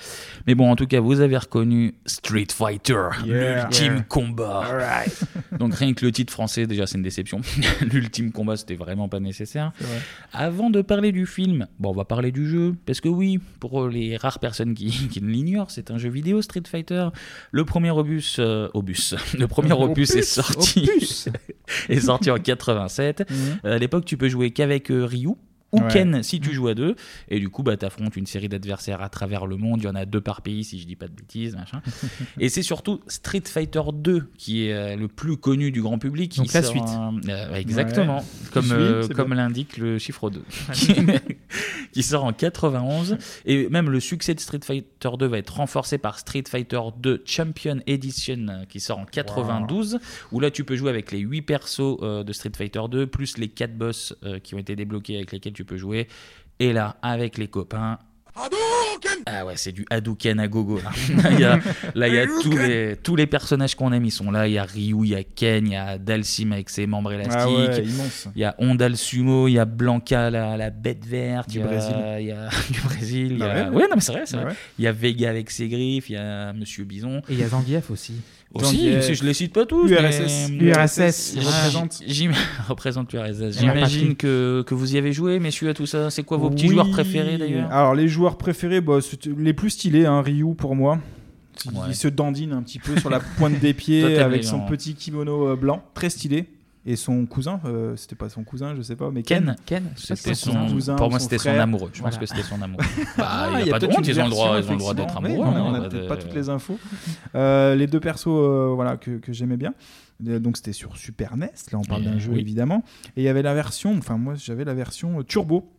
[SPEAKER 1] Mais bon, en tout cas, vous avez reconnu Street Fighter,
[SPEAKER 6] Yeah.
[SPEAKER 1] l'ultime
[SPEAKER 6] Yeah.
[SPEAKER 1] combat. [laughs] Donc rien que le titre français, déjà, c'est une déception. [laughs] l'ultime combat, c'était vraiment pas nécessaire.
[SPEAKER 6] C'est vrai.
[SPEAKER 1] Avant de parler du film, bon, on va parler du jeu, parce que oui, pour les rares personnes qui, [laughs] qui ne l'ignorent, c'est un jeu vidéo Street Fighter. Le premier opus, euh, opus. [laughs] le premier opus, est
[SPEAKER 9] Opus,
[SPEAKER 1] sorti,
[SPEAKER 9] opus.
[SPEAKER 1] est sorti en
[SPEAKER 9] [laughs]
[SPEAKER 1] 87. Euh, à l'époque, tu peux jouer qu'avec euh, Ryu ou
[SPEAKER 9] Mhm. Ouais. Mhm.
[SPEAKER 1] Ken si tu joues à deux. Et du coup, bah, tu affrontes une série d'adversaires à travers le monde. Il y en a deux par pays, si je dis pas de bêtises.
[SPEAKER 9] [laughs]
[SPEAKER 1] Machin. et c'est surtout Street Fighter 2 qui est euh, le plus connu du grand public.
[SPEAKER 9] Donc
[SPEAKER 1] Il
[SPEAKER 9] la
[SPEAKER 1] sort
[SPEAKER 9] suite.
[SPEAKER 1] un- euh, exactement.
[SPEAKER 9] Ouais.
[SPEAKER 1] Comme,
[SPEAKER 9] Je suis,
[SPEAKER 1] euh,
[SPEAKER 9] c'est
[SPEAKER 1] comme
[SPEAKER 9] bien.
[SPEAKER 1] l'indique le chiffre 2. [laughs] qui sort en 91. Et même le succès de Street Fighter 2 va être renforcé par Street Fighter 2 Champion Edition euh, qui sort en 92. Où là, tu peux jouer avec les 8 persos euh, de Street Fighter 2, plus les 4 boss euh, qui ont été débloqués avec lesquels tu peux jouer. Et là, avec les copains. Ah ouais, c'est du Hadouken à gogo. Là, [laughs] il y a, là, il y a tous, les, tous les personnages qu'on aime, ils sont là. Il y a Ryu, il y a Ken, il y a Dalsim avec ses membres élastiques.
[SPEAKER 8] Ah ouais, immense.
[SPEAKER 1] Il y a Honda le sumo, il y a Blanca la, la bête verte,
[SPEAKER 8] Du
[SPEAKER 1] il y a-
[SPEAKER 8] Brésil.
[SPEAKER 1] il y a [laughs] du Brésil, il y
[SPEAKER 8] Ah
[SPEAKER 1] a-
[SPEAKER 8] ouais, ouais.
[SPEAKER 1] Ouais, non, mais c'est vrai, c'est
[SPEAKER 8] Ah
[SPEAKER 1] vrai.
[SPEAKER 8] ouais.
[SPEAKER 1] Il y a Vega avec ses griffes, il y a Monsieur Bison.
[SPEAKER 9] Et il y a Zangief aussi.
[SPEAKER 1] Aussi,
[SPEAKER 9] Zangief.
[SPEAKER 1] si je les cite pas tous. mais- euh,
[SPEAKER 9] URSS. URSS,
[SPEAKER 1] J'im-
[SPEAKER 9] représente.
[SPEAKER 1] j'im- [laughs] représente l'URSS.
[SPEAKER 9] Et leur
[SPEAKER 1] J'imagine
[SPEAKER 9] patrie.
[SPEAKER 1] que, que vous y avez joué, messieurs, à tout ça. C'est quoi vos petits joueurs préférés d'ailleurs
[SPEAKER 8] Alors, les joueurs préférés, bah, c'est les plus stylés, hein, Ryu pour moi. Il,
[SPEAKER 1] Ouais.
[SPEAKER 8] il se dandine un petit peu sur la pointe
[SPEAKER 1] [laughs]
[SPEAKER 8] des
[SPEAKER 1] Toi,
[SPEAKER 8] pieds
[SPEAKER 1] t'aimes
[SPEAKER 8] avec
[SPEAKER 1] les
[SPEAKER 8] son
[SPEAKER 1] gens. hein.
[SPEAKER 8] petit kimono euh, blanc, très stylé. Et son cousin, euh, c'était pas son cousin, je sais pas, mais Ken.
[SPEAKER 1] Ken, c'était son, pour moi c'était son amoureux. Je pense que c'était son amoureux.
[SPEAKER 8] Ah,
[SPEAKER 1] Bah, il n'y a, pas de
[SPEAKER 8] peut-être
[SPEAKER 1] honte,
[SPEAKER 8] une
[SPEAKER 1] ils ont le droit, ils
[SPEAKER 8] version,
[SPEAKER 1] ont le droit d'être
[SPEAKER 8] effectivement. Oui,
[SPEAKER 1] amoureux.
[SPEAKER 8] non,
[SPEAKER 1] hein,
[SPEAKER 8] on n'a
[SPEAKER 1] bah,
[SPEAKER 8] peut-être
[SPEAKER 1] de-
[SPEAKER 8] pas toutes
[SPEAKER 1] [laughs]
[SPEAKER 8] les infos. Euh, les deux persos euh, voilà, que, que j'aimais bien. Euh, Donc c'était sur Super NES, là on parle
[SPEAKER 1] Euh,
[SPEAKER 8] d'un jeu
[SPEAKER 1] oui.
[SPEAKER 8] évidemment. Et il y avait la version, enfin moi j'avais la version euh, Turbo.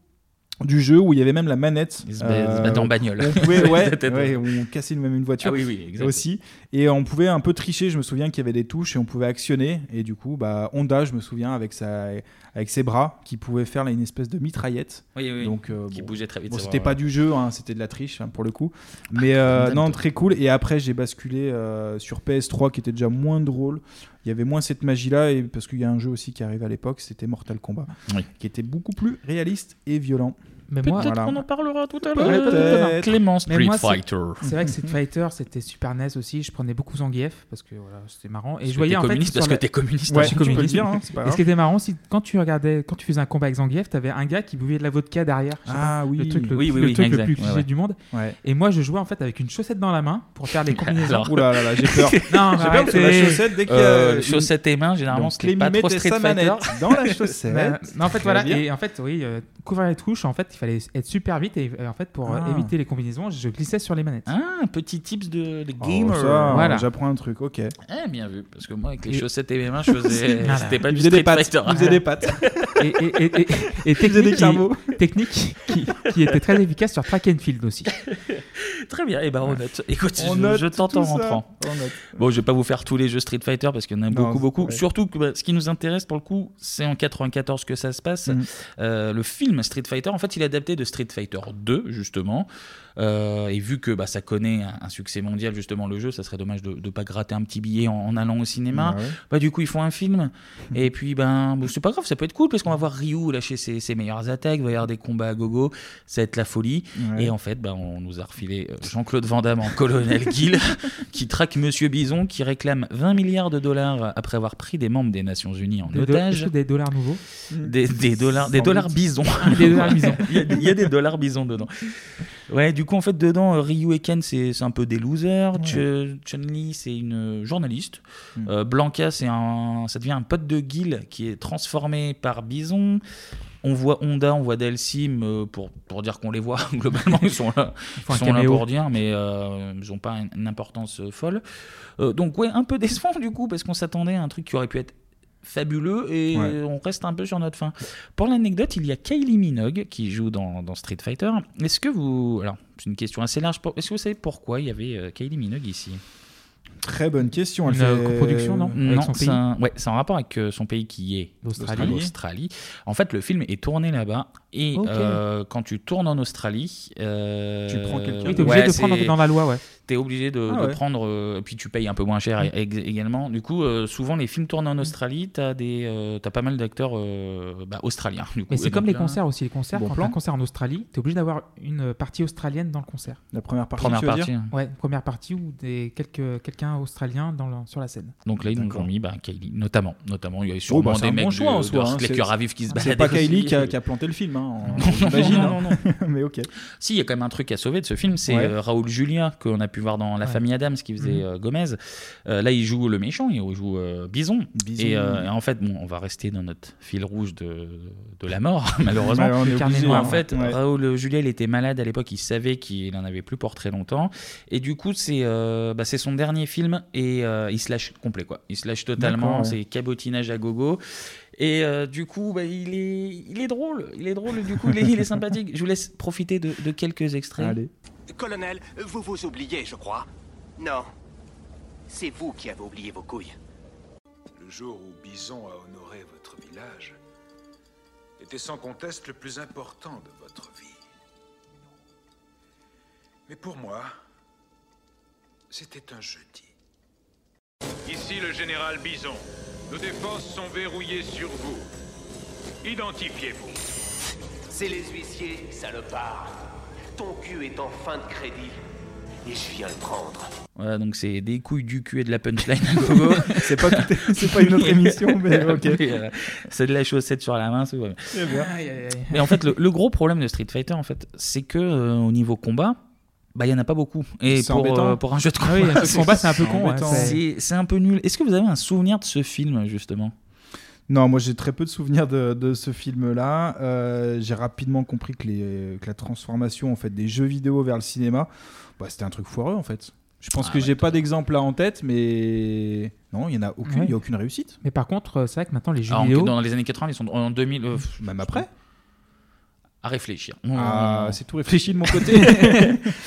[SPEAKER 8] du jeu où il y avait même la manette. Ils
[SPEAKER 1] se ba- se battaient en bagnole. [laughs]
[SPEAKER 8] On pouvait, Euh, ouais,
[SPEAKER 1] Ils étaient-
[SPEAKER 8] ouais, on cassait même une voiture
[SPEAKER 1] Ah oui, oui, exact.
[SPEAKER 8] aussi. Et on pouvait un peu tricher. Je me souviens qu'il y avait des touches et on pouvait actionner. Et du coup, bah, Honda, je me souviens, avec, sa, avec ses bras, qui pouvait faire là, une espèce de mitraillette.
[SPEAKER 1] Oui, oui, oui.
[SPEAKER 8] Donc, euh,
[SPEAKER 1] Qui bougeait très vite,
[SPEAKER 8] bon,
[SPEAKER 1] c'est
[SPEAKER 8] c'était
[SPEAKER 1] vrai,
[SPEAKER 8] pas
[SPEAKER 1] ouais.
[SPEAKER 8] du jeu, hein, c'était de la triche hein, pour le coup.
[SPEAKER 1] Ah,
[SPEAKER 8] Mais euh,
[SPEAKER 1] Nintendo.
[SPEAKER 8] non, très cool. Et après, j'ai basculé euh, sur PS3 qui était déjà moins drôle. Il y avait moins cette magie-là, et parce qu'il y a un jeu aussi qui arrive à l'époque, c'était Mortal Kombat,
[SPEAKER 1] Oui.
[SPEAKER 8] qui était beaucoup plus réaliste et violent.
[SPEAKER 9] Mais
[SPEAKER 1] moi- Peut-être qu'on en parlera tout à l'heure. Peut-être. Clément,
[SPEAKER 9] Mais
[SPEAKER 1] Street
[SPEAKER 9] moi, c'est-
[SPEAKER 1] Fighter.
[SPEAKER 9] C'est vrai que
[SPEAKER 1] mm,
[SPEAKER 9] Street Fighter, c'était Super NES aussi. Je prenais beaucoup Zangief parce que voilà, c'était marrant.
[SPEAKER 1] Parce
[SPEAKER 9] Et je
[SPEAKER 1] que
[SPEAKER 9] voyais
[SPEAKER 1] t'es
[SPEAKER 9] en fait
[SPEAKER 1] communiste,
[SPEAKER 9] sur
[SPEAKER 1] parce
[SPEAKER 9] la-
[SPEAKER 1] que t'es communiste,
[SPEAKER 9] Ouais,
[SPEAKER 1] hein,
[SPEAKER 9] je suis
[SPEAKER 1] tu peux le
[SPEAKER 9] communiste.
[SPEAKER 1] dire, hein, c'est pas
[SPEAKER 9] Et
[SPEAKER 1] grave.
[SPEAKER 9] ce qui était marrant, c'est quand tu regardais, quand tu faisais un combat avec Zangief, t'avais un gars qui buvait de la vodka derrière. Je sais
[SPEAKER 8] Ah
[SPEAKER 9] pas,
[SPEAKER 8] oui.
[SPEAKER 9] le truc le,
[SPEAKER 8] Oui, oui,
[SPEAKER 9] le
[SPEAKER 8] oui,
[SPEAKER 9] truc le
[SPEAKER 8] exact,
[SPEAKER 9] plus
[SPEAKER 8] ouais,
[SPEAKER 9] cliché
[SPEAKER 8] ouais.
[SPEAKER 9] du monde.
[SPEAKER 8] Ouais.
[SPEAKER 9] Et moi, je jouais en fait avec une chaussette dans la main pour
[SPEAKER 1] [laughs]
[SPEAKER 9] faire les [laughs] combinaisons.
[SPEAKER 1] Alors- Ouh là là là, j'ai [laughs] peur.
[SPEAKER 9] Non,
[SPEAKER 1] J'ai peur parce que la
[SPEAKER 9] arrêtez.
[SPEAKER 1] chaussette, dès qu'il y a Euh, une- chaussette et main, généralement,
[SPEAKER 9] Donc,
[SPEAKER 1] c'était pas
[SPEAKER 9] Clémy
[SPEAKER 1] trop
[SPEAKER 9] mettait
[SPEAKER 1] Street
[SPEAKER 9] sa
[SPEAKER 1] Fighter.
[SPEAKER 9] manette
[SPEAKER 1] dans la [laughs] chaussette.
[SPEAKER 9] Mais, mais en fait,
[SPEAKER 1] Très
[SPEAKER 9] voilà.
[SPEAKER 1] bien.
[SPEAKER 9] Et en fait, oui, euh, couvrir les touches, en fait, il fallait être super vite. Et euh, en fait, pour euh,
[SPEAKER 1] Ah.
[SPEAKER 9] éviter les combinaisons, je glissais sur les manettes.
[SPEAKER 1] Ah, petit tips de, de
[SPEAKER 8] Oh,
[SPEAKER 1] gamer.
[SPEAKER 8] ça,
[SPEAKER 9] Voilà.
[SPEAKER 8] J'apprends un truc, ok.
[SPEAKER 1] Eh, bien vu, parce que moi, avec les
[SPEAKER 9] Et-
[SPEAKER 1] chaussettes et mes mains, je faisais.
[SPEAKER 9] [laughs] Voilà.
[SPEAKER 1] C'était pas
[SPEAKER 9] Il
[SPEAKER 1] du
[SPEAKER 9] faisait des
[SPEAKER 1] Street
[SPEAKER 9] pattes.
[SPEAKER 1] Fighter. [laughs]
[SPEAKER 9] Il faisait des pattes. Et, et- et- et- et technique, qui, technique qui, qui était très efficace sur Track and Field aussi.
[SPEAKER 1] Très bien, et ben on note. Écoute,
[SPEAKER 9] On
[SPEAKER 1] je,
[SPEAKER 9] note
[SPEAKER 1] je tente en
[SPEAKER 9] tout ça.
[SPEAKER 1] rentrant.
[SPEAKER 9] On note.
[SPEAKER 1] Bon, je vais pas vous faire tous les jeux Street Fighter parce qu'il y en a
[SPEAKER 9] Non,
[SPEAKER 1] beaucoup, beaucoup.
[SPEAKER 9] ouais.
[SPEAKER 1] Surtout que bah, ce qui nous intéresse pour le coup, c'est en 94 que ça se passe.
[SPEAKER 9] Mm.
[SPEAKER 1] Euh, le film Street Fighter, en fait, il est adapté de Street Fighter 2 justement. Euh, et vu que bah, ça connaît un, un succès mondial justement le jeu, ça serait dommage de ne pas gratter un petit billet en, en allant au cinéma.
[SPEAKER 8] Ah Ouais.
[SPEAKER 1] Bah du coup ils font un film.
[SPEAKER 9] Mhm.
[SPEAKER 1] Et puis ben bon, c'est pas grave, ça peut être cool parce qu'on va voir Ryu lâcher ses, ses meilleures attaques, il va y avoir des combats à gogo, ça va être la folie.
[SPEAKER 8] Ouais.
[SPEAKER 1] Et en fait ben, on nous a refilé euh, Jean-Claude Van Damme en [laughs] colonel Gill qui traque Monsieur Bison qui réclame 20 milliards de dollars après avoir pris des membres des Nations Unies en
[SPEAKER 9] Des do- est-ce
[SPEAKER 1] otage.
[SPEAKER 9] que des dollars nouveaux
[SPEAKER 1] Des, des dollars, des
[SPEAKER 9] Mm. Sans
[SPEAKER 1] dollars
[SPEAKER 9] doute.
[SPEAKER 1] bisons.
[SPEAKER 9] [laughs] Des dollars bisons.
[SPEAKER 1] il, y a, il y a des dollars bisons dedans. Ouais, du coup, en fait, dedans, euh, Ryu et Ken, c'est c'est un peu des losers. Chun- Chun-Li, c'est une journaliste.
[SPEAKER 9] Mm.
[SPEAKER 1] Euh, Blanca, c'est un, ça devient un pote de Gil qui est transformé par Bison. On voit Honda, on voit Delsim euh, pour, pour dire qu'on les voit [laughs] globalement. Ils sont là,
[SPEAKER 9] Ils font
[SPEAKER 1] ils
[SPEAKER 9] un
[SPEAKER 1] sont là
[SPEAKER 9] caméo.
[SPEAKER 1] pour dire, mais euh, ils n'ont pas une, une importance euh, folle. Euh, donc, ouais, un peu décevant du coup, parce qu'on s'attendait à un truc qui aurait pu être fabuleux et
[SPEAKER 8] Ouais.
[SPEAKER 1] euh, on reste un peu sur notre fin. Pour l'anecdote, il y a Kylie Minogue qui joue dans, dans Street Fighter. Est-ce que vous. Alors, c'est une question assez large. Pour- Est-ce que vous savez pourquoi il y avait euh, Kylie Minogue ici
[SPEAKER 8] Très bonne question. Elle
[SPEAKER 1] Une, euh,
[SPEAKER 8] fait-
[SPEAKER 9] coproduction, non Avec
[SPEAKER 1] Non,
[SPEAKER 9] son
[SPEAKER 1] c'est
[SPEAKER 9] pays
[SPEAKER 1] un, ouais, c'est en rapport avec euh, son pays qui est
[SPEAKER 9] L'Australie.
[SPEAKER 1] l'Australie. En fait, le film est tourné là-bas et
[SPEAKER 9] Ok.
[SPEAKER 1] euh, quand tu tournes en Australie, euh,
[SPEAKER 9] Tu prends quelqu'un. Oui, t'es obligé de
[SPEAKER 1] c'est-
[SPEAKER 9] prendre dans la loi, ouais.
[SPEAKER 1] T'es obligé de,
[SPEAKER 9] Ah
[SPEAKER 1] de
[SPEAKER 9] ouais.
[SPEAKER 1] prendre, euh, et puis tu payes un peu moins cher
[SPEAKER 8] Mm.
[SPEAKER 1] e- ex- également. Du coup, euh, souvent les films tournés en Australie, t'as des, euh, t'as pas mal d'acteurs euh, bah, australiens. du coup.
[SPEAKER 9] Mais
[SPEAKER 1] Et
[SPEAKER 9] c'est comme
[SPEAKER 1] donc
[SPEAKER 9] les
[SPEAKER 1] là-
[SPEAKER 9] concerts aussi. Les concerts,
[SPEAKER 1] Bon
[SPEAKER 9] quand t'as
[SPEAKER 1] plan.
[SPEAKER 9] un concert en Australie, t'es obligé d'avoir une partie australienne dans le concert.
[SPEAKER 8] La première partie,
[SPEAKER 1] Première
[SPEAKER 8] tu veux dire
[SPEAKER 1] partie, hein.
[SPEAKER 9] Ouais, une première partie ou des quelques quelqu'un australien dans le- sur la scène.
[SPEAKER 1] Donc là, ils nous ont mis bah, Kylie, notamment, notamment. Il y a sûrement
[SPEAKER 8] bah, c'est
[SPEAKER 1] des
[SPEAKER 8] un
[SPEAKER 1] mecs
[SPEAKER 8] bon
[SPEAKER 1] de-
[SPEAKER 8] choix en
[SPEAKER 1] de
[SPEAKER 8] soi, hein.
[SPEAKER 1] Heart
[SPEAKER 8] C'est-
[SPEAKER 1] Lecter à vif qui se
[SPEAKER 8] c'est
[SPEAKER 1] baladaient [laughs]
[SPEAKER 8] pas Kylie
[SPEAKER 1] aussi.
[SPEAKER 8] qui a- qui a planté le film, hein,
[SPEAKER 1] Bah,
[SPEAKER 8] on-
[SPEAKER 1] [laughs] Non, non,
[SPEAKER 8] [laughs] j'imagine,
[SPEAKER 1] non, non,
[SPEAKER 8] hein.
[SPEAKER 1] non.
[SPEAKER 8] Mais ok.
[SPEAKER 1] Si, il y a quand même un truc à sauver de ce film, c'est
[SPEAKER 8] Ouais.
[SPEAKER 1] euh, Raoul Julia qu'on a pu voir dans La
[SPEAKER 8] Ouais.
[SPEAKER 1] Famille Adams qui faisait
[SPEAKER 8] Mhm.
[SPEAKER 1] euh, Gomez. Euh, là, il joue le méchant, il joue euh, Bison.
[SPEAKER 8] Bison.
[SPEAKER 1] Et, euh, et en fait, bon, on va rester dans notre fil rouge de, de la mort, [laughs] malheureusement.
[SPEAKER 8] Ouais, on est Le carnet obligé, noir,
[SPEAKER 1] en fait,
[SPEAKER 8] ouais.
[SPEAKER 1] Raoul Julia, il était malade à l'époque, il savait qu'il en avait plus pour très longtemps. Et du coup, c'est euh, bah, c'est son dernier film et euh, il se lâche complet, quoi. Il se lâche totalement,
[SPEAKER 8] D'accord, ouais.
[SPEAKER 1] c'est cabotinage à gogo. Et euh, du coup, bah, il, est, il est drôle, il est drôle, du coup, il est, il est sympathique. Je vous laisse profiter de, de quelques extraits.
[SPEAKER 6] Colonel, vous vous oubliez, je crois. Non. C'est vous qui avez oublié vos couilles.
[SPEAKER 7] Le jour où Bison a honoré votre village était sans conteste le plus important de votre vie. Mais pour moi, c'était un jeudi.
[SPEAKER 12] Ici le général Bison. Nos défenses sont verrouillées sur vous. Identifiez-vous.
[SPEAKER 6] C'est les huissiers, salopard. Ton cul est en fin de crédit. Et je viens le prendre.
[SPEAKER 1] Voilà, donc c'est des couilles du cul et de la punchline
[SPEAKER 8] [laughs]
[SPEAKER 1] à gogo.
[SPEAKER 8] C'est pas tout- c'est pas une autre émission,
[SPEAKER 1] [laughs]
[SPEAKER 8] mais ok.
[SPEAKER 1] Oui, euh, c'est de la chaussette sur la main, c'est vrai.
[SPEAKER 8] Très bien. Aïe, aïe, aïe.
[SPEAKER 1] Mais en fait, le, le gros problème de Street Fighter, en fait, c'est que euh, au niveau combat, bah il y en a pas beaucoup. Et
[SPEAKER 9] C'est
[SPEAKER 1] pour,
[SPEAKER 9] embêtant.
[SPEAKER 1] euh, pour un jeu de
[SPEAKER 9] Ah
[SPEAKER 1] combat,
[SPEAKER 9] oui, un jeu de combat, c'est un peu con, ouais,
[SPEAKER 1] embêtant.
[SPEAKER 9] c'est-
[SPEAKER 1] C'est c'est un peu nul. Est-ce que vous avez un souvenir de ce film justement
[SPEAKER 8] Non, moi j'ai très peu de souvenirs de, de ce film-là. Euh, j'ai rapidement compris que, les, que la transformation en fait des jeux vidéo vers le cinéma, bah, c'était un truc foireux en fait. Je pense
[SPEAKER 1] Ah
[SPEAKER 8] que j'ai pas d'exemple là en tête, mais non, il y en a aucune, il
[SPEAKER 9] Ouais.
[SPEAKER 8] y a aucune réussite.
[SPEAKER 1] Ah,
[SPEAKER 9] Mais par contre, euh, c'est vrai que maintenant les jeux
[SPEAKER 1] Alors, en-
[SPEAKER 9] vidéo.
[SPEAKER 1] Dans les années 80, ils sont en 2000, euh,
[SPEAKER 8] même après.
[SPEAKER 1] À réfléchir.
[SPEAKER 8] Ah, c'est tout réfléchi de mon côté.
[SPEAKER 1] [laughs]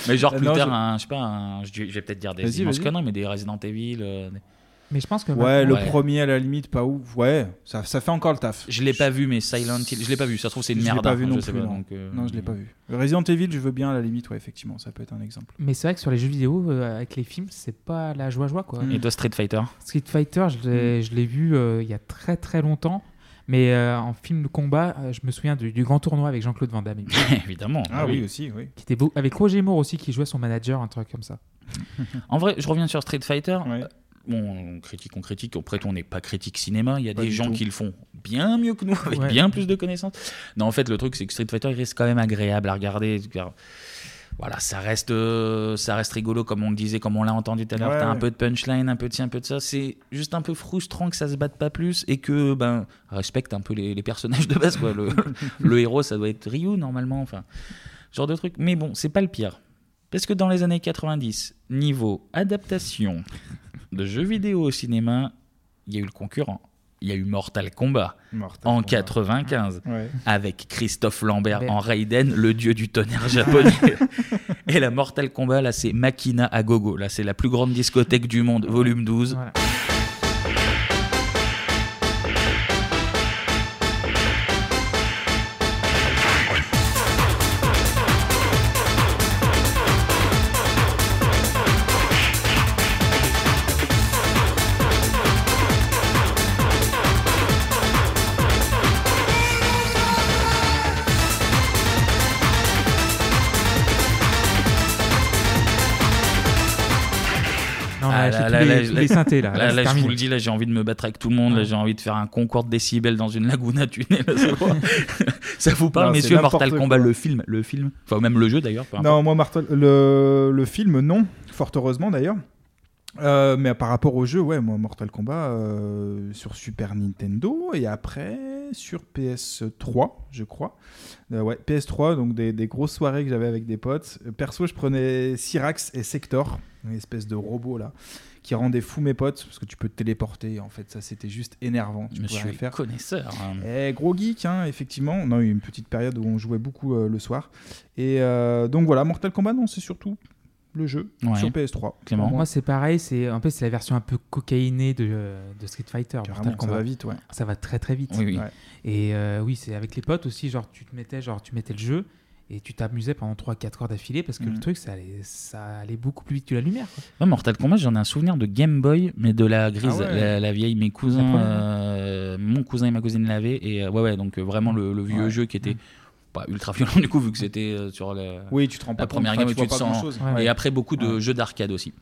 [SPEAKER 1] mais genre
[SPEAKER 8] Euh,
[SPEAKER 1] plus
[SPEAKER 8] non,
[SPEAKER 1] tard,
[SPEAKER 8] je-
[SPEAKER 1] un- je... sais pas, un- je je vais peut-être dire des
[SPEAKER 8] Vas-y,
[SPEAKER 1] immenses
[SPEAKER 8] vas-y.
[SPEAKER 1] conneries, mais des Resident Evil. euh, des-
[SPEAKER 9] Mais je pense que
[SPEAKER 8] Ouais, le
[SPEAKER 1] Ouais.
[SPEAKER 8] premier à la limite, pas ouf. Ouais, ça, ça fait encore le taf.
[SPEAKER 1] Je l'ai pas vu, mais Silent Hill, je l'ai pas vu. Ça se trouve, c'est une
[SPEAKER 8] Je
[SPEAKER 1] merde.
[SPEAKER 8] l'ai pas
[SPEAKER 1] hein,
[SPEAKER 8] vu non
[SPEAKER 1] je sais
[SPEAKER 8] plus.
[SPEAKER 1] pas,
[SPEAKER 8] non.
[SPEAKER 1] donc, euh,
[SPEAKER 8] Non, je l'ai pas vu. Resident Evil, je veux bien à la limite, ouais, effectivement, ça peut être un exemple.
[SPEAKER 9] Mais c'est vrai que sur les jeux vidéo, euh, avec les films, c'est pas la joie joie quoi.
[SPEAKER 1] Et toi, Street Fighter [laughs]
[SPEAKER 9] Street Fighter, je
[SPEAKER 1] Mm.
[SPEAKER 9] l'ai, je l'ai vu euh, il y a très très longtemps. Mais euh, en film de combat, euh, je me souviens du, du grand tournoi avec Jean-Claude Van Damme.
[SPEAKER 1] Évidemment.
[SPEAKER 8] Ah oui, aussi, oui.
[SPEAKER 9] Qui était beau. Avec Roger Moore aussi, qui jouait son manager, un truc comme ça.
[SPEAKER 1] En vrai, je reviens sur Street Fighter. Euh, Bon, on critique, on critique. Après, tout, on n'est pas critique cinéma. Il y a
[SPEAKER 9] Pas
[SPEAKER 1] des
[SPEAKER 9] du
[SPEAKER 1] gens
[SPEAKER 9] tout.
[SPEAKER 1] qui le font bien mieux que nous, avec
[SPEAKER 9] Ouais.
[SPEAKER 1] bien plus de connaissances. Non, en fait, le truc, c'est que Street Fighter, il reste quand même agréable à regarder. car- Voilà, ça reste, euh, ça reste rigolo, comme on le disait, comme on l'a entendu tout à l'heure.
[SPEAKER 9] Ouais,
[SPEAKER 1] T'as un
[SPEAKER 9] ouais.
[SPEAKER 1] peu de punchline, un peu de ci, un peu de ça. C'est juste un peu frustrant que ça se batte pas plus et que, ben, respecte un peu les, les personnages de base. Quoi. Le, le héros, ça doit être Ryu, normalement. Enfin, ce genre de truc. Mais bon, c'est pas le pire. Parce que dans les années 90, niveau adaptation de jeux vidéo au cinéma, il y a eu le concurrent. Il y a eu Mortal Kombat
[SPEAKER 8] Mortal
[SPEAKER 1] en
[SPEAKER 8] Kombat.
[SPEAKER 1] 95
[SPEAKER 8] Ouais.
[SPEAKER 1] avec Christophe Lambert
[SPEAKER 8] Lambert.
[SPEAKER 1] en Raiden, le dieu du tonnerre japonais.
[SPEAKER 8] [laughs]
[SPEAKER 1] Et la Mortal Kombat, là, c'est Makina à gogo. Là, c'est la plus grande discothèque du monde, volume 12.
[SPEAKER 9] Non, on a
[SPEAKER 1] Ah,
[SPEAKER 9] acheté tous les- tous les synthés, là. Là, c'est
[SPEAKER 1] je vous
[SPEAKER 9] terminé.
[SPEAKER 1] le dis, là, j'ai envie de me battre avec tout le monde. Là, j'ai envie de faire un concours de décibels dans une laguna [laughs] tunée. là, c'est
[SPEAKER 8] [laughs]
[SPEAKER 1] bon. Ça vous parle,
[SPEAKER 8] Non, c'est
[SPEAKER 1] messieurs, Mortal
[SPEAKER 8] n'importe
[SPEAKER 1] Kombat,
[SPEAKER 8] quoi.
[SPEAKER 1] le film, le film, enfin même le jeu d'ailleurs. peu importe.
[SPEAKER 8] Non, moi, Mortal- le, le film, non, fort heureusement d'ailleurs. Euh, mais par rapport au jeu, ouais, moi, Mortal Kombat euh, sur Super Nintendo et après sur PS3, je crois. Euh, ouais, PS3, donc des, des grosses soirées que j'avais avec des potes. Euh, Perso, je prenais Syrax et Sector, une espèce de robot là, qui rendait fou mes potes parce que tu peux te téléporter. En fait, ça c'était juste énervant. Tu
[SPEAKER 1] Je
[SPEAKER 8] pouvais
[SPEAKER 1] suis
[SPEAKER 8] rien faire.
[SPEAKER 1] connaisseur, hein.
[SPEAKER 8] Eh, gros geek, hein, effectivement. On a eu une petite période où on jouait beaucoup euh, le soir. Et euh, donc voilà, Mortal Kombat, non, c'est surtout le jeu
[SPEAKER 9] Ouais.
[SPEAKER 8] sur PS3.
[SPEAKER 9] Pour
[SPEAKER 8] Pour
[SPEAKER 9] Moi, c'est pareil. C'est en fait, c'est la version un peu cocaïnée de, de Street Fighter. Mortal
[SPEAKER 8] ça
[SPEAKER 9] Kombat.
[SPEAKER 8] va vite, ouais.
[SPEAKER 9] Ça va très très vite.
[SPEAKER 8] Oui, oui. Ouais.
[SPEAKER 9] Et euh, oui, c'est avec les potes aussi. Genre, tu te mettais, genre, tu mettais le jeu et tu t'amusais pendant 3-4 heures d'affilée parce que
[SPEAKER 1] Mhm.
[SPEAKER 9] le truc, ça allait, ça allait beaucoup plus vite que la lumière. quoi.
[SPEAKER 1] Ouais, Mortal Kombat, j'en ai un souvenir de Game Boy, mais de la grise,
[SPEAKER 9] Ah ouais.
[SPEAKER 1] la, la vieille, mes cousins,
[SPEAKER 9] La première.
[SPEAKER 1] euh, mon cousin et ma cousine l'avaient, et euh, ouais, ouais, donc euh, vraiment le, le vieux jeu qui était pas ultra violent [laughs] du coup, vu que c'était euh, sur la,
[SPEAKER 8] Oui, tu te rends
[SPEAKER 1] la
[SPEAKER 8] pas compte,
[SPEAKER 1] première
[SPEAKER 8] enfin,
[SPEAKER 1] game où
[SPEAKER 8] tu
[SPEAKER 1] tu,
[SPEAKER 8] vois
[SPEAKER 1] te
[SPEAKER 8] pas
[SPEAKER 1] sens.
[SPEAKER 8] grand-chose.
[SPEAKER 1] Et
[SPEAKER 8] Ouais.
[SPEAKER 1] après, beaucoup de jeux d'arcade aussi.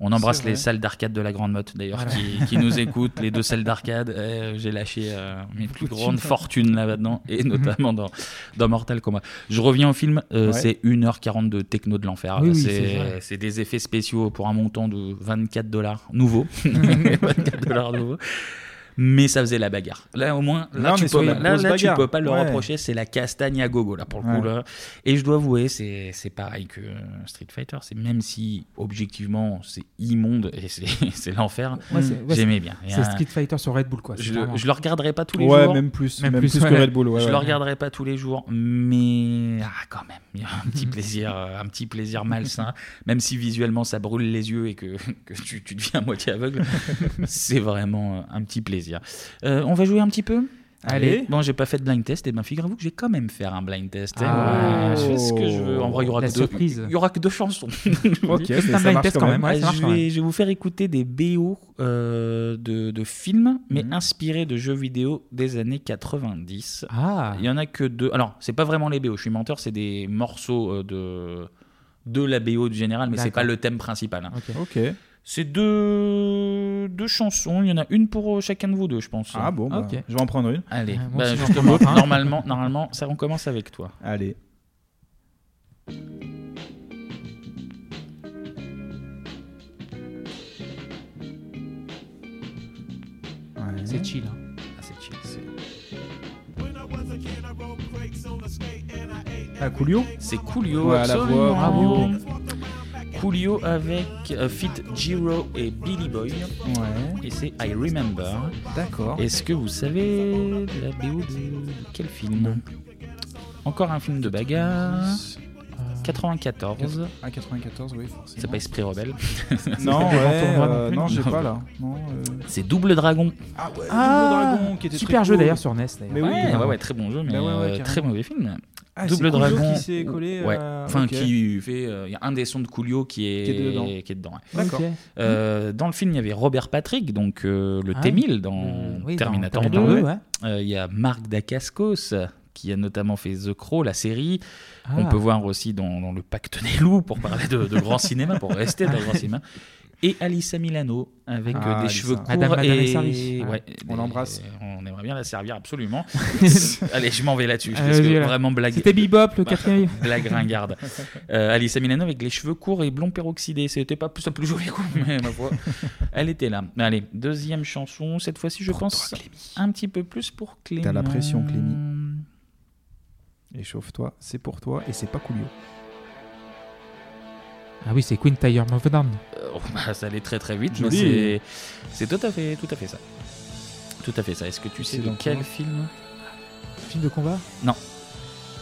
[SPEAKER 1] On embrasse
[SPEAKER 8] C'est vrai.
[SPEAKER 1] les salles d'arcade de la Grande Motte, d'ailleurs,
[SPEAKER 8] Voilà.
[SPEAKER 1] qui, qui nous écoutent, les deux salles d'arcade. Euh, J'ai lâché euh, mes plus
[SPEAKER 8] de
[SPEAKER 1] grandes
[SPEAKER 8] thunes.
[SPEAKER 1] fortunes là-dedans, et notamment dans, dans Mortal Kombat. Je reviens au film, euh,
[SPEAKER 8] Ouais.
[SPEAKER 1] c'est 1h40 de techno de l'enfer.
[SPEAKER 8] Oui, oui,
[SPEAKER 1] C'est-
[SPEAKER 8] c'est vrai.
[SPEAKER 1] c'est des effets spéciaux pour un montant de 24 dollars nouveau. [laughs] 24 dollars nouveau. Mais ça faisait la bagarre. Là, au moins, là,
[SPEAKER 8] Non,
[SPEAKER 1] tu, peux,
[SPEAKER 8] mais c'est
[SPEAKER 1] pas-
[SPEAKER 8] une
[SPEAKER 1] là,
[SPEAKER 8] grosse
[SPEAKER 1] là, tu
[SPEAKER 8] bagarre.
[SPEAKER 1] peux pas le
[SPEAKER 8] Ouais.
[SPEAKER 1] reprocher. C'est la castagne à gogo, là, pour le coup.
[SPEAKER 8] Ouais.
[SPEAKER 1] Là. Et je dois avouer, c'est c'est pareil que euh, Street Fighter. C'est Même si, objectivement, c'est immonde et c'est [laughs] c'est l'enfer,
[SPEAKER 9] Ouais, c'est- ouais,
[SPEAKER 1] j'aimais
[SPEAKER 9] c'est-
[SPEAKER 1] bien. Il y
[SPEAKER 9] C'est
[SPEAKER 1] a-
[SPEAKER 9] Street Fighter sur Red Bull, quoi.
[SPEAKER 1] je, le- je le regarderai pas tous les
[SPEAKER 8] Ouais,
[SPEAKER 1] jours.
[SPEAKER 8] même plus, Même même plus, plus que ouais. Red Bull, ouais,
[SPEAKER 1] je
[SPEAKER 8] ouais.
[SPEAKER 1] le regarderai pas tous les jours, mais ah, quand même, il y a un
[SPEAKER 9] [laughs]
[SPEAKER 1] petit plaisir, euh, un petit plaisir malsain, même si visuellement ça brûle les yeux et que, [laughs] que tu, tu deviens à moitié
[SPEAKER 9] [laughs]
[SPEAKER 1] aveugle, c'est vraiment euh, un petit plaisir. Euh, on va jouer un petit peu.
[SPEAKER 9] Allez.
[SPEAKER 1] Bon, j'ai pas fait de blind test, et ben figurez-vous que j'ai quand même fait un blind test. hein.
[SPEAKER 9] Ah.
[SPEAKER 1] Ouais, je fais ce que je veux. En vrai, il y aura
[SPEAKER 9] La
[SPEAKER 1] que deux-
[SPEAKER 9] surprise.
[SPEAKER 1] il y aura que deux chansons.
[SPEAKER 9] Ok, C'est un mais ça blind marche test quand quand même. même. Ouais, ça
[SPEAKER 1] Euh,
[SPEAKER 9] marche
[SPEAKER 1] je,
[SPEAKER 9] quand
[SPEAKER 1] vais,
[SPEAKER 9] même.
[SPEAKER 1] je vais vous faire écouter des BO euh, de, de films, mais
[SPEAKER 9] Mhm.
[SPEAKER 1] inspirés de jeux vidéo des années 90.
[SPEAKER 9] Ah.
[SPEAKER 1] Il y en a que deux. Alors, c'est pas vraiment les BO, je suis menteur, c'est des morceaux euh, de, de la BO du général, mais c'est
[SPEAKER 9] D'accord.
[SPEAKER 1] pas le thème principal. hein.
[SPEAKER 9] Ah,
[SPEAKER 8] Ok.
[SPEAKER 1] C'est deux, deux chansons, il y en a une pour euh, chacun de vous deux, je pense.
[SPEAKER 8] Ah bon, bah,
[SPEAKER 1] Ok.
[SPEAKER 8] je vais en prendre une.
[SPEAKER 1] Allez,
[SPEAKER 8] Ah, moi
[SPEAKER 1] bah,
[SPEAKER 8] aussi, j'en
[SPEAKER 1] justement,
[SPEAKER 8] prends une.
[SPEAKER 1] normalement, normalement, ça on commence avec toi.
[SPEAKER 8] Allez.
[SPEAKER 9] C'est chill. hein.
[SPEAKER 1] c'est chill.
[SPEAKER 8] Ah, Coolio
[SPEAKER 1] C'est Coolio,
[SPEAKER 8] Ouais, à la
[SPEAKER 1] absolument.
[SPEAKER 8] voix, Coolio.
[SPEAKER 1] Coolio avec euh, Fit Giro et Billy Boy. Et c'est I Remember.
[SPEAKER 8] D'accord.
[SPEAKER 1] Est-ce que vous savez la BO de, de quel film Encore un film de bagarre. 94.
[SPEAKER 8] À 94, oui, forcément.
[SPEAKER 1] C'est pas Esprit Rebelle [laughs]
[SPEAKER 8] Non, ouais, euh, non, j'ai pas là. Non, euh,
[SPEAKER 1] C'est Double Dragon.
[SPEAKER 8] Ah ouais,
[SPEAKER 9] Ah,
[SPEAKER 8] Double Dragon qui était
[SPEAKER 9] super
[SPEAKER 8] très
[SPEAKER 9] jeu
[SPEAKER 8] cool.
[SPEAKER 9] d'ailleurs sur NES, d'ailleurs.
[SPEAKER 8] Mais oui,
[SPEAKER 1] ouais,
[SPEAKER 8] hein.
[SPEAKER 1] ouais, ouais, très bon jeu, mais
[SPEAKER 8] Bah ouais, ouais,
[SPEAKER 1] euh,
[SPEAKER 8] carrément.
[SPEAKER 1] très mauvais film.
[SPEAKER 8] Ah,
[SPEAKER 1] Double
[SPEAKER 8] c'est Coolio
[SPEAKER 1] Dragon.
[SPEAKER 8] qui s'est collé,
[SPEAKER 1] Ouais.
[SPEAKER 8] euh,
[SPEAKER 1] Enfin,
[SPEAKER 8] ok.
[SPEAKER 1] qui fait. euh, Il y a un des sons de Coolio qui est
[SPEAKER 8] Qui est dedans.
[SPEAKER 1] Qui est dedans ouais.
[SPEAKER 8] D'accord. Ok.
[SPEAKER 1] Euh, dans le film, il y avait Robert Patrick, donc euh, le
[SPEAKER 9] Ah
[SPEAKER 1] T-1000
[SPEAKER 9] oui.
[SPEAKER 1] dans
[SPEAKER 9] Oui, dans
[SPEAKER 1] Terminator
[SPEAKER 9] Terminator
[SPEAKER 1] 2.
[SPEAKER 9] 2,
[SPEAKER 1] Euh, Il
[SPEAKER 9] ouais.
[SPEAKER 1] y a Marc Dacascos qui a notamment fait The Crow, la série,
[SPEAKER 9] Ah.
[SPEAKER 1] qu'on peut voir aussi dans, dans Le Pacte des Loups, pour parler de, de grand cinéma, pour rester dans le grand cinéma. Et Alissa Milano, avec euh,
[SPEAKER 9] Ah,
[SPEAKER 1] des
[SPEAKER 9] Alyssa.
[SPEAKER 1] cheveux courts
[SPEAKER 9] Madame- Madame est
[SPEAKER 1] et...
[SPEAKER 9] servie.
[SPEAKER 1] ouais,
[SPEAKER 9] On
[SPEAKER 1] des-
[SPEAKER 9] l'embrasse.
[SPEAKER 1] On aimerait bien la servir, absolument.
[SPEAKER 9] [laughs]
[SPEAKER 1] Allez, je m'en vais là-dessus.
[SPEAKER 9] Euh,
[SPEAKER 1] Parce que
[SPEAKER 9] voilà.
[SPEAKER 1] vraiment blague.
[SPEAKER 9] C'était Bebop, le
[SPEAKER 1] Bah,
[SPEAKER 9] quatrième.
[SPEAKER 1] Blague ringarde. Euh, Alissa Milano avec les cheveux courts et blond peroxydé. C'était pas plus- ça plus joli, quoi, mais ma foi. Elle était là. Allez, deuxième chanson. Cette fois-ci, je pense un petit peu plus pour Clémy.
[SPEAKER 8] T'as la pression, Clémy. Échauffe-toi, c'est pour toi et c'est pas Coolio.
[SPEAKER 9] [laughs]
[SPEAKER 8] Euh,
[SPEAKER 9] Ah oui, c'est Queen Tire Move Down.
[SPEAKER 1] Euh, oh, [laughs] bah, ça allait très très vite. mais
[SPEAKER 9] Joli.
[SPEAKER 1] C'est c'est tout à fait, tout à fait ça. Tout à fait ça. Est-ce que tu sais
[SPEAKER 9] C'est
[SPEAKER 1] de
[SPEAKER 9] dans
[SPEAKER 1] quel
[SPEAKER 9] quoi
[SPEAKER 1] film
[SPEAKER 9] Film de combat
[SPEAKER 1] Non.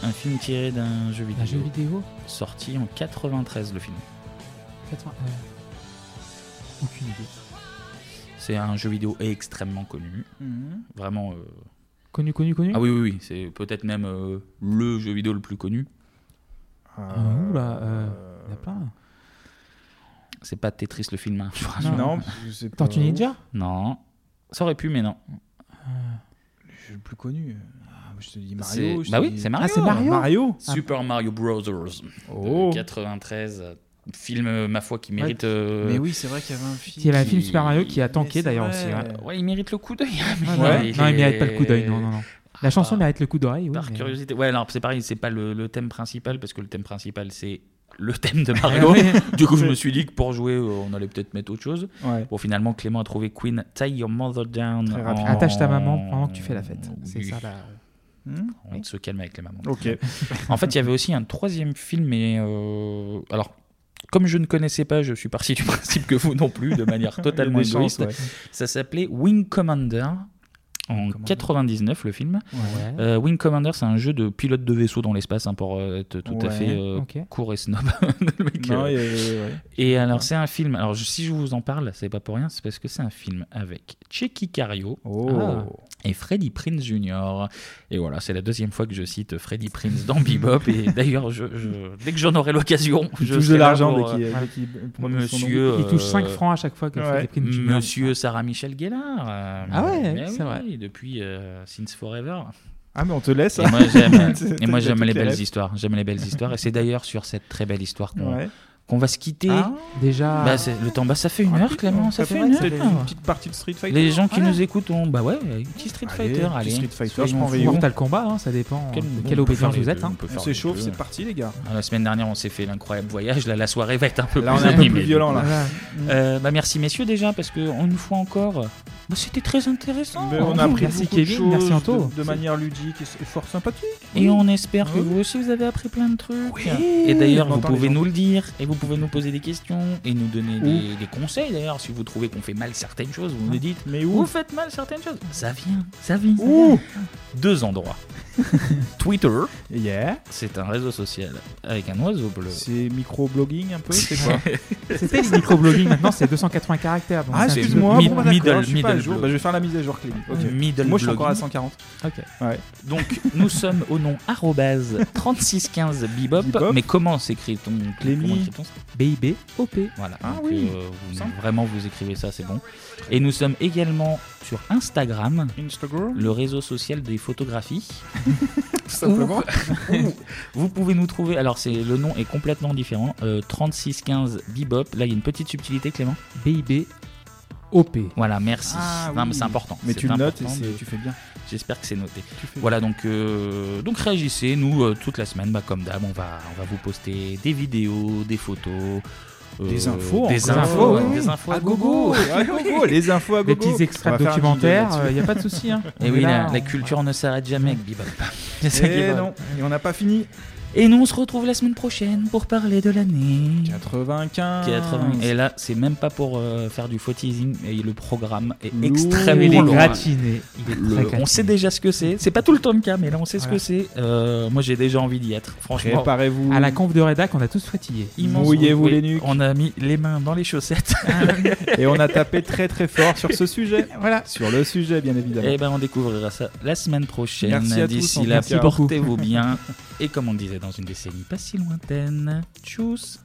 [SPEAKER 1] Un film tiré d'un jeu vidéo.
[SPEAKER 9] jeu vidéo
[SPEAKER 1] Sorti en 93 le film.
[SPEAKER 9] 80, euh, Aucune idée.
[SPEAKER 1] C'est un jeu vidéo extrêmement connu.
[SPEAKER 9] Mhm.
[SPEAKER 1] Vraiment. euh,
[SPEAKER 9] Connu, connu, connu
[SPEAKER 1] Ah oui, oui, oui. C'est peut-être même euh, le jeu vidéo le plus connu.
[SPEAKER 9] Ah, oula, euh, il y en a plein.
[SPEAKER 1] C'est pas Tetris le film. hein, [laughs] je vous
[SPEAKER 9] Non.
[SPEAKER 1] rassure.
[SPEAKER 9] Non, c'est pas
[SPEAKER 8] Oh.
[SPEAKER 9] Tortue Ninja ouf.
[SPEAKER 1] Non. Ça aurait pu, mais non.
[SPEAKER 8] Le plus connu. Ah, moi, je te dis
[SPEAKER 1] C'est-
[SPEAKER 8] Mario. je
[SPEAKER 1] Bah
[SPEAKER 8] te
[SPEAKER 1] oui,
[SPEAKER 8] dis-
[SPEAKER 1] c'est Mario. Ah,
[SPEAKER 8] Mario.
[SPEAKER 1] Super Mario Bros.
[SPEAKER 8] Oh.
[SPEAKER 1] 93. Film, euh, ma foi, qui
[SPEAKER 8] Ouais.
[SPEAKER 1] mérite. euh,
[SPEAKER 8] Mais oui, c'est vrai qu'il y avait un film
[SPEAKER 9] Il y avait un
[SPEAKER 1] qui-
[SPEAKER 9] film Super Mario qui a
[SPEAKER 1] Mais
[SPEAKER 9] tanké
[SPEAKER 1] c'est
[SPEAKER 9] d'ailleurs
[SPEAKER 1] vrai.
[SPEAKER 9] aussi. ouais.
[SPEAKER 1] Euh, Ouais, il mérite le coup d'œil. [laughs]
[SPEAKER 9] Ouais.
[SPEAKER 1] Il
[SPEAKER 9] Ah, Non, il
[SPEAKER 1] est-
[SPEAKER 9] mérite pas le coup d'œil, non, non, non. La chanson mérite le coup d'œil, oui.
[SPEAKER 1] Ah. Par
[SPEAKER 9] mais-
[SPEAKER 1] curiosité. Ouais, alors c'est pareil, c'est pas le, le thème principal, parce que le thème principal, c'est le thème
[SPEAKER 9] [laughs]
[SPEAKER 1] de Mario.
[SPEAKER 9] Ouais.
[SPEAKER 1] du coup, je me suis dit que pour jouer, euh, on allait peut-être mettre autre chose.
[SPEAKER 9] Ouais.
[SPEAKER 1] Bon, finalement, Clément a trouvé Queen, Tie Your Mother Down.
[SPEAKER 9] Très rapide.
[SPEAKER 1] en-
[SPEAKER 9] Attache ta maman pendant que tu fais la fête.
[SPEAKER 1] Oh, Oui.
[SPEAKER 9] C'est ça la. Hmm
[SPEAKER 1] On se calme avec les mamans.
[SPEAKER 9] Ok.
[SPEAKER 1] en fait, il y avait aussi un troisième film, mais euh, alors. Comme je ne connaissais pas, je suis parti du [laughs] principe que vous non plus, de manière totalement
[SPEAKER 8] Il y a des chances,
[SPEAKER 1] égoïste. Ça s'appelait Wing Commander en 99, le film.
[SPEAKER 9] Ouais.
[SPEAKER 1] Euh, Wing Commander, c'est un jeu de pilote de vaisseau dans l'espace, hein, pour euh, être tout à
[SPEAKER 8] Ouais,
[SPEAKER 1] fait euh,
[SPEAKER 8] ok.
[SPEAKER 1] court et snob. [laughs] Le mec,
[SPEAKER 8] Non,
[SPEAKER 1] euh,
[SPEAKER 8] il y a- ouais.
[SPEAKER 1] Et alors, c'est un film. Alors, je- si je vous en parle, c'est pas pour rien, c'est parce que c'est un film avec Checky Cario
[SPEAKER 8] Ah.
[SPEAKER 1] et Freddie Prinze Jr. Et voilà, c'est la deuxième fois que je cite Freddie Prinze dans Bebop. Et d'ailleurs, je, je- dès que j'en aurai l'occasion,
[SPEAKER 8] Il
[SPEAKER 1] je
[SPEAKER 8] touche de
[SPEAKER 1] serai là
[SPEAKER 8] l'argent
[SPEAKER 1] pour,
[SPEAKER 8] dès qu'il-
[SPEAKER 1] euh,
[SPEAKER 8] dès qu'il prend son
[SPEAKER 1] Monsieur,
[SPEAKER 8] nom. Il touche
[SPEAKER 1] euh,
[SPEAKER 8] 5 francs à chaque fois que Freddie Prinze Jr.
[SPEAKER 1] Mm, Monsieur Sarah Michel Gellar. euh,
[SPEAKER 8] Ah ouais,
[SPEAKER 1] mais
[SPEAKER 8] c'est
[SPEAKER 1] oui,
[SPEAKER 8] vrai.
[SPEAKER 1] Depuis euh, Since Forever.
[SPEAKER 8] Ah, mais on te laisse,
[SPEAKER 1] Et
[SPEAKER 8] hein.
[SPEAKER 1] moi
[SPEAKER 8] [laughs]
[SPEAKER 1] j'aime, et moi,
[SPEAKER 8] T'as
[SPEAKER 1] j'aime
[SPEAKER 8] toutes
[SPEAKER 1] les
[SPEAKER 8] les
[SPEAKER 1] belles
[SPEAKER 8] rêves.
[SPEAKER 1] histoires. J'aime les belles histoires. Et c'est d'ailleurs sur cette très belle histoire qu'on
[SPEAKER 8] hein. Ouais.
[SPEAKER 1] qu'on va se quitter.
[SPEAKER 8] Ah,
[SPEAKER 9] déjà.
[SPEAKER 1] Bah, c'est- le temps bah, ça fait une heure, Clément. Ça fait une heure.
[SPEAKER 8] C'était une petite partie de Street Fighter.
[SPEAKER 1] Les gens qui
[SPEAKER 8] Voilà.
[SPEAKER 1] nous écoutent ont. Bah ouais, un petit Street
[SPEAKER 8] Allez,
[SPEAKER 1] Fighter.
[SPEAKER 8] petit
[SPEAKER 1] Allez,
[SPEAKER 8] Street Fighter, je
[SPEAKER 1] Soyons
[SPEAKER 8] m'en vais
[SPEAKER 1] fous.
[SPEAKER 8] où
[SPEAKER 9] T'as le combat, hein, ça dépend
[SPEAKER 1] Quel-
[SPEAKER 9] de
[SPEAKER 1] on
[SPEAKER 9] quelle
[SPEAKER 1] peut
[SPEAKER 9] obédience
[SPEAKER 1] faire les
[SPEAKER 9] vous êtes,
[SPEAKER 1] deux,
[SPEAKER 9] hein.
[SPEAKER 1] peut faire
[SPEAKER 8] On
[SPEAKER 1] les
[SPEAKER 8] s'échauffe,
[SPEAKER 1] deux.
[SPEAKER 8] Ah, c'est parti, les gars.
[SPEAKER 1] Ah, La semaine dernière, on s'est fait l'incroyable voyage. Là, la soirée va être un peu
[SPEAKER 8] Là, on
[SPEAKER 1] plus
[SPEAKER 8] est un peu plus
[SPEAKER 1] animée.
[SPEAKER 8] violent, là.
[SPEAKER 1] Voilà. Euh, bah, merci, messieurs, déjà, parce que une fois encore, bah, c'était très intéressant.
[SPEAKER 8] Mais on a appris
[SPEAKER 9] Merci
[SPEAKER 8] beaucoup de
[SPEAKER 9] Kevin, merci
[SPEAKER 8] choses
[SPEAKER 9] Anto.
[SPEAKER 8] de- De manière ludique et et fort sympathique.
[SPEAKER 1] Et on espère que vous aussi vous avez appris plein de trucs. Et d'ailleurs,
[SPEAKER 8] On
[SPEAKER 1] vous
[SPEAKER 8] entend les
[SPEAKER 1] pouvez
[SPEAKER 8] gens.
[SPEAKER 1] nous le dire, et vous pouvez nous poser des questions, et nous donner des, des conseils d'ailleurs. Si vous trouvez qu'on fait mal certaines choses, vous nous dites
[SPEAKER 8] Mais
[SPEAKER 1] Vous faites mal certaines choses. Ça vient, ça vient. ça
[SPEAKER 8] Ouh.
[SPEAKER 1] vient. Deux [laughs] endroits. Twitter, c'est un réseau social avec un oiseau bleu.
[SPEAKER 8] Euh. C'est micro-blogging un peu, c'est
[SPEAKER 1] [laughs]
[SPEAKER 8] quoi
[SPEAKER 9] C'était le microblogging, maintenant c'est 280 caractères. donc
[SPEAKER 8] Ah,
[SPEAKER 9] c'est un
[SPEAKER 8] excuse-moi,
[SPEAKER 9] peu-
[SPEAKER 8] bon, bah, d'accord, je suis pas à jour. Bah, je vais faire la mise à jour, Clémy. Ok.
[SPEAKER 1] Middle
[SPEAKER 8] Moi, je suis encore à
[SPEAKER 1] blogging.
[SPEAKER 8] 140.
[SPEAKER 9] Ok.
[SPEAKER 8] Ouais.
[SPEAKER 1] Donc, nous sommes au nom arrobase 3615 bebop. Mais comment s'écrit ton
[SPEAKER 8] Clémy.
[SPEAKER 1] comment écrit-on ça
[SPEAKER 9] B-I-B-O-P.
[SPEAKER 1] Voilà.
[SPEAKER 9] Ah
[SPEAKER 1] donc,
[SPEAKER 9] oui.
[SPEAKER 1] euh, vous-
[SPEAKER 9] Simple.
[SPEAKER 1] vraiment, vous écrivez ça, c'est bon. Et nous sommes également sur Instagram, le réseau social des
[SPEAKER 8] [laughs]
[SPEAKER 1] photographies.
[SPEAKER 8] simplement.
[SPEAKER 1] Où- où vous pouvez nous trouver. Alors, c'est le nom est complètement différent. euh, 3615 Bebop. Là, il y a une petite subtilité, Clément.
[SPEAKER 9] B-I-B. OP.
[SPEAKER 1] Voilà, merci. Non, mais c'est important.
[SPEAKER 8] Ah Mais
[SPEAKER 1] c'est
[SPEAKER 8] tu le notes et
[SPEAKER 1] important
[SPEAKER 8] c'est-
[SPEAKER 1] de-
[SPEAKER 8] tu fais bien.
[SPEAKER 1] J'espère que c'est noté. Voilà, donc, euh, donc réagissez. Nous, euh, toute la semaine, bah, comme d'hab, on va, on va vous poster des vidéos, des photos. euh,
[SPEAKER 8] Des infos,
[SPEAKER 1] des
[SPEAKER 8] encore. Ah
[SPEAKER 1] infos,
[SPEAKER 8] Ouais,
[SPEAKER 1] ouais,
[SPEAKER 8] ouais.
[SPEAKER 1] des infos à
[SPEAKER 8] À
[SPEAKER 1] gogo,
[SPEAKER 8] gogo, à gogo, les infos à
[SPEAKER 1] Des
[SPEAKER 8] Des gogo. petits extraits On va faire un vidéo documentaires, là-dessus. euh, y a pas de souci, hein.
[SPEAKER 1] Et
[SPEAKER 8] On
[SPEAKER 1] Eh oui,
[SPEAKER 8] est là,
[SPEAKER 1] la, la
[SPEAKER 8] on-
[SPEAKER 1] culture ne s'arrête jamais avec Bebop. [laughs] C'est euh, ça qui est
[SPEAKER 8] Eh Et
[SPEAKER 1] vrai.
[SPEAKER 8] non, et on n'a pas fini.
[SPEAKER 1] Et nous, on se retrouve la semaine prochaine pour parler de l'année
[SPEAKER 8] 95.
[SPEAKER 1] 80. Et là, c'est même pas pour euh, faire du faux teasing, mais le programme est
[SPEAKER 8] Lourd.
[SPEAKER 1] extrêmement
[SPEAKER 8] Il est
[SPEAKER 1] lourd.
[SPEAKER 8] gratiné. Il est
[SPEAKER 1] Le-
[SPEAKER 8] très gratiné.
[SPEAKER 1] on sait déjà ce que c'est. C'est pas tout le temps le cas, mais là, on sait
[SPEAKER 9] Voilà.
[SPEAKER 1] ce que c'est. Euh, moi, j'ai déjà envie d'y être. Franchement,
[SPEAKER 9] À la conf de Redac, on a tous fatigué.
[SPEAKER 1] Immense. Oui, On a mis les mains dans les chaussettes.
[SPEAKER 8] Et on a tapé très très fort sur ce sujet.
[SPEAKER 1] Voilà.
[SPEAKER 8] Sur le sujet, bien évidemment.
[SPEAKER 1] Eh ben, on découvrira ça la semaine prochaine.
[SPEAKER 8] Merci à tous, en
[SPEAKER 1] D'ici
[SPEAKER 8] tout
[SPEAKER 1] là,
[SPEAKER 8] cas.
[SPEAKER 1] portez-vous bien. Et comme on disait dans une décennie pas si lointaine, tchuss